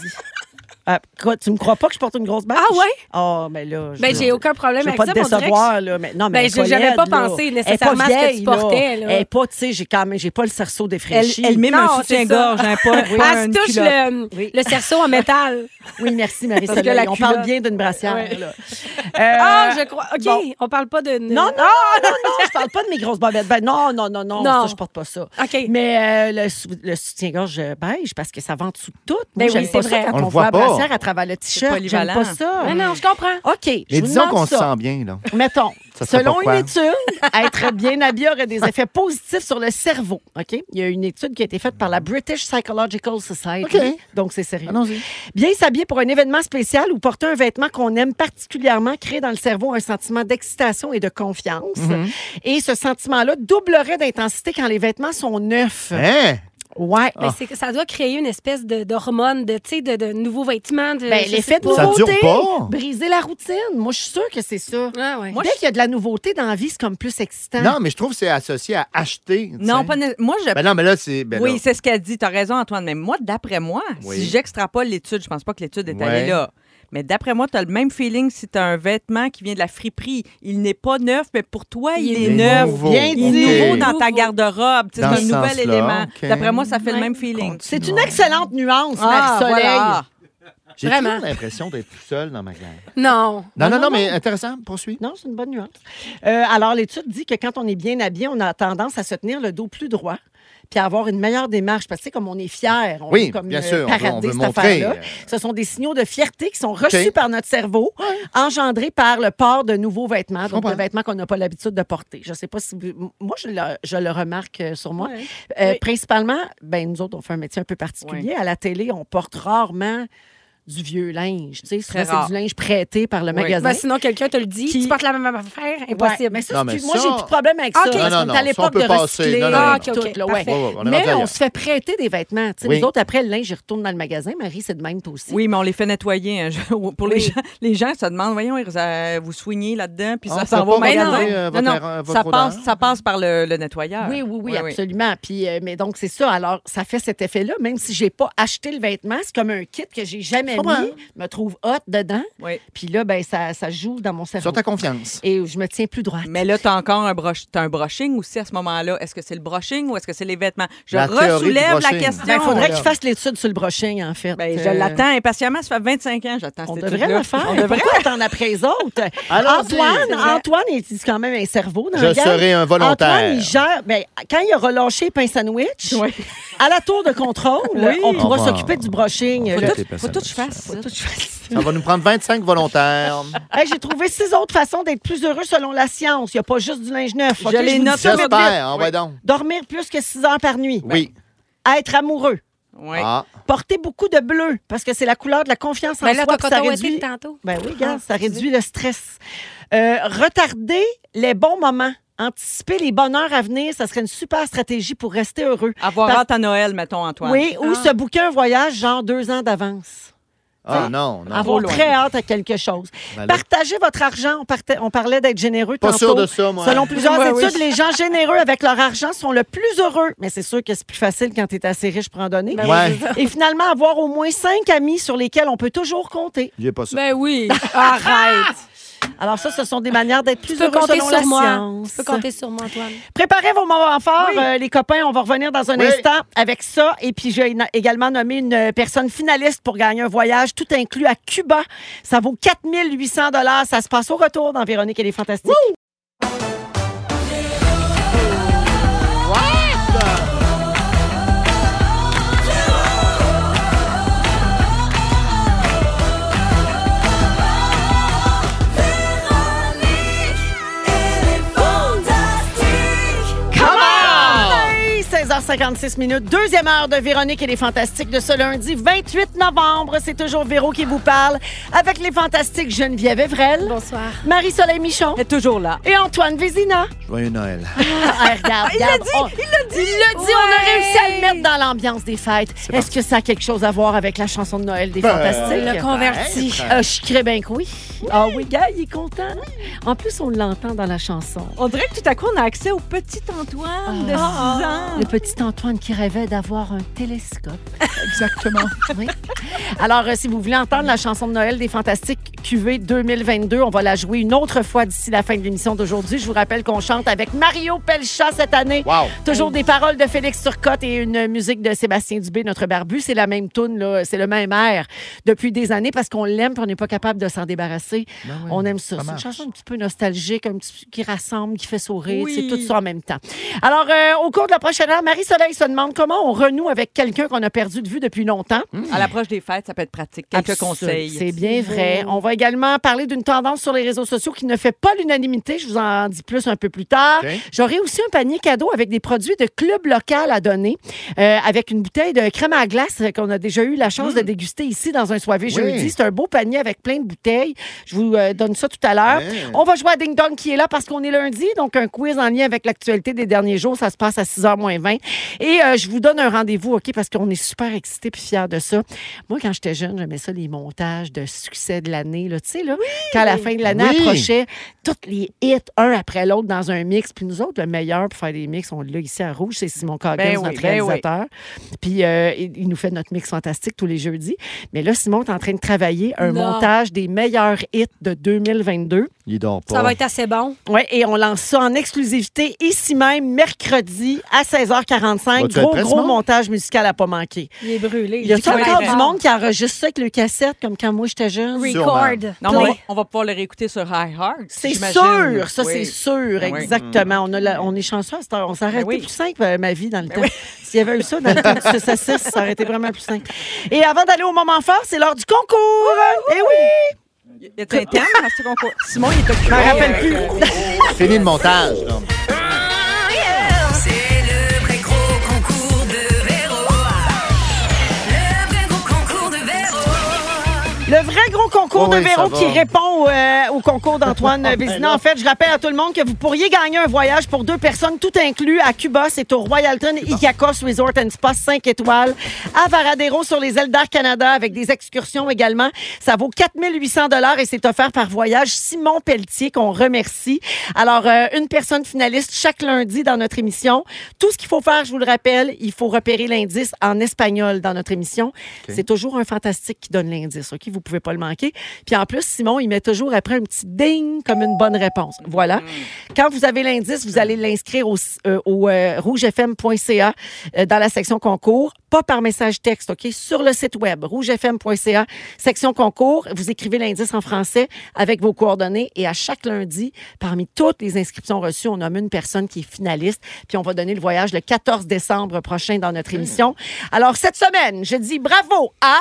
[SPEAKER 1] Ah, quoi, tu me crois pas que je porte une grosse beige?
[SPEAKER 4] Ah ouais?
[SPEAKER 1] Ah, mais là... je-
[SPEAKER 4] Ben, j'ai aucun problème
[SPEAKER 1] je veux
[SPEAKER 4] avec
[SPEAKER 1] pas
[SPEAKER 4] ça,
[SPEAKER 1] te
[SPEAKER 4] mais on dirait
[SPEAKER 1] décevoir,
[SPEAKER 4] que-
[SPEAKER 1] là. Mais, non, mais
[SPEAKER 4] Ben,
[SPEAKER 1] elle est
[SPEAKER 4] j'ai- j'avais
[SPEAKER 1] laide,
[SPEAKER 4] pas
[SPEAKER 1] là.
[SPEAKER 4] pensé
[SPEAKER 1] Elle est pas
[SPEAKER 4] nécessairement à ce que tu
[SPEAKER 1] vieille,
[SPEAKER 4] portais, là.
[SPEAKER 1] Elle est pas, tu sais, j'ai quand même... J'ai pas le cerceau défraîchi.
[SPEAKER 3] Elle- elle mime un
[SPEAKER 4] Non, c'est
[SPEAKER 3] soutien-gorge,
[SPEAKER 4] ça.
[SPEAKER 3] hein, pas-
[SPEAKER 4] Elle
[SPEAKER 3] pas
[SPEAKER 4] se
[SPEAKER 3] une
[SPEAKER 4] touche
[SPEAKER 3] culotte.
[SPEAKER 4] le, le cerceau en métal.
[SPEAKER 1] Oui, merci, marie
[SPEAKER 4] Parce que la
[SPEAKER 1] On
[SPEAKER 4] culotte-
[SPEAKER 1] parle bien d'une brassière,
[SPEAKER 4] Ouais.
[SPEAKER 1] là.
[SPEAKER 4] Ah,
[SPEAKER 1] Euh,
[SPEAKER 4] je crois. OK,
[SPEAKER 1] bon.
[SPEAKER 4] on parle pas de.
[SPEAKER 1] Non, non, non, non, je parle pas de mes grosses bobettes. Ben, non, non, non, non,
[SPEAKER 4] Non.
[SPEAKER 1] ça, je porte pas ça.
[SPEAKER 4] OK.
[SPEAKER 1] Mais euh, le, sou- le soutien-gorge euh, beige, parce que ça vend tout. tout. Moi,
[SPEAKER 4] Ben
[SPEAKER 1] j'aime
[SPEAKER 4] oui,
[SPEAKER 1] pas
[SPEAKER 4] c'est
[SPEAKER 1] ça
[SPEAKER 4] vrai.
[SPEAKER 1] quand on,
[SPEAKER 2] On
[SPEAKER 1] voit
[SPEAKER 2] le voit
[SPEAKER 1] la
[SPEAKER 2] pas.
[SPEAKER 1] brassière à travers le t-shirt. J'aime
[SPEAKER 3] polyvalent.
[SPEAKER 1] pas ça.
[SPEAKER 4] Non, non, je comprends.
[SPEAKER 1] OK, je
[SPEAKER 2] Mais
[SPEAKER 1] vous
[SPEAKER 2] disons
[SPEAKER 1] demande
[SPEAKER 2] qu'on se
[SPEAKER 1] ça.
[SPEAKER 2] sent bien, là.
[SPEAKER 1] Mettons,
[SPEAKER 2] Ça serait
[SPEAKER 1] Selon
[SPEAKER 2] pourquoi?
[SPEAKER 1] une étude, être bien habillé aurait des effets positifs sur le cerveau. OK? Il y a une étude qui a été faite par la British Psychological Society.
[SPEAKER 2] OK.
[SPEAKER 1] Donc, c'est sérieux. Bien s'habiller pour un événement spécial ou porter un vêtement qu'on aime particulièrement crée dans le cerveau un sentiment d'excitation et de confiance.
[SPEAKER 2] Mhm.
[SPEAKER 1] Et ce sentiment-là doublerait d'intensité quand les vêtements sont neufs.
[SPEAKER 2] Hein?
[SPEAKER 1] Ouais.
[SPEAKER 4] Ben, c'est que ça doit créer une espèce de- d'hormone, de, tu sais, de, de nouveaux vêtements. De,
[SPEAKER 1] Ben,
[SPEAKER 4] je
[SPEAKER 1] l'effet
[SPEAKER 4] sais
[SPEAKER 1] de
[SPEAKER 4] pas.
[SPEAKER 2] Ça dure
[SPEAKER 1] nouveauté,
[SPEAKER 2] pas.
[SPEAKER 1] briser la routine. Moi, je suis sûre que c'est ça.
[SPEAKER 4] Ah,
[SPEAKER 1] Dès qu'il y a de la nouveauté dans la vie, c'est comme plus excitant.
[SPEAKER 2] Non, mais je trouve que c'est associé à acheter. tu
[SPEAKER 3] Non,
[SPEAKER 2] sais.
[SPEAKER 3] pas né- moi, je.
[SPEAKER 2] Ben non, mais là, c'est. ben
[SPEAKER 3] oui,
[SPEAKER 2] là.
[SPEAKER 3] c'est ce qu'elle dit. Tu as raison, Antoine. Mais moi, d'après moi,
[SPEAKER 2] Oui.
[SPEAKER 3] si j'extrapole l'étude, je pense pas que l'étude est
[SPEAKER 2] Ouais.
[SPEAKER 3] allée là. Mais d'après moi, tu as le même feeling si tu as un vêtement qui vient de la friperie. Il n'est pas neuf, mais pour toi, il, est,
[SPEAKER 2] est
[SPEAKER 3] neuf.
[SPEAKER 2] nouveau.
[SPEAKER 3] Il est
[SPEAKER 2] Bien dit.
[SPEAKER 3] nouveau
[SPEAKER 2] Ok.
[SPEAKER 3] dans ta garde-robe. Tu sais,
[SPEAKER 2] Dans
[SPEAKER 3] C'est un
[SPEAKER 2] ce
[SPEAKER 3] nouvel
[SPEAKER 2] sens-là,
[SPEAKER 3] élément.
[SPEAKER 2] ok.
[SPEAKER 3] D'après moi, ça fait le même feeling.
[SPEAKER 1] C'est une excellente nuance,
[SPEAKER 3] Ah,
[SPEAKER 1] Marie-Soleil.
[SPEAKER 3] voilà.
[SPEAKER 2] J'ai
[SPEAKER 1] Vraiment.
[SPEAKER 2] toujours l'impression d'être tout seul dans ma gang.
[SPEAKER 4] Non.
[SPEAKER 2] Non, non, non, mais intéressant, poursuis.
[SPEAKER 1] Non, c'est une bonne nuance. Euh, alors, l'étude dit que quand on est bien habillé, on a tendance à se tenir le dos plus droit puis à avoir une meilleure démarche. Parce que, tu sais, comme on est fier, on
[SPEAKER 2] Oui,
[SPEAKER 1] est comme
[SPEAKER 2] bien sûr, on veut- on
[SPEAKER 1] paradé,
[SPEAKER 2] veut
[SPEAKER 1] cette
[SPEAKER 2] montrer. euh,
[SPEAKER 1] affaire-là. Ce sont des signaux de fierté qui sont reçus
[SPEAKER 2] OK.
[SPEAKER 1] par notre cerveau, engendrés par le port de nouveaux vêtements, donc
[SPEAKER 2] comprends.
[SPEAKER 1] de vêtements qu'on n'a pas l'habitude de porter. Je sais pas si... vous- Moi, je le, je le remarque euh, sur moi.
[SPEAKER 3] Ouais.
[SPEAKER 1] Euh,
[SPEAKER 3] Oui.
[SPEAKER 1] Principalement, ben, nous autres, on fait un métier un peu particulier.
[SPEAKER 3] Ouais.
[SPEAKER 1] À la télé, on porte rarement du vieux linge. Tu sais, souvent,
[SPEAKER 3] Très
[SPEAKER 1] c'est
[SPEAKER 3] rare.
[SPEAKER 1] du linge prêté par le magasin.
[SPEAKER 4] Ben, sinon, quelqu'un te le dit. Tu portes la même affaire, impossible.
[SPEAKER 1] Ouais, mais ça,
[SPEAKER 2] Non,
[SPEAKER 1] c'est-
[SPEAKER 2] mais
[SPEAKER 1] moi,
[SPEAKER 2] ça-
[SPEAKER 1] j'ai plus de problème avec ça.
[SPEAKER 4] Ok.
[SPEAKER 1] parce
[SPEAKER 2] Non, non,
[SPEAKER 1] qu'on est à
[SPEAKER 2] non, ça, on
[SPEAKER 1] l'époque
[SPEAKER 2] peut
[SPEAKER 1] de
[SPEAKER 2] passer.
[SPEAKER 1] recycler,
[SPEAKER 2] Non, non, non,
[SPEAKER 1] ah,
[SPEAKER 4] non.
[SPEAKER 1] tout, là,
[SPEAKER 4] Ok,
[SPEAKER 1] ouais.
[SPEAKER 4] parfait.
[SPEAKER 2] Ouais, ouais, on est rendu
[SPEAKER 1] Mais on
[SPEAKER 2] ailleurs.
[SPEAKER 1] se fait prêter des vêtements. tu sais.
[SPEAKER 2] Oui.
[SPEAKER 1] Nous autres, après, le linge, il retourne dans le magasin. Marie, c'est de même, toi aussi.
[SPEAKER 3] Oui, mais on les fait nettoyer. hein. Je- Pour les, gens, les gens se demandent, voyons, ils- euh, vous soignez là-dedans, puis
[SPEAKER 2] Ah,
[SPEAKER 3] ça
[SPEAKER 2] on
[SPEAKER 3] s'en
[SPEAKER 2] peut
[SPEAKER 3] va au
[SPEAKER 2] pas
[SPEAKER 3] magasin.
[SPEAKER 2] regarder, euh, votre
[SPEAKER 3] non,
[SPEAKER 2] erreur-
[SPEAKER 3] non,
[SPEAKER 2] votre
[SPEAKER 3] ça passe,
[SPEAKER 2] odeur?
[SPEAKER 3] ça passe par le, le nettoyeur.
[SPEAKER 1] Oui, oui, oui, absolument. Puis, euh, mais donc, c'est ça. Alors, ça fait cet effet-là. Même si j'ai pas acheté le vêtement, c'est comme un kit que j'ai jamais
[SPEAKER 2] Je comprends.
[SPEAKER 1] mis. Je me trouve hot dedans.
[SPEAKER 3] Oui.
[SPEAKER 1] Puis là, ben, ça, ça joue dans mon cerveau.
[SPEAKER 2] Sur ta confiance.
[SPEAKER 1] Et je me tiens plus droite.
[SPEAKER 3] Mais là, tu as encore un, broche, t'as un brushing aussi à ce moment-là. Est-ce que c'est le brushing ou est-ce que c'est les vêtements? Je
[SPEAKER 2] La théorie du
[SPEAKER 3] ressoulève la
[SPEAKER 2] brushing.
[SPEAKER 3] question. Ah,
[SPEAKER 1] Ben, il faudrait
[SPEAKER 2] on-
[SPEAKER 1] qu'il fasse l'étude sur le brushing, en fait.
[SPEAKER 3] Ben, je
[SPEAKER 1] Euh,
[SPEAKER 3] l'attends impatiemment. Ça fait 25 ans que j'attends
[SPEAKER 1] On
[SPEAKER 3] cette
[SPEAKER 1] devrait
[SPEAKER 3] étude-là.
[SPEAKER 1] le faire.
[SPEAKER 3] On devrait.
[SPEAKER 1] Pourquoi attendre après les autres?
[SPEAKER 2] Allons-y.
[SPEAKER 1] Antoine, Antoine, il dit quand même un cerveau dans
[SPEAKER 2] Je
[SPEAKER 1] le gang.
[SPEAKER 2] serai un volontaire.
[SPEAKER 1] Antoine, il gère. ben, quand il aura lâché pain sandwich, à la tour de contrôle, on pourra
[SPEAKER 2] Au revoir.
[SPEAKER 1] s'occuper du brushing.
[SPEAKER 2] Faut
[SPEAKER 1] Le-
[SPEAKER 2] tout-
[SPEAKER 3] Faut tout que je fasse. ça.
[SPEAKER 2] Ça va nous prendre 25 volontaires.
[SPEAKER 1] Hey, J'ai trouvé six autres façons d'être plus heureux selon la science. Il n'y a pas juste du linge neuf.
[SPEAKER 3] Je
[SPEAKER 1] OK?
[SPEAKER 3] les
[SPEAKER 1] vous dis
[SPEAKER 3] note
[SPEAKER 1] ça vite, vite.
[SPEAKER 2] J'espère, on va donc.
[SPEAKER 1] Dormir plus que six heures par nuit.
[SPEAKER 2] Oui.
[SPEAKER 1] Être amoureux.
[SPEAKER 3] Oui.
[SPEAKER 2] Ah.
[SPEAKER 1] Porter beaucoup de bleu parce que c'est la couleur de la confiance en
[SPEAKER 4] Ben là,
[SPEAKER 1] soi.
[SPEAKER 4] t'as
[SPEAKER 1] puis ça
[SPEAKER 4] coton
[SPEAKER 1] réduit...
[SPEAKER 4] été tantôt.
[SPEAKER 1] Ben oui, regarde, ça réduit le stress. Euh, retarder les bons moments. Anticiper les bonheurs à venir, ça serait une super stratégie pour rester heureux.
[SPEAKER 3] Avoir
[SPEAKER 1] Par-
[SPEAKER 3] hâte à Noël, mettons, Antoine.
[SPEAKER 1] Oui, ou se bouquer un voyage genre deux ans d'avance.
[SPEAKER 2] Ah non, non.
[SPEAKER 1] Avoir
[SPEAKER 3] loin.
[SPEAKER 1] très hâte à quelque chose.
[SPEAKER 2] Ben là-
[SPEAKER 1] Partager votre argent. On, parta- on parlait d'être généreux
[SPEAKER 2] Pas
[SPEAKER 1] tantôt.
[SPEAKER 2] sûr de ça, moi.
[SPEAKER 1] Selon plusieurs
[SPEAKER 3] Ouais, oui.
[SPEAKER 1] études, les gens généreux avec leur argent sont le plus heureux. Mais c'est sûr que c'est plus facile quand tu es assez riche pour en donner.
[SPEAKER 2] Ouais,
[SPEAKER 1] Et finalement, avoir au moins cinq amis sur lesquels on peut toujours compter.
[SPEAKER 2] il n'y a pas ça.
[SPEAKER 4] Ben oui.
[SPEAKER 1] Ah!
[SPEAKER 4] Arrête.
[SPEAKER 1] Alors ça, ce sont des manières d'être plus
[SPEAKER 4] tu peux
[SPEAKER 1] heureux
[SPEAKER 4] compter
[SPEAKER 1] selon la
[SPEAKER 4] sur moi.
[SPEAKER 1] science.
[SPEAKER 4] Tu peux compter sur moi, Antoine.
[SPEAKER 1] Préparez vos moments forts, euh, les copains. On va revenir dans un
[SPEAKER 2] Oui.
[SPEAKER 1] instant avec ça. Et puis, j'ai na- également nommé une personne finaliste pour gagner un voyage, tout inclus à Cuba. Ça vaut 4800 dollars. Ça se passe au retour dans Véronique et les Fantastiques. Hey, 16h56 minutes, deuxième heure de Véronique et les Fantastiques de ce lundi 28 novembre. C'est toujours Véro qui vous parle avec les Fantastiques Geneviève Evrel,
[SPEAKER 4] Bonsoir.
[SPEAKER 1] Marie-Soleil Michon
[SPEAKER 3] Elle est toujours là.
[SPEAKER 1] et Antoine Vézina.
[SPEAKER 2] Joyeux Noël.
[SPEAKER 1] Ah, regarde, il l'a dit, il l'a dit. Il l'a dit, on a réussi à le mettre dans l'ambiance des fêtes. Est-ce que ça a quelque chose à voir avec la chanson de Noël des Fantastiques?
[SPEAKER 4] Le converti.
[SPEAKER 1] Euh, je crée bien que oui. Ah oui, gars, il est content. En plus, on l'entend dans la chanson.
[SPEAKER 3] On dirait que tout à coup, on a accès au petit
[SPEAKER 1] Ah.
[SPEAKER 3] Antoine
[SPEAKER 4] Ah,
[SPEAKER 3] Ah. de 6
[SPEAKER 2] Ah.
[SPEAKER 3] ans.
[SPEAKER 1] Le petit Antoine qui rêvait d'avoir un télescope.
[SPEAKER 2] Exactement.
[SPEAKER 1] Oui. Alors, euh, si vous voulez entendre la chanson de Noël des Fantastiques QV 2022, on va la jouer une autre fois d'ici la fin de l'émission d'aujourd'hui. Je vous rappelle qu'on chante avec Mario Pelcha cette année.
[SPEAKER 2] Wow.
[SPEAKER 1] Toujours des paroles de Félix Turcotte et une musique de Sébastien Dubé, notre barbu. C'est la même toune, là. c'est le même air depuis des années parce qu'on l'aime et on n'est pas capable de s'en débarrasser.
[SPEAKER 2] Ben oui,
[SPEAKER 1] on aime ça.
[SPEAKER 2] ça
[SPEAKER 1] C'est une
[SPEAKER 2] marche.
[SPEAKER 1] chanson un petit peu nostalgique, un petit, qui rassemble, qui fait sourire.
[SPEAKER 3] Oui.
[SPEAKER 1] C'est tout ça en même temps. Alors, euh, au cours de la prochaine heure, Marie Soleil se demande comment on renoue avec quelqu'un qu'on a perdu de vue depuis longtemps.
[SPEAKER 3] À l'approche des fêtes, ça peut être pratique. Hum, Quelques
[SPEAKER 1] Absol-
[SPEAKER 3] conseils.
[SPEAKER 1] C'est bien vrai. On va également parler d'une tendance sur les réseaux sociaux qui ne fait pas l'unanimité. Je vous en dis plus un peu plus tard.
[SPEAKER 3] OK.
[SPEAKER 1] J'aurai aussi un panier cadeau avec des produits de club local à donner, euh, avec une bouteille de crème à glace euh, qu'on a déjà eu la chance de
[SPEAKER 3] Hum.
[SPEAKER 1] déguster ici dans un soirée
[SPEAKER 17] Oui.
[SPEAKER 1] jeudi. C'est un beau panier avec plein de bouteilles. Je vous euh, donne ça tout à l'heure.
[SPEAKER 17] Hein.
[SPEAKER 1] On va jouer à Ding Dong qui est là parce qu'on est lundi, donc un quiz en lien avec l'actualité des derniers jours. Ça se passe à 6h moins 20. Et euh, je vous donne un rendez-vous, OK, parce qu'on est super excités puis fiers de ça. Moi, quand j'étais jeune, j'aimais ça, les montages de succès de l'année, là, tu sais, là, quand à la fin de l'année
[SPEAKER 17] Oui.
[SPEAKER 1] approchait, tous les hits, un après l'autre, dans un mix. Puis nous autres, le meilleur pour faire des mix, on l'a ici à Rouge, c'est Simon Coggins,
[SPEAKER 17] Ben oui, ben
[SPEAKER 1] notre
[SPEAKER 17] oui.
[SPEAKER 1] réalisateur. Puis euh, il, il nous fait notre mix fantastique tous les jeudis. Mais là, Simon est en train de travailler un
[SPEAKER 4] Non.
[SPEAKER 1] montage des meilleurs hits de 2022.
[SPEAKER 2] Il dort pas.
[SPEAKER 4] Ça va être assez bon.
[SPEAKER 1] Oui, et on lance ça en exclusivité ici même, mercredi à 16h45.
[SPEAKER 4] Vas-tu
[SPEAKER 1] Gros,
[SPEAKER 4] être prêt,
[SPEAKER 1] gros
[SPEAKER 4] Simon?
[SPEAKER 1] montage musical à pas manquer.
[SPEAKER 4] Il est brûlé.
[SPEAKER 1] Il y a
[SPEAKER 4] Il est
[SPEAKER 1] encore
[SPEAKER 4] brûlé.
[SPEAKER 1] du monde qui enregistre ça avec le cassette, comme quand moi j'étais jeune.
[SPEAKER 4] Record.
[SPEAKER 3] Non, mais on va- on va pouvoir le réécouter sur High Heart.
[SPEAKER 1] C'est sûr, ça c'est
[SPEAKER 12] Ben
[SPEAKER 1] sûr, exactement. On, a
[SPEAKER 12] Mm.
[SPEAKER 1] la- on est chanceux à cette heure. On s'est arrêté plus simple, euh, ma vie, dans
[SPEAKER 12] Ben
[SPEAKER 1] le temps. S'il y avait eu ça dans le temps du 6 à 6, ça aurait été vraiment plus simple. Et avant d'aller au moment fort, c'est l'heure du concours. Eh oui!
[SPEAKER 3] Il y a un thème à ce concours. Simon, il est occupé.
[SPEAKER 1] Je m'en rappelle plus.
[SPEAKER 2] Fini le montage. là.
[SPEAKER 12] C'est le vrai gros concours de Véro. Le vrai gros concours de Véro.
[SPEAKER 17] Le vrai gros concours
[SPEAKER 12] Oh
[SPEAKER 17] de
[SPEAKER 12] oui,
[SPEAKER 17] Véro
[SPEAKER 12] ça va.
[SPEAKER 17] qui répond euh, au concours d'Antoine
[SPEAKER 1] Ben
[SPEAKER 17] Vézina.
[SPEAKER 1] là.
[SPEAKER 17] En fait, je rappelle à tout le monde que vous pourriez gagner un voyage pour deux personnes, tout inclus, à Cuba. C'est au Royalton Icacos Resort and Spa 5 étoiles. À Varadero, sur les ailes d'Air Canada, avec des excursions également. Ça vaut 4800 et c'est offert par voyage. Simon Pelletier, qu'on remercie. Alors, euh, une personne finaliste chaque lundi dans notre émission. Tout ce qu'il faut faire, je vous le rappelle, il faut repérer l'indice en espagnol dans notre émission. C'est toujours un fantastique qui donne l'indice, OK? Vous pouvez pas le manquer. Puis en plus, Simon, il met toujours après un petit ding comme une bonne réponse. Voilà. Quand vous avez l'indice, vous allez l'inscrire au, euh, au, euh, rougefm.ca euh, dans la section concours. Pas par message texte, OK? Sur le site web, rougefm.ca, section concours. Vous écrivez l'indice en français avec vos coordonnées et à chaque lundi, parmi toutes les inscriptions reçues, on nomme une personne qui est finaliste. Puis on va donner le voyage le 14 décembre prochain dans notre émission. Alors, cette semaine, je dis bravo à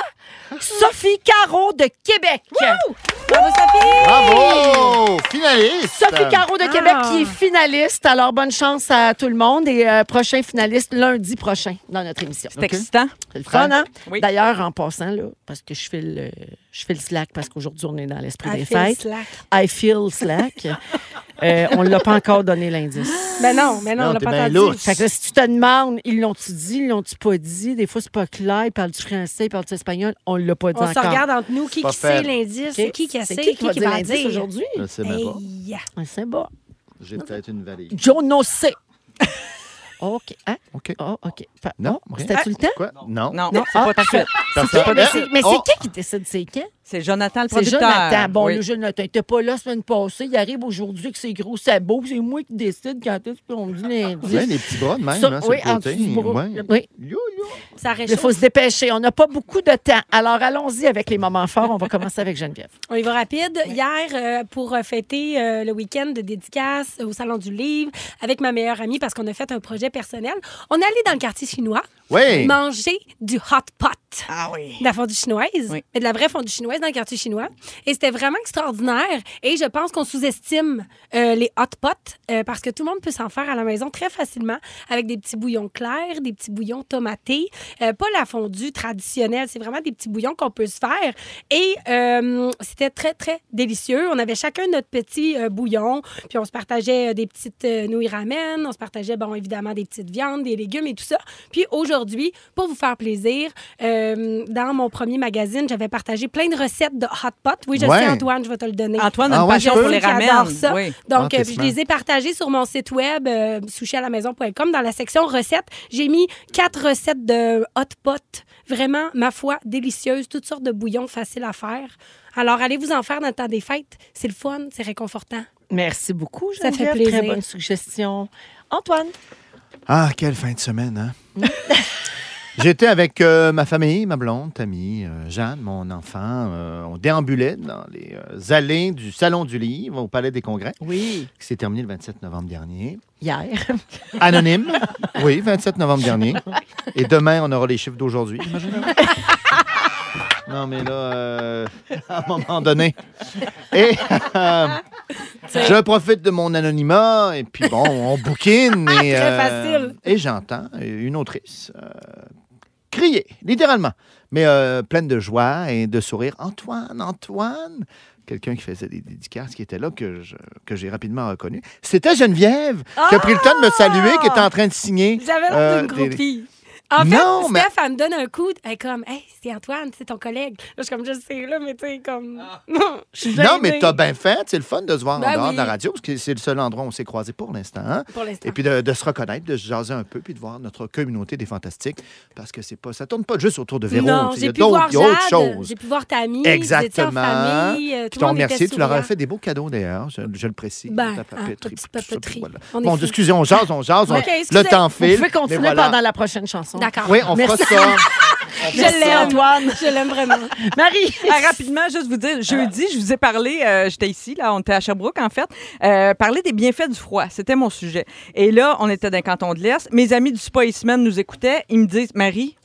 [SPEAKER 17] Sophie Caro de Québec.
[SPEAKER 4] Bravo, Sophie!
[SPEAKER 2] Bravo! Finaliste!
[SPEAKER 1] Sophie Caro de Québec
[SPEAKER 4] Ah.
[SPEAKER 1] qui est finaliste. Alors, bonne chance à tout le monde et euh, prochain finaliste lundi prochain dans notre émission.
[SPEAKER 3] C'est excitant.
[SPEAKER 1] C'est le fun, hein?
[SPEAKER 3] Oui.
[SPEAKER 1] D'ailleurs, en passant, là, parce que je fais le, je fais le slack, parce qu'aujourd'hui, on est dans l'esprit
[SPEAKER 4] I
[SPEAKER 1] des
[SPEAKER 4] feel
[SPEAKER 1] fêtes.
[SPEAKER 4] slack.
[SPEAKER 1] I feel slack. Euh, on ne l'a pas encore donné l'indice.
[SPEAKER 4] Mais Ben non, mais non,
[SPEAKER 1] Non,
[SPEAKER 4] on l'a
[SPEAKER 1] t'es
[SPEAKER 4] pas
[SPEAKER 1] bien
[SPEAKER 4] entendu.
[SPEAKER 1] lousse. Fait que là, si tu te demandes, ils l'ont-tu dit, ils l'ont-tu pas dit, des fois, c'est pas clair, ils parlent du français, ils parlent du espagnol, on l'a pas dit
[SPEAKER 4] On se
[SPEAKER 1] encore.
[SPEAKER 4] regarde entre nous,
[SPEAKER 1] C'est
[SPEAKER 4] qui,
[SPEAKER 1] pas
[SPEAKER 4] qui sait
[SPEAKER 1] fait.
[SPEAKER 4] l'indice,
[SPEAKER 1] OK.
[SPEAKER 4] qui qui
[SPEAKER 1] C'est
[SPEAKER 4] sait,
[SPEAKER 1] qui qui va dire
[SPEAKER 4] va
[SPEAKER 1] l'indice
[SPEAKER 4] dire.
[SPEAKER 1] aujourd'hui?
[SPEAKER 2] Je sais même pas.
[SPEAKER 4] Hey,
[SPEAKER 1] On sait pas.
[SPEAKER 2] J'ai peut-être une valise.
[SPEAKER 1] Joe no sait. OK. Hein?
[SPEAKER 2] OK.
[SPEAKER 1] Oh, OK. Pa-
[SPEAKER 2] Non,
[SPEAKER 1] oh,
[SPEAKER 2] rien.
[SPEAKER 1] C'était-tu le temps?
[SPEAKER 2] Quoi? Non.
[SPEAKER 3] Non,
[SPEAKER 1] Non,
[SPEAKER 3] c'est
[SPEAKER 1] ah,
[SPEAKER 3] pas ta fête.
[SPEAKER 1] C'est
[SPEAKER 2] Personne.
[SPEAKER 1] qui- mais c'est- Mais
[SPEAKER 2] Oh.
[SPEAKER 1] c'est qui qui décide c'est quand?
[SPEAKER 3] C'est Jonathan le
[SPEAKER 1] C'est
[SPEAKER 3] producteur.
[SPEAKER 1] Jonathan. Bon,
[SPEAKER 3] Oui.
[SPEAKER 1] le Jonathan, t'es pas là la semaine passée. Il arrive aujourd'hui que c'est gros sabots. C'est moi qui décide quand est-ce qu'on me dit l'indice.
[SPEAKER 2] Ouais, Ah, les petits bras de même,
[SPEAKER 1] Ça,
[SPEAKER 2] hein, sur
[SPEAKER 1] oui,
[SPEAKER 2] le
[SPEAKER 1] en
[SPEAKER 2] côté.
[SPEAKER 1] dessous du bras.
[SPEAKER 2] Ouais.
[SPEAKER 1] Oui.
[SPEAKER 4] Ça
[SPEAKER 1] Il
[SPEAKER 4] réchauffe.
[SPEAKER 1] faut se dépêcher. On n'a pas beaucoup de temps. Alors, allons-y avec les moments forts. On va commencer avec Geneviève.
[SPEAKER 4] On y va rapide. Hier, euh, pour euh, fêter euh, le week-end de dédicace au Salon du Livre avec ma meilleure amie, parce qu'on a fait un projet personnel, on est allé dans le quartier chinois
[SPEAKER 2] Oui.
[SPEAKER 4] manger du hot pot.
[SPEAKER 17] Ah oui.
[SPEAKER 4] De la fondue chinoise, mais de la vraie fondue chinoise dans le quartier chinois. Et c'était vraiment extraordinaire. Et je pense qu'on sous-estime euh, les hot pots euh, parce que tout le monde peut s'en faire à la maison très facilement avec des petits bouillons clairs, des petits bouillons tomatés. Euh, pas la fondue traditionnelle, c'est vraiment des petits bouillons qu'on peut se faire. Et euh, c'était très, très délicieux. On avait chacun notre petit euh, bouillon, puis on se partageait euh, des petites euh, nouilles ramen, on se partageait, bon, évidemment, des petites viandes, des légumes et tout ça. Puis aujourd'hui, pour vous faire plaisir, euh, dans mon premier magazine, j'avais partagé plein de recettes de hot pot. Oui, je
[SPEAKER 3] Ouais.
[SPEAKER 4] sais, Antoine, je vais te le donner.
[SPEAKER 3] Antoine a une Ah ouais, passion je peux? pour les
[SPEAKER 4] Qui adore
[SPEAKER 3] ramen.
[SPEAKER 4] ça.
[SPEAKER 3] Oui.
[SPEAKER 4] Donc,
[SPEAKER 3] Ah,
[SPEAKER 4] euh,
[SPEAKER 3] t'es
[SPEAKER 4] je
[SPEAKER 3] smart.
[SPEAKER 4] les ai partagées sur mon site web, euh, sushialamaison.com, dans la section recettes. J'ai mis quatre recettes de hot pot. Vraiment, ma foi, délicieuses. Toutes sortes de bouillons faciles à faire. Alors, allez vous en faire dans le temps des fêtes. C'est le fun, c'est réconfortant.
[SPEAKER 1] Merci beaucoup,
[SPEAKER 4] Ça
[SPEAKER 1] Geneviève.
[SPEAKER 4] fait plaisir.
[SPEAKER 1] Très bonne suggestion. Antoine.
[SPEAKER 2] Ah, quelle fin de semaine, hein? J'étais avec euh, ma famille, ma blonde, Tammy, euh, Jeanne, mon enfant. Euh, on déambulait dans les euh, allées du Salon du Livre au Palais des Congrès.
[SPEAKER 1] Oui.
[SPEAKER 2] Qui s'est terminé le 27 novembre dernier.
[SPEAKER 1] Hier.
[SPEAKER 2] Anonyme. Oui, 27 novembre dernier. Et demain, on aura les chiffres d'aujourd'hui. imaginez. Non, mais là, euh, à un moment donné. Et euh, je profite de mon anonymat, et puis bon, on bouquine. Et,
[SPEAKER 6] Très
[SPEAKER 2] euh, et j'entends une autrice euh, crier, littéralement, mais euh, pleine de joie et de sourire. Antoine, Antoine! Quelqu'un qui faisait des dédicaces, qui était là, que je- que j'ai rapidement reconnu. C'était Geneviève, qui a pris le temps de me saluer, qui était en train de signer.
[SPEAKER 4] Ah! J'avais l'air
[SPEAKER 2] euh,
[SPEAKER 4] d'une
[SPEAKER 2] des-
[SPEAKER 4] groupie. En fait,
[SPEAKER 2] Non, mais-
[SPEAKER 4] Steph, elle me donne un coup. Elle est comme, hey, c'est Antoine, c'est ton collègue. Là, je suis comme, je sais, là, mais tu sais, comme. Non, je suis
[SPEAKER 2] Non, mais
[SPEAKER 4] gênée.
[SPEAKER 2] t'as bien fait. C'est le fun de se voir
[SPEAKER 4] Ben
[SPEAKER 2] en dehors de la
[SPEAKER 4] oui.
[SPEAKER 2] radio, parce que c'est le seul endroit où on s'est croisés pour l'instant. hein.
[SPEAKER 4] Pour l'instant.
[SPEAKER 2] Et puis de, de se reconnaître, de se jaser un peu, puis de voir notre communauté des fantastiques, parce que c'est pas, ça tourne pas juste autour de Véro.
[SPEAKER 4] Non,
[SPEAKER 2] tu sais, il y
[SPEAKER 4] j'ai
[SPEAKER 2] a
[SPEAKER 4] pu
[SPEAKER 2] d'autres
[SPEAKER 4] voir
[SPEAKER 2] il y a autre
[SPEAKER 4] Jade,
[SPEAKER 2] chose.
[SPEAKER 4] j'ai pu voir ta amie.
[SPEAKER 2] Exactement.
[SPEAKER 4] Puis
[SPEAKER 2] Puis t'en remercier, tu leur as fait des beaux cadeaux d'ailleurs, je, je le précise.
[SPEAKER 4] Ben,
[SPEAKER 2] la papeterie, puis
[SPEAKER 4] hein,
[SPEAKER 2] tout ça,
[SPEAKER 4] papeterie.
[SPEAKER 2] puis voilà.
[SPEAKER 4] On est
[SPEAKER 2] Bon,
[SPEAKER 4] fous.
[SPEAKER 2] excusez, on jase, on jase, on-
[SPEAKER 1] Ok, excusez,
[SPEAKER 2] le temps file.
[SPEAKER 1] Vous pouvez continuer
[SPEAKER 2] mais voilà.
[SPEAKER 1] pendant la prochaine chanson.
[SPEAKER 4] D'accord.
[SPEAKER 2] Oui, on
[SPEAKER 1] Merci.
[SPEAKER 2] fera ça.
[SPEAKER 1] Je l'aime,
[SPEAKER 3] Antoine.
[SPEAKER 4] Je l'aime vraiment.
[SPEAKER 1] Marie.
[SPEAKER 3] Ah, rapidement, juste vous dire, jeudi, je vous ai parlé, euh, j'étais ici, là, on était à Sherbrooke, en fait, euh, parler des bienfaits du froid. C'était mon sujet. Et là, on était dans le canton de l'Est. Mes amis du Spa Eastman nous écoutaient. Ils me disent, Marie,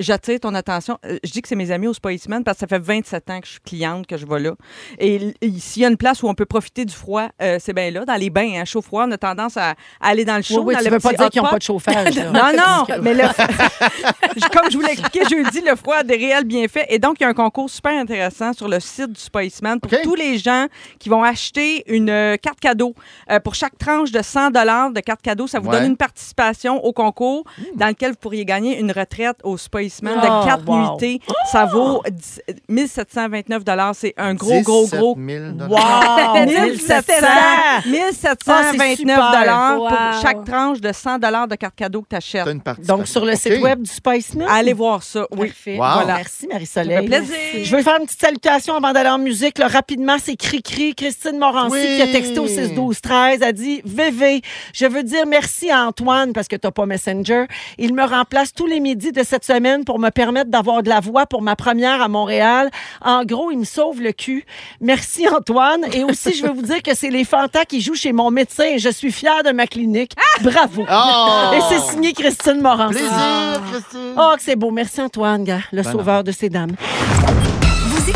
[SPEAKER 3] J'attire ton attention. Euh, Je dis que c'est mes amis au Spa Eastman parce que ça fait 27 ans que je suis cliente, que je vais là. Et l- et s'il y a une place où on peut profiter du froid, euh, c'est bien là, dans les bains, hein, chaud-froid. On a tendance à, à aller dans le chaud.
[SPEAKER 1] oui,
[SPEAKER 3] dans
[SPEAKER 1] tu
[SPEAKER 3] le
[SPEAKER 1] veux pas
[SPEAKER 3] petit
[SPEAKER 1] dire
[SPEAKER 3] hot
[SPEAKER 1] qu'ils ont
[SPEAKER 3] pot.
[SPEAKER 1] pas de chauffage, là.
[SPEAKER 3] Ah, non, non, mais le, je- comme je vous l'ai expliqué jeudi, le froid a des réels bienfaits. Et donc, il y a un concours super intéressant sur le site du Spiceman pour tous les gens qui vont acheter une euh, carte cadeau. Euh, pour chaque tranche de 100 de carte cadeau, ça vous
[SPEAKER 18] Ouais.
[SPEAKER 3] donne une participation au concours dans lequel vous pourriez gagner une retraite au Spiceman
[SPEAKER 18] Oh,
[SPEAKER 3] de 4
[SPEAKER 18] wow.
[SPEAKER 3] nuitées. Ça vaut 10 1729 C'est un gros, gros, gros.
[SPEAKER 2] 17 000
[SPEAKER 1] Oh,
[SPEAKER 3] Wow! 1700!
[SPEAKER 18] 1700.
[SPEAKER 1] Ah, c'est
[SPEAKER 3] 1729
[SPEAKER 1] super.
[SPEAKER 3] pour
[SPEAKER 1] Wow.
[SPEAKER 3] chaque tranche de 100 de carte cadeau que tu achètes.
[SPEAKER 1] Donc, sur le site web du Spice Mills.
[SPEAKER 3] Allez voir ça. Oui.
[SPEAKER 1] Mmh. Parfait.
[SPEAKER 3] Wow.
[SPEAKER 1] Voilà. Merci, Marie-Soleil.
[SPEAKER 3] Ça fait plaisir. Merci.
[SPEAKER 1] Je vais faire une petite salutation avant d'aller en musique. là, rapidement, c'est Cri-Cri, Christine Morancy,
[SPEAKER 3] Oui.
[SPEAKER 1] qui a texté au 6-12-13, a dit VV, je veux dire merci à Antoine parce que t'as pas Messenger. Il me remplace tous les midis de cette semaine pour me permettre d'avoir de la voix pour ma première à Montréal. En gros, il me sauve le cul. Merci, Antoine. Et aussi, je veux vous dire que c'est les Fantas qui jouent chez mon médecin et je suis fière de ma clinique. Bravo.
[SPEAKER 2] Oh.
[SPEAKER 1] Et c'est signé Christine Morancy.
[SPEAKER 2] Plaisir,
[SPEAKER 1] Christine. Oh, que c'est beau. Merci, Antoine, gars, le
[SPEAKER 2] Ben
[SPEAKER 1] sauveur de ces dames.
[SPEAKER 12] Vous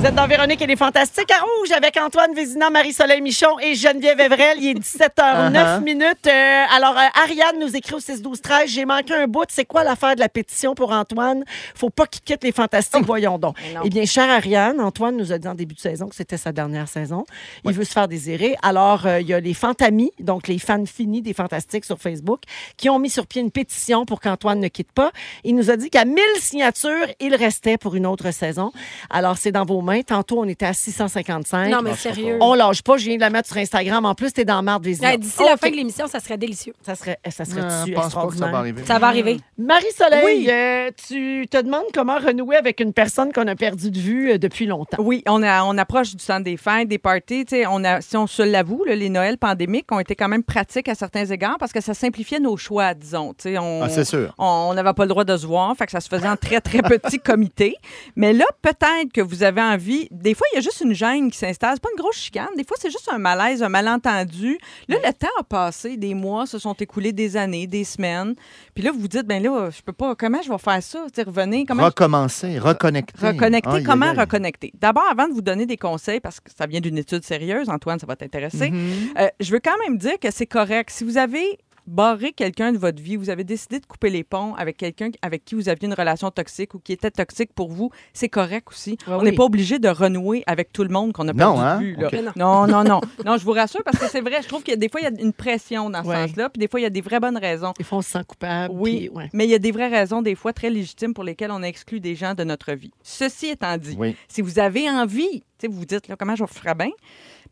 [SPEAKER 1] Vous êtes dans Véronique et les Fantastiques à Rouge avec Antoine Vézina, Marie-Soleil Michon et Geneviève Evrel. Il est 17h09
[SPEAKER 18] Uh-huh.
[SPEAKER 1] minutes. Euh, alors, euh, Ariane nous écrit au 6-12-13. J'ai manqué un bout. C'est quoi l'affaire de la pétition pour Antoine? Faut pas qu'il quitte les Fantastiques. Voyons donc. Eh bien, chère Ariane, Antoine nous a dit en début de saison que c'était sa dernière saison. Il veut se faire désirer. Alors, euh, il y a les Fantamis, donc les fans finis des Fantastiques sur Facebook, qui ont mis sur pied une pétition pour qu'Antoine ne quitte pas. Il nous a dit qu'à 1000 signatures, il restait pour une autre saison. Alors, c'est dans vos mains. Tantôt, on était à
[SPEAKER 3] Hein?
[SPEAKER 1] 655.
[SPEAKER 4] Non, mais sérieux.
[SPEAKER 1] On lâche pas. Je viens de la mettre sur Instagram. En plus, t'es dans Marde des
[SPEAKER 4] Ouais, D'ici la fin de l'émission, ça serait délicieux.
[SPEAKER 1] Ça serait, ça
[SPEAKER 4] serait
[SPEAKER 1] serait-tu extraordinaire?
[SPEAKER 4] Ça va arriver.
[SPEAKER 3] Mm.
[SPEAKER 1] Marie-Soleil,
[SPEAKER 4] Oui.
[SPEAKER 1] euh, tu te demandes comment renouer avec une personne qu'on a perdue de vue euh, depuis longtemps.
[SPEAKER 3] Oui, on, a- on approche du temps des fêtes, des parties. tu sais, On a, si on se l'avoue, là, les Noëls pandémiques ont été quand même pratiques à certains égards parce que ça simplifiait nos choix, disons. tu sais, On,
[SPEAKER 2] Ah, c'est sûr.
[SPEAKER 3] On on n'avait pas le droit de se voir, fait que ça se faisait en très, très petit comité. Mais là, peut-être que vous avez envie. Des fois, il y a juste une gêne qui s'installe. C'est pas une grosse chicane. Des fois, c'est juste un malaise, un malentendu. Là, le temps a passé. Des mois se sont écoulés, des années, des semaines. Puis là, vous vous dites, ben là, je peux pas. Comment je vais faire ça? Tu sais, revenez. Comment je-
[SPEAKER 2] Recommencer, reconnecter.
[SPEAKER 3] Reconnecter,
[SPEAKER 2] Aïe,
[SPEAKER 3] comment
[SPEAKER 2] aïe, aïe.
[SPEAKER 3] reconnecter? D'abord, avant de vous donner des conseils, parce que ça vient d'une étude sérieuse, Antoine, ça va t'intéresser,
[SPEAKER 18] Mhm.
[SPEAKER 3] euh, je veux quand même dire que c'est correct. Si vous avez barré quelqu'un de votre vie, vous avez décidé de couper les ponts avec quelqu'un avec qui vous aviez une relation toxique ou qui était toxique pour vous, c'est correct aussi. On n'est
[SPEAKER 18] oui.
[SPEAKER 3] pas obligé de renouer avec tout le monde qu'on a
[SPEAKER 18] Non,
[SPEAKER 3] perdu de
[SPEAKER 18] hein?
[SPEAKER 3] vue, là.
[SPEAKER 18] Ok. Mais non.
[SPEAKER 3] Non, non, non. Non, je vous rassure parce que c'est vrai, je trouve que des fois, il y a une pression dans ce
[SPEAKER 1] Ouais.
[SPEAKER 3] sens-là, puis des fois, il y a des vraies bonnes raisons.
[SPEAKER 1] Des fois, on se sent coupable. puis,
[SPEAKER 3] Oui,
[SPEAKER 1] ouais.
[SPEAKER 3] mais il y a des vraies raisons, des fois très légitimes, pour lesquelles on exclut des gens de notre vie. Ceci étant dit, si vous avez envie, tu sais, vous vous dites, là, comment je ferai bien,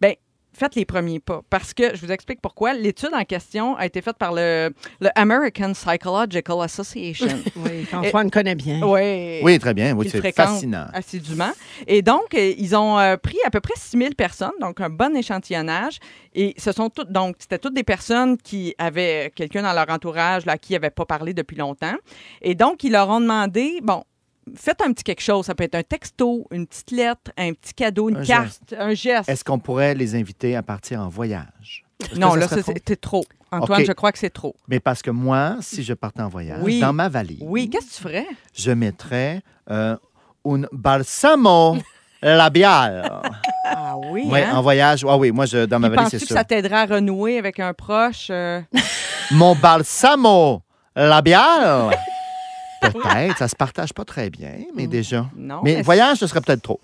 [SPEAKER 3] ben faites les premiers pas. Parce que je vous explique pourquoi. L'étude en question a été faite par le, le American Psychological Association.
[SPEAKER 1] Oui, Antoine connaît bien.
[SPEAKER 3] Oui.
[SPEAKER 2] Oui, très bien. Oui,
[SPEAKER 3] qu'il
[SPEAKER 2] c'est
[SPEAKER 3] fréquente
[SPEAKER 2] fascinant.
[SPEAKER 3] Assidûment. Et donc, euh, ils ont euh, pris à peu près 6000 personnes, donc un bon échantillonnage. Et ce sont toutes, donc, c'était toutes des personnes qui avaient euh, quelqu'un dans leur entourage là, à qui ils n'avaient pas parlé depuis longtemps. Et donc, ils leur ont demandé, bon, faites un petit quelque chose. Ça peut être un texto, une petite lettre, un petit cadeau, une
[SPEAKER 2] Un
[SPEAKER 3] carte,
[SPEAKER 2] geste.
[SPEAKER 3] un geste.
[SPEAKER 2] Est-ce qu'on pourrait les inviter à partir en voyage? Est-ce que
[SPEAKER 3] Non,
[SPEAKER 2] ça
[SPEAKER 3] là,
[SPEAKER 2] serait
[SPEAKER 3] ça,
[SPEAKER 2] trop?
[SPEAKER 3] c'était trop. Antoine,
[SPEAKER 2] OK.
[SPEAKER 3] je crois que c'est trop.
[SPEAKER 2] Mais parce que moi, si je partais en voyage,
[SPEAKER 3] Oui.
[SPEAKER 2] dans ma valise,
[SPEAKER 3] Oui, qu'est-ce que tu ferais?
[SPEAKER 2] je mettrais euh, un balsamo labial.
[SPEAKER 3] Ah oui,
[SPEAKER 2] Ouais,
[SPEAKER 3] hein?
[SPEAKER 2] en voyage. Ah oui, moi, je, dans ma
[SPEAKER 3] Puis
[SPEAKER 2] valise,
[SPEAKER 3] Penses-tu
[SPEAKER 2] c'est
[SPEAKER 3] que
[SPEAKER 2] ça.
[SPEAKER 3] ça t'aiderait à renouer avec un proche? euh?
[SPEAKER 2] Mon balsamo labial. Peut-être, ça se partage pas très bien, mais déjà.
[SPEAKER 3] Mm. Non,
[SPEAKER 2] mais
[SPEAKER 3] mais
[SPEAKER 2] voyage, ce serait peut-être trop.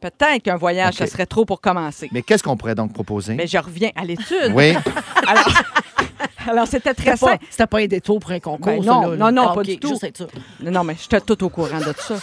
[SPEAKER 3] Peut-être qu'un voyage, ça
[SPEAKER 2] OK.
[SPEAKER 3] serait trop pour commencer.
[SPEAKER 2] Mais qu'est-ce qu'on pourrait donc proposer?
[SPEAKER 3] Mais je reviens à l'étude.
[SPEAKER 2] Hein? Oui.
[SPEAKER 3] Alors, c'était très
[SPEAKER 1] C'était pas-
[SPEAKER 3] simple.
[SPEAKER 1] C'était pas un détour pour un concours,
[SPEAKER 3] Ben non,
[SPEAKER 1] ça, là,
[SPEAKER 3] non,
[SPEAKER 1] là.
[SPEAKER 3] non,
[SPEAKER 1] Ah,
[SPEAKER 3] pas
[SPEAKER 1] OK,
[SPEAKER 3] du tout.
[SPEAKER 1] juste être sûr.
[SPEAKER 3] Non, non, mais j'étais tout au courant de tout ça.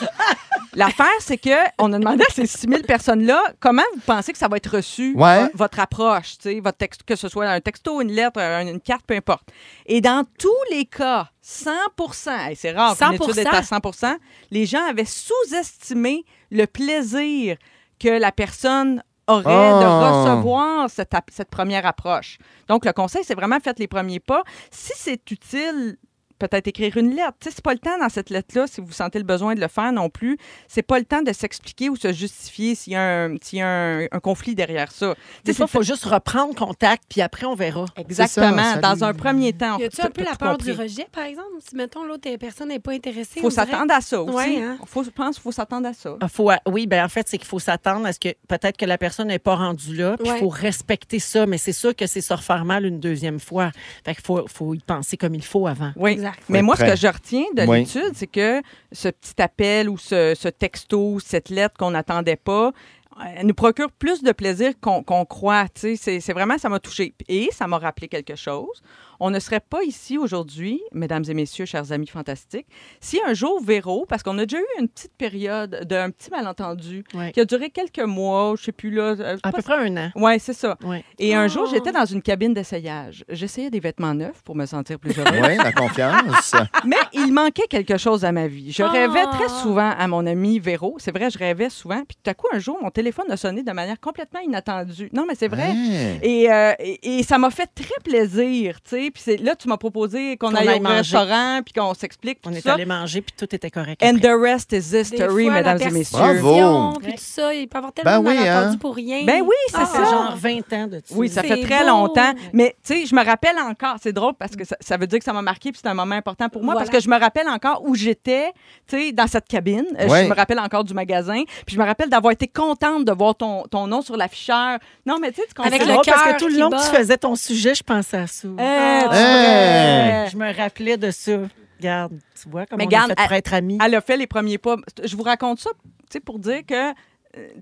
[SPEAKER 3] L'affaire, c'est que on a demandé à ces 6000 personnes-là comment vous pensez que ça va être reçu,
[SPEAKER 2] Ouais.
[SPEAKER 3] vo- votre approche, tu sais, votre texte, que ce soit un texto, une lettre, un- une carte, peu importe. Et dans tous les cas, 100 hey, c'est rare qu'une étude est à 100 les gens avaient sous-estimé le plaisir que la personne aurait de
[SPEAKER 19] Oh.
[SPEAKER 3] recevoir cette, ap- cette première approche. Donc, le conseil, c'est vraiment faites les premiers pas. Si c'est utile, peut-être écrire une lettre. Tu sais, c'est pas le temps dans cette lettre-là, si vous sentez le besoin de le faire non plus. C'est pas le temps de s'expliquer ou se justifier s'il y a un, s'il y a un, un conflit derrière ça.
[SPEAKER 1] Des
[SPEAKER 3] Tu sais,
[SPEAKER 1] fois,
[SPEAKER 3] c'est-
[SPEAKER 1] faut juste reprendre contact, puis après, on verra.
[SPEAKER 3] Exactement. dans un premier temps.
[SPEAKER 4] Y a-tu
[SPEAKER 3] on-
[SPEAKER 4] un
[SPEAKER 3] t'as
[SPEAKER 4] peu la
[SPEAKER 3] tout
[SPEAKER 4] peur
[SPEAKER 3] compris.
[SPEAKER 4] du rejet, par exemple? Si, mettons, l'autre personne n'est pas intéressée.
[SPEAKER 3] Faut
[SPEAKER 4] on dirait-
[SPEAKER 3] s'attendre à ça aussi.
[SPEAKER 4] Ouais, hein?
[SPEAKER 3] Faut, je pense qu'il faut s'attendre à ça.
[SPEAKER 1] Ah, Faut, oui, ben en fait, c'est qu'il faut s'attendre à ce que peut-être que la personne n'est pas rendue là, puis il
[SPEAKER 4] Ouais.
[SPEAKER 1] faut respecter ça, mais c'est sûr que c'est se refaire mal une deuxième fois. Fait qu'il faut, faut y penser comme il faut avant.
[SPEAKER 3] Oui. Mais
[SPEAKER 1] Faut
[SPEAKER 3] moi,
[SPEAKER 1] être
[SPEAKER 3] ce que
[SPEAKER 1] prêt.
[SPEAKER 3] je retiens de
[SPEAKER 1] Oui.
[SPEAKER 3] l'étude, c'est que ce petit appel ou ce, ce texto, cette lettre qu'on n'attendait pas, euh, elle nous procure plus de plaisir qu'on qu'on croit. tu sais. C'est c'est vraiment, ça m'a touchée. Et ça m'a rappelé quelque chose. On ne serait pas ici aujourd'hui, mesdames et messieurs, chers amis fantastiques, si un jour Véro, parce qu'on a déjà eu une petite période d'un petit malentendu qui a duré quelques mois, je ne sais plus là.
[SPEAKER 1] À peu près un an.
[SPEAKER 3] Oui, c'est ça. Et un jour,
[SPEAKER 1] Oh.
[SPEAKER 3] j'étais dans une cabine d'essayage. J'essayais des vêtements neufs pour me sentir plus heureuse.
[SPEAKER 2] Oui, la confiance.
[SPEAKER 3] Mais il manquait quelque chose à ma vie. Je
[SPEAKER 2] Ah.
[SPEAKER 3] rêvais très souvent à mon ami Véro. C'est vrai, je rêvais souvent. Puis tout à coup, un jour, mon téléphone a sonné de manière complètement inattendue. Non, mais c'est vrai.
[SPEAKER 2] Hein.
[SPEAKER 3] Et, euh, et, et ça m'a fait très plaisir, tu sais. Puis c'est- là, tu m'as proposé qu'on
[SPEAKER 1] Qu'on
[SPEAKER 3] aille,
[SPEAKER 1] aille
[SPEAKER 3] au
[SPEAKER 1] manger.
[SPEAKER 3] restaurant, puis qu'on s'explique. puis
[SPEAKER 1] On
[SPEAKER 3] tout
[SPEAKER 1] est
[SPEAKER 3] ça.
[SPEAKER 1] allé manger, puis tout était correct.
[SPEAKER 3] And
[SPEAKER 1] après.
[SPEAKER 3] the rest is
[SPEAKER 4] Des
[SPEAKER 3] history,
[SPEAKER 4] fois, la
[SPEAKER 3] mesdames et messieurs.
[SPEAKER 4] perception, Puis tout ça, il peut avoir tellement
[SPEAKER 3] Ben oui,
[SPEAKER 4] malentendu
[SPEAKER 3] hein.
[SPEAKER 4] pour rien.
[SPEAKER 3] Ben oui, c'est
[SPEAKER 4] Ah.
[SPEAKER 3] ça.
[SPEAKER 1] Genre 20 ans de ça.
[SPEAKER 3] Oui, ça
[SPEAKER 4] C'est
[SPEAKER 3] fait très
[SPEAKER 4] beau.
[SPEAKER 3] longtemps. Mais tu sais, je me rappelle encore. C'est drôle parce que ça, ça veut dire que ça m'a marqué puis c'est un moment important pour moi parce que je me rappelle encore où j'étais, tu sais, dans cette cabine. Euh,
[SPEAKER 19] Ouais.
[SPEAKER 3] Je me rappelle encore du magasin. Puis je me rappelle d'avoir été contente de voir ton, ton nom sur l'afficheur. Non, mais tu sais, tu comprends. Euh,
[SPEAKER 1] C'est drôle parce que tout le long que tu faisais ton sujet, je pensais à ça.
[SPEAKER 4] Ah.
[SPEAKER 3] tu Hey. vois.
[SPEAKER 1] Je me rappelais de ça. Regarde, tu vois comme
[SPEAKER 3] Mais
[SPEAKER 1] on
[SPEAKER 3] garde,
[SPEAKER 1] a fait pour être amis.
[SPEAKER 3] Elle a fait les premiers pas. Je vous raconte ça, tu sais, pour dire que. euh,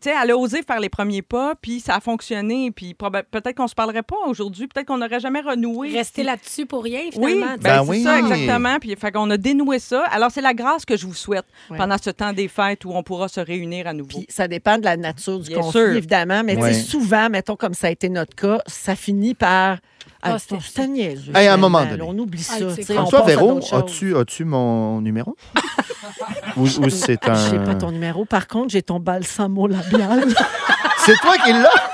[SPEAKER 3] Tu sais, elle a osé faire les premiers pas, puis ça a fonctionné, puis proba- peut-être qu'on se parlerait pas aujourd'hui, peut-être qu'on n'aurait jamais renoué.
[SPEAKER 4] Rester
[SPEAKER 3] Puis-
[SPEAKER 4] là-dessus pour rien,
[SPEAKER 3] Oui,
[SPEAKER 4] finalement.
[SPEAKER 3] ben,
[SPEAKER 4] tu sais.
[SPEAKER 3] c'est ça, exactement. Puis, fait qu'on a dénoué ça. Alors, c'est la grâce que je vous souhaite
[SPEAKER 1] Ouais.
[SPEAKER 3] pendant ce temps des fêtes où on pourra se réunir à nouveau.
[SPEAKER 1] ça dépend de la nature du
[SPEAKER 3] Bien
[SPEAKER 1] conflit,
[SPEAKER 3] sûr.
[SPEAKER 1] évidemment, mais tu
[SPEAKER 2] Ouais.
[SPEAKER 1] sais, souvent, mettons, comme ça a été notre cas, ça finit par.
[SPEAKER 4] Ah,
[SPEAKER 1] Ah,
[SPEAKER 4] c'était-
[SPEAKER 1] c'était niaiseux,
[SPEAKER 2] Hey, à un moment
[SPEAKER 1] finalement,
[SPEAKER 2] donné.
[SPEAKER 1] là, On oublie
[SPEAKER 4] Ah,
[SPEAKER 1] ça.
[SPEAKER 4] c'est
[SPEAKER 1] tu sais, on
[SPEAKER 2] François
[SPEAKER 1] passe à
[SPEAKER 2] Véro,
[SPEAKER 1] d'autres choses.
[SPEAKER 2] as-tu as mon numéro? ou ou c'est un.
[SPEAKER 1] Je sais Ah, pas ton numéro. Par contre, j'ai ton balsamo labial.
[SPEAKER 2] C'est toi qui l'as?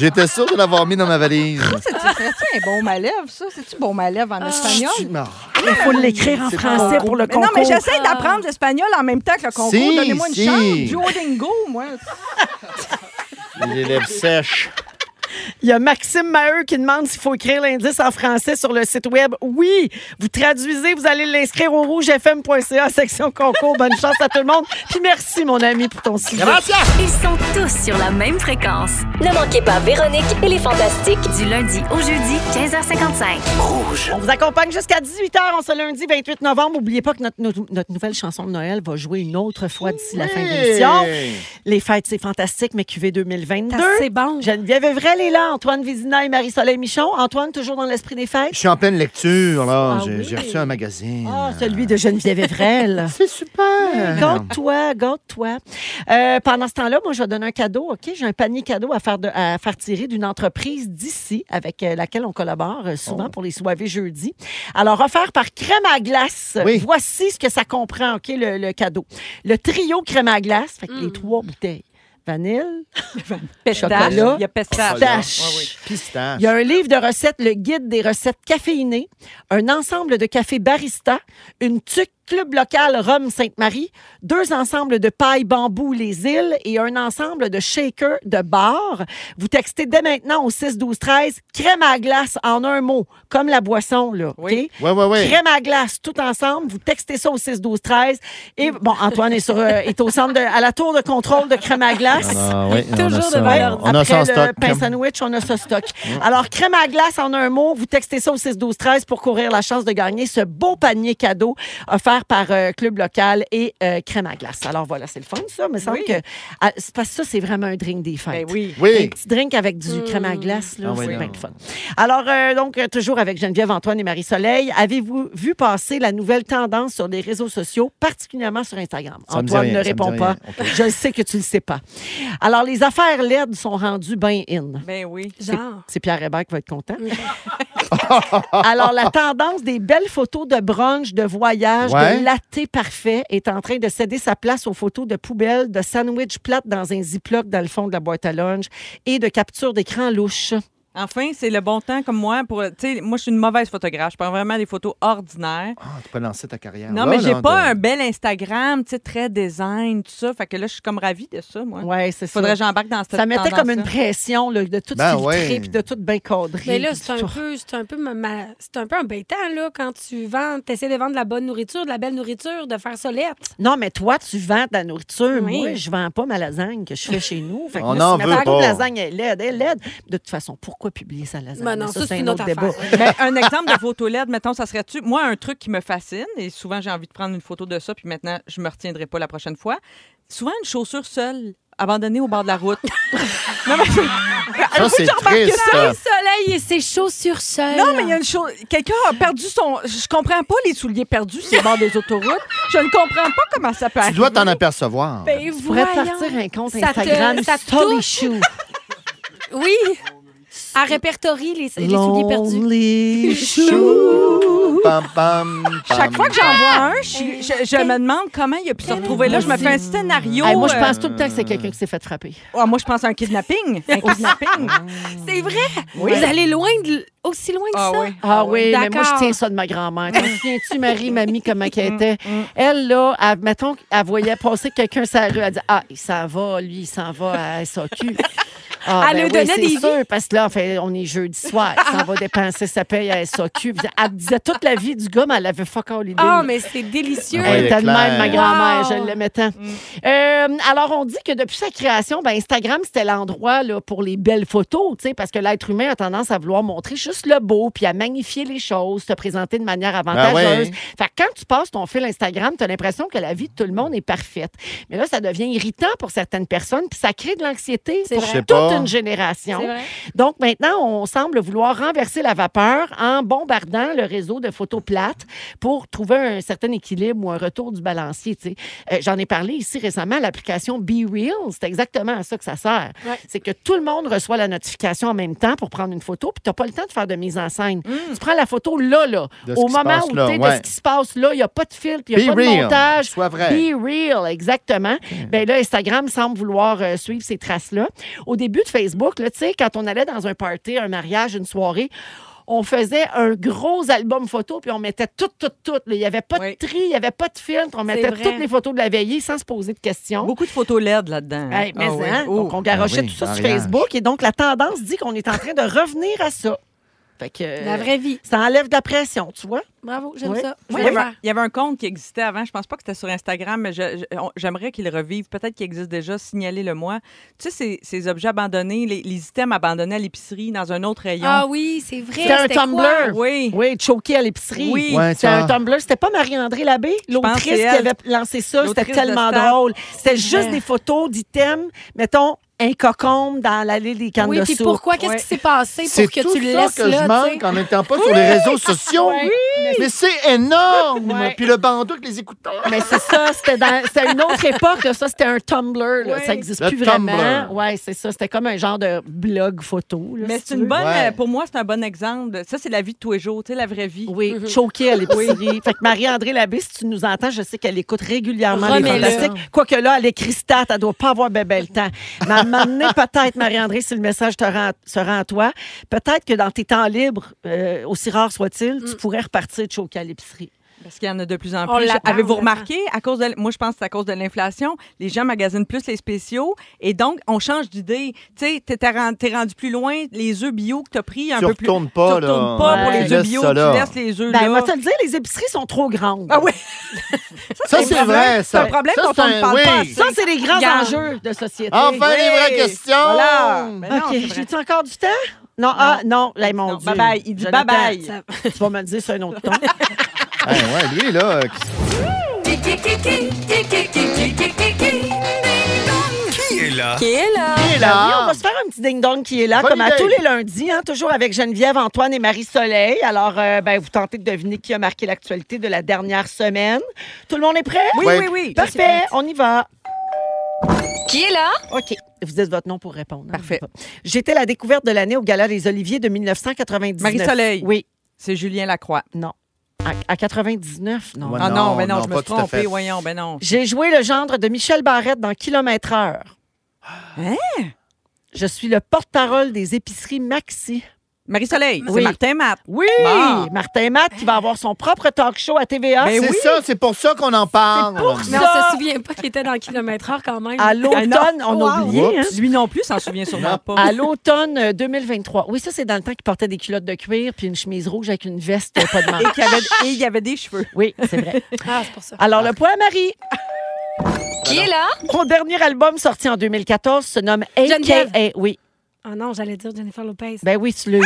[SPEAKER 2] J'étais sûr de l'avoir mis dans ma valise.
[SPEAKER 3] C'est- C'est-tu un bon malève, ça? C'est-tu bon malève en
[SPEAKER 2] Tu
[SPEAKER 3] espagnol?
[SPEAKER 2] m'as-
[SPEAKER 1] Il faut l'écrire en
[SPEAKER 2] C'est
[SPEAKER 1] français
[SPEAKER 2] pas-
[SPEAKER 1] Ah, pour le
[SPEAKER 3] Ah, Mais non,
[SPEAKER 1] concours.
[SPEAKER 3] mais j'essaie d'apprendre l'espagnol en même temps que le concours.
[SPEAKER 2] Si,
[SPEAKER 3] Donnez-moi une
[SPEAKER 2] si.
[SPEAKER 3] chance. Duolingo, moi.
[SPEAKER 2] Les lèvres sèches.
[SPEAKER 1] Il y a Maxime Maheu qui demande s'il faut écrire l'indice en français sur le site web. Oui, vous traduisez, vous allez l'inscrire au rougefm.ca, section concours. Bonne chance à tout le monde. Puis merci, mon ami, pour ton sujet.
[SPEAKER 12] Ils sont tous sur la même fréquence. Ne manquez pas Véronique et les Fantastiques du lundi au jeudi 15h55. Rouge.
[SPEAKER 1] On vous accompagne jusqu'à 18h en ce lundi 28 novembre. N'oubliez pas que notre, nou- notre nouvelle chanson de Noël va jouer une autre fois d'ici la fin de l'émission. Les fêtes, c'est fantastique, mais QV 2022.
[SPEAKER 4] C'est bon.
[SPEAKER 1] Geneviève Evrel est là, Antoine Vézina et Marie-Soleil Michon. Antoine, toujours dans l'esprit des fêtes?
[SPEAKER 2] Je suis en pleine lecture, là.
[SPEAKER 1] Ah
[SPEAKER 2] J'ai
[SPEAKER 1] oui.
[SPEAKER 2] j'ai reçu un magazine.
[SPEAKER 1] Ah, celui de Geneviève Evrel.
[SPEAKER 2] C'est super.
[SPEAKER 1] Garde-toi, garde-toi. Euh, pendant ce temps-là, moi, je vais donner un cadeau, OK? J'ai un panier cadeau à faire, de- à faire tirer d'une entreprise d'ici avec euh, laquelle on collabore euh, souvent pour les soirées jeudi. Alors, offert par Crème à glace. Voici ce que ça comprend, OK, le, le cadeau. Le trio Crème à glace, fait que les trois bouteilles. Vanille,
[SPEAKER 3] Pistache.
[SPEAKER 1] chocolat,
[SPEAKER 3] Il y a pistache.
[SPEAKER 2] Ah
[SPEAKER 1] pistache.
[SPEAKER 2] Pistache.
[SPEAKER 1] Il y a un livre de recettes, le guide des recettes caféinées, un ensemble de café barista, une tuque club local Rome Sainte-Marie, deux ensembles de paille bambou les îles et un ensemble de shakers de bar. Vous textez dès maintenant au 6 12 13 crème à glace en un mot, comme la boisson là, OK?
[SPEAKER 2] Ouais, ouais, ouais.
[SPEAKER 1] Crème à glace tout ensemble, vous textez ça au 6 12 13 et bon Antoine est sur euh, est au centre de- à la tour de contrôle de crème à glace.
[SPEAKER 2] Ah, ouais, on a
[SPEAKER 1] Toujours
[SPEAKER 2] ça,
[SPEAKER 1] devant
[SPEAKER 2] on-
[SPEAKER 1] l'ordi.
[SPEAKER 2] on a
[SPEAKER 1] Après
[SPEAKER 2] ça en
[SPEAKER 1] le
[SPEAKER 2] stock,
[SPEAKER 1] pain
[SPEAKER 2] crème.
[SPEAKER 1] sandwich, on a ce stock. Alors, crème à glace en un mot, vous textez ça au 6-12-13 pour courir la chance de gagner ce beau panier cadeau offert par euh, Club Local et euh, crème à glace. Alors voilà, c'est le fun, ça. Mais semble que. Ah, c'est parce que ça, c'est vraiment un drink des fêtes.
[SPEAKER 3] oui.
[SPEAKER 2] Oui.
[SPEAKER 1] Un petit drink avec du crème à glace, là,
[SPEAKER 2] Ah ouais,
[SPEAKER 1] c'est
[SPEAKER 2] non.
[SPEAKER 1] bien le fun. Alors, euh, donc, euh, toujours avec Geneviève, Antoine et Marie-Soleil, avez-vous vu passer la nouvelle tendance sur les réseaux sociaux, particulièrement sur Instagram?
[SPEAKER 2] Ça me dit
[SPEAKER 1] Antoine
[SPEAKER 2] rien,
[SPEAKER 1] ne
[SPEAKER 2] ça me
[SPEAKER 1] répond
[SPEAKER 2] dit
[SPEAKER 1] pas.
[SPEAKER 2] rien.
[SPEAKER 1] Je le sais que tu le sais pas. Alors, les affaires LED sont rendues bien in.
[SPEAKER 3] Ben oui.
[SPEAKER 1] C'est- C'est Pierre Hébert qui va être content. Alors, la tendance des belles photos de brunch, de voyage,
[SPEAKER 2] Ouais.
[SPEAKER 1] de latte parfait est en train de céder sa place aux photos de poubelles, de sandwich plate dans un ziploc dans le fond de la boîte à lunch et de capture d'écran louche.
[SPEAKER 3] Enfin, c'est le bon temps comme moi pour. Tu sais, moi, je suis une mauvaise photographe. Je prends vraiment des photos ordinaires.
[SPEAKER 2] Ah, euh, tu peux lancer ta carrière.
[SPEAKER 3] non, mais j'ai pas un bel Instagram, tu sais, très design, tout ça. Fait que là, je suis comme ravie de ça, moi.
[SPEAKER 1] Ouais, c'est ça.
[SPEAKER 3] Faudrait que j'embarque dans cette
[SPEAKER 1] Ça mettait comme une
[SPEAKER 3] tendance-là.
[SPEAKER 1] pression là, de tout
[SPEAKER 2] Ben
[SPEAKER 1] filtrer
[SPEAKER 2] ouais.
[SPEAKER 1] puis de tout bien cadrer.
[SPEAKER 4] Mais Ben là,
[SPEAKER 1] puis
[SPEAKER 4] c'est un,
[SPEAKER 1] tout.
[SPEAKER 4] peu, c'est un peu ma- ma- c'est un peu embêtant, là, quand tu vends, t'essaies de vendre de la bonne nourriture, de la belle nourriture, de faire solette.
[SPEAKER 1] Non, mais toi, tu vends de la nourriture.
[SPEAKER 4] Oui.
[SPEAKER 1] Moi, je vends pas ma lasagne que je fais chez nous. Fait que
[SPEAKER 2] On
[SPEAKER 1] là,
[SPEAKER 2] en
[SPEAKER 1] si
[SPEAKER 2] veut
[SPEAKER 1] la
[SPEAKER 2] pas.
[SPEAKER 1] lasagne est laide, elle est laide. De toute façon, pourquoi publier sa lasagne?
[SPEAKER 4] Ben non, ça, c'est une autre affaire.
[SPEAKER 3] Ben, un exemple de photo LED, mettons, ça serait-tu. Moi, un truc qui me fascine, et souvent j'ai envie de prendre une photo de ça, puis maintenant, je me retiendrai pas la prochaine fois. Souvent, une chaussure seule, abandonnée au bord de la route. non, mais. Avez-vous
[SPEAKER 2] c'est
[SPEAKER 3] déjà remarqué
[SPEAKER 2] triste.
[SPEAKER 3] ça?
[SPEAKER 4] soleil et ses chaussures seules.
[SPEAKER 3] Non, mais il y a une chose. Quelqu'un a perdu son. Je comprends pas les souliers perdus sur le bord des autoroutes. Je ne comprends pas comment ça peut
[SPEAKER 2] Tu
[SPEAKER 3] arriver.
[SPEAKER 2] dois t'en apercevoir.
[SPEAKER 4] Ben,
[SPEAKER 1] Tu pourrais te
[SPEAKER 4] voyons.
[SPEAKER 1] partir un compte
[SPEAKER 4] Ça te-
[SPEAKER 1] Instagram
[SPEAKER 4] ça te
[SPEAKER 1] Story
[SPEAKER 4] touche.
[SPEAKER 1] Shoe.
[SPEAKER 4] Oui. À répertorier les, les souliers perdus.
[SPEAKER 1] Lonely
[SPEAKER 2] Chou. Pam, pam, pam.
[SPEAKER 3] Chaque fois que j'en vois un, je, suis- je- je me demande comment il a pu se retrouver là. Je me fais un scénario.
[SPEAKER 1] Hey, moi, je
[SPEAKER 3] euh,
[SPEAKER 1] pense tout le temps que c'est quelqu'un qui s'est fait frapper.
[SPEAKER 3] ah, moi, je pense à un kidnapping. Un kidnapping.
[SPEAKER 4] C'est vrai. Vous allez loin, de- aussi loin que
[SPEAKER 3] Ah
[SPEAKER 4] ça.
[SPEAKER 3] oui.
[SPEAKER 1] Ah oui, mais moi, je
[SPEAKER 4] D'accord.
[SPEAKER 1] tiens ça de ma grand-mère. T'en souviens-tu, Marie, mamie, comment qu'elle était?
[SPEAKER 4] Mm,
[SPEAKER 1] Elle, là, elle- mettons qu'elle voyait passer quelqu'un sur la rue, elle dit Ah, il s'en va, lui, il s'en va à SAQ. Ah,
[SPEAKER 4] Elle
[SPEAKER 1] ben
[SPEAKER 4] lui
[SPEAKER 1] oui,
[SPEAKER 4] donnait
[SPEAKER 1] c'est
[SPEAKER 4] des
[SPEAKER 1] sûr, parce que là, enfin, on est jeudi soir. Il s'en va dépenser sa paye à SAQ. Puis Elle disait toute la vie du gars, mais elle avait fuck all idée.
[SPEAKER 4] Ah, mais c'est délicieux.
[SPEAKER 2] Ah,
[SPEAKER 1] Elle
[SPEAKER 2] il est
[SPEAKER 1] était de même,
[SPEAKER 2] clair.
[SPEAKER 1] ma grand-mère,
[SPEAKER 4] Wow. Mm.
[SPEAKER 1] je l'aimais tant. Euh, alors, on dit que depuis sa création, ben, Instagram, c'était l'endroit là, pour les belles photos, tu sais, parce que l'être humain a tendance à vouloir montrer juste le beau, puis à magnifier les choses, se présenter de manière avantageuse.
[SPEAKER 2] Ah ouais.
[SPEAKER 1] Fait que quand tu passes ton fil Instagram, tu as l'impression que la vie de tout le monde est parfaite. Mais là, ça devient irritant pour certaines personnes, puis ça crée de l'anxiété
[SPEAKER 4] C'est
[SPEAKER 1] pour
[SPEAKER 4] vrai. Je
[SPEAKER 2] sais
[SPEAKER 1] toute
[SPEAKER 2] pas.
[SPEAKER 1] une génération.
[SPEAKER 4] C'est vrai.
[SPEAKER 1] Donc maintenant, on semble vouloir renverser la vapeur en bombardant le réseau de photos plates pour trouver un certain équilibre ou un retour du balancier. tu sais. Euh, J'en ai parlé ici récemment, l'application Be Real, c'est exactement à ça que ça sert.
[SPEAKER 4] Ouais.
[SPEAKER 1] C'est que tout le monde reçoit la notification en même temps pour prendre une photo, puis tu n'as pas le temps de faire de mise en scène. Tu prends la photo là, là,
[SPEAKER 2] De ce
[SPEAKER 1] au
[SPEAKER 2] qui se
[SPEAKER 1] moment
[SPEAKER 2] passe
[SPEAKER 1] où
[SPEAKER 2] là,
[SPEAKER 1] tu es de
[SPEAKER 2] ouais.
[SPEAKER 1] ce qui se passe là, il n'y a pas de filtre, il n'y a
[SPEAKER 2] Be
[SPEAKER 1] pas de
[SPEAKER 2] real,
[SPEAKER 1] montage.
[SPEAKER 2] sois vrai.
[SPEAKER 1] Be real, exactement. Ben là, Instagram semble vouloir euh, suivre ces traces-là. Au début de Facebook, là, tu sais, quand on allait dans un party, un mariage, une soirée, on faisait un gros album photo, puis on mettait tout, tout, tout. là. Il n'y avait pas
[SPEAKER 3] Oui.
[SPEAKER 1] de tri, il n'y avait pas de filtre. On
[SPEAKER 4] C'est
[SPEAKER 1] mettait
[SPEAKER 4] vrai.
[SPEAKER 1] toutes les photos de la veillée sans se poser de questions.
[SPEAKER 3] Beaucoup de photos LED là-dedans.
[SPEAKER 1] Hey, mais
[SPEAKER 3] Ah oui.
[SPEAKER 1] hein,
[SPEAKER 3] Oh.
[SPEAKER 1] Donc, on garochait
[SPEAKER 2] Ah oui,
[SPEAKER 1] tout ça sur
[SPEAKER 2] mariage.
[SPEAKER 1] Facebook. Et donc, la tendance dit qu'on est en train de revenir à ça. Fait que, euh,
[SPEAKER 4] La vraie vie.
[SPEAKER 1] ça enlève de la pression, tu vois.
[SPEAKER 4] Bravo, j'aime
[SPEAKER 1] Oui.
[SPEAKER 4] ça. Je
[SPEAKER 3] Moi, il,
[SPEAKER 4] vais
[SPEAKER 3] y
[SPEAKER 4] le
[SPEAKER 3] avait,
[SPEAKER 4] faire.
[SPEAKER 3] il y avait un compte qui existait avant. Je pense pas que c'était sur Instagram, mais je- je- on- j'aimerais qu'il revive. Peut-être qu'il existe déjà. Signalez-le moi. Tu sais, ces, ces objets abandonnés, les, les items abandonnés à l'épicerie dans un autre rayon.
[SPEAKER 4] Ah oui, c'est vrai.
[SPEAKER 1] C'était un
[SPEAKER 4] C'était quoi?
[SPEAKER 1] Tumblr.
[SPEAKER 3] oui.
[SPEAKER 1] Oui, choqué à l'épicerie.
[SPEAKER 3] Oui.
[SPEAKER 2] Ouais,
[SPEAKER 1] C'était
[SPEAKER 2] ça.
[SPEAKER 1] un Tumblr. C'était pas Marie-André Labbé,
[SPEAKER 3] pense
[SPEAKER 1] l'autrice
[SPEAKER 3] que
[SPEAKER 1] qui
[SPEAKER 3] c'est elle.
[SPEAKER 1] avait lancé ça. C'était
[SPEAKER 3] L'autrice de
[SPEAKER 1] tellement
[SPEAKER 3] Star.
[SPEAKER 1] drôle. C'était juste des photos d'items, mettons, un cocombe dans l'allée des cannes
[SPEAKER 4] Oui,
[SPEAKER 1] de
[SPEAKER 4] puis
[SPEAKER 1] soupe.
[SPEAKER 4] pourquoi? Qu'est-ce qui s'est passé
[SPEAKER 2] C'est
[SPEAKER 4] pour que
[SPEAKER 2] tout
[SPEAKER 4] tu le
[SPEAKER 2] ça
[SPEAKER 4] laisses
[SPEAKER 2] que
[SPEAKER 4] là?
[SPEAKER 2] je
[SPEAKER 4] tu
[SPEAKER 2] manque
[SPEAKER 4] sais?
[SPEAKER 2] en n'étant pas sur
[SPEAKER 4] Oui!
[SPEAKER 2] les réseaux sociaux.
[SPEAKER 4] Oui.
[SPEAKER 2] Mais c'est énorme.
[SPEAKER 1] Ouais.
[SPEAKER 2] Puis le bandeau avec les écouteurs.
[SPEAKER 1] Mais c'est ça, c'était dans c'était une autre époque. là. Ça, c'était un Tumblr. là. Ça n'existe
[SPEAKER 2] Le
[SPEAKER 1] plus
[SPEAKER 2] Tumblr.
[SPEAKER 1] vraiment. Oui, c'est ça. C'était comme un genre de blog photo. là,
[SPEAKER 3] Mais
[SPEAKER 1] si
[SPEAKER 3] c'est
[SPEAKER 1] tu
[SPEAKER 3] une
[SPEAKER 1] veux.
[SPEAKER 3] bonne. euh, Pour moi, c'est un bon exemple. de- Ça, c'est la vie de tous les jours, tu sais, la vraie vie.
[SPEAKER 1] Oui, choquée à l'épicerie. fait que Marie-André Labbé, si tu nous entends, je sais qu'elle écoute régulièrement les
[SPEAKER 3] Remets-le.
[SPEAKER 1] fantastiques. Quoique là, elle écrit stat, elle doit pas avoir ben, ben le temps. Mais à un moment donné, peut-être, Marie-André, si le message te rend, se rend à toi, peut-être que dans tes temps libres, euh, aussi rares soit-il,
[SPEAKER 3] Mm.
[SPEAKER 1] tu pourrais repartir de choquée à l'épicerie.
[SPEAKER 3] Parce qu'il y en a de plus en
[SPEAKER 1] On
[SPEAKER 3] plus.
[SPEAKER 1] l'attend,
[SPEAKER 3] Avez-vous
[SPEAKER 1] on l'attend.
[SPEAKER 3] remarqué, à cause de, moi, je pense que c'est à cause de l'inflation, les gens magasinent plus les spéciaux et donc, on change d'idée. Tu sais, t'es t'es rendu, t'es rendu plus loin. Les œufs bio que t'as pris, un
[SPEAKER 2] Tu
[SPEAKER 3] peu plus.
[SPEAKER 2] retournes pas,
[SPEAKER 3] Tu
[SPEAKER 2] là.
[SPEAKER 3] retournes pas pour
[SPEAKER 2] Ouais.
[SPEAKER 3] les
[SPEAKER 2] Tu
[SPEAKER 3] œufs
[SPEAKER 2] laisses
[SPEAKER 3] bio.
[SPEAKER 2] ça
[SPEAKER 3] Tu
[SPEAKER 2] là.
[SPEAKER 3] laisses les œufs
[SPEAKER 1] Ben,
[SPEAKER 3] Mm. là.
[SPEAKER 1] moi, te le dire, les épiceries sont trop grandes.
[SPEAKER 3] Ah oui!
[SPEAKER 2] Ça,
[SPEAKER 3] c'est
[SPEAKER 2] c'est
[SPEAKER 3] un problème.
[SPEAKER 2] vrai, ça.
[SPEAKER 3] C'est un problème
[SPEAKER 2] Ça,
[SPEAKER 3] dont
[SPEAKER 2] c'est
[SPEAKER 3] on ne
[SPEAKER 2] un-
[SPEAKER 3] parle pas
[SPEAKER 2] oui.
[SPEAKER 3] assez.
[SPEAKER 1] Ça, c'est les grands
[SPEAKER 3] Garde.
[SPEAKER 1] enjeux de société.
[SPEAKER 2] Enfin, les vraies questions.
[SPEAKER 3] Voilà. Ben non,
[SPEAKER 1] OK,
[SPEAKER 3] c'est vrai.
[SPEAKER 1] j'ai-tu encore du temps? Non, ah, non, là, mon Dieu.
[SPEAKER 3] bye-bye. Il dit
[SPEAKER 1] Jonathan,
[SPEAKER 3] bye-bye.
[SPEAKER 1] ça- Tu vas me le dire sur un autre ton.
[SPEAKER 2] Ouais, Eh ouais, lui, là. euh, qui-
[SPEAKER 6] Qui est là?
[SPEAKER 1] Qui est là?
[SPEAKER 6] Qui
[SPEAKER 1] Ben
[SPEAKER 6] est
[SPEAKER 1] oui,
[SPEAKER 6] là?
[SPEAKER 1] on va se faire un petit ding-dong qui est là,
[SPEAKER 6] Bonne
[SPEAKER 1] comme à
[SPEAKER 6] idée.
[SPEAKER 1] tous les lundis, hein, toujours avec Geneviève, Antoine et Marie-Soleil. Alors, euh, ben, vous tentez de deviner qui a marqué l'actualité de la dernière semaine. Tout le monde est prêt?
[SPEAKER 3] Oui, oui, oui.
[SPEAKER 1] Parfait, on y va.
[SPEAKER 15] Qui est là?
[SPEAKER 1] OK. Vous dites votre nom pour répondre. hein. Parfait. J'étais la découverte de l'année au Gala des Oliviers de 1999.
[SPEAKER 3] Marie-Soleil.
[SPEAKER 1] Oui.
[SPEAKER 3] C'est Julien Lacroix.
[SPEAKER 1] Non. À, à 99, non.
[SPEAKER 3] Ah non, mais non, je me suis
[SPEAKER 2] tout à fait.
[SPEAKER 3] trompée. Voyons, ben non.
[SPEAKER 1] J'ai joué le gendre de Michel Barrette dans Kilomètre Heure. Hein? Je suis le porte-parole des épiceries Maxi.
[SPEAKER 3] Marie-Soleil, c'est
[SPEAKER 1] Oui.
[SPEAKER 3] Martin Matt.
[SPEAKER 1] Oui!
[SPEAKER 3] Bon.
[SPEAKER 1] Martin Matt qui va avoir son propre talk show à TVA.
[SPEAKER 2] c'est ça, c'est pour ça qu'on en parle.
[SPEAKER 4] Mais on se souvient pas qu'il était dans le kilomètre heure quand même.
[SPEAKER 1] À l'automne, on a
[SPEAKER 4] Ah Wow.
[SPEAKER 1] oublié. hein.
[SPEAKER 3] Lui non plus s'en souvient sûrement pas.
[SPEAKER 1] À l'automne euh, 2023. Oui, ça, c'est dans le temps qu'il portait des culottes de cuir puis une chemise rouge avec une veste euh, pas de
[SPEAKER 3] Et
[SPEAKER 1] manche.
[SPEAKER 3] qu'il y avait- et il y avait des cheveux.
[SPEAKER 1] Oui, c'est vrai.
[SPEAKER 4] Ah, c'est pour ça.
[SPEAKER 1] Alors, le point à Marie.
[SPEAKER 15] Qui est là?
[SPEAKER 1] Son dernier album sorti en 2014 se nomme
[SPEAKER 4] Geneviève.
[SPEAKER 1] A.K.A. Oui.
[SPEAKER 4] Ah non, j'allais dire Jennifer Lopez.
[SPEAKER 1] Ben oui, tu l'as eu.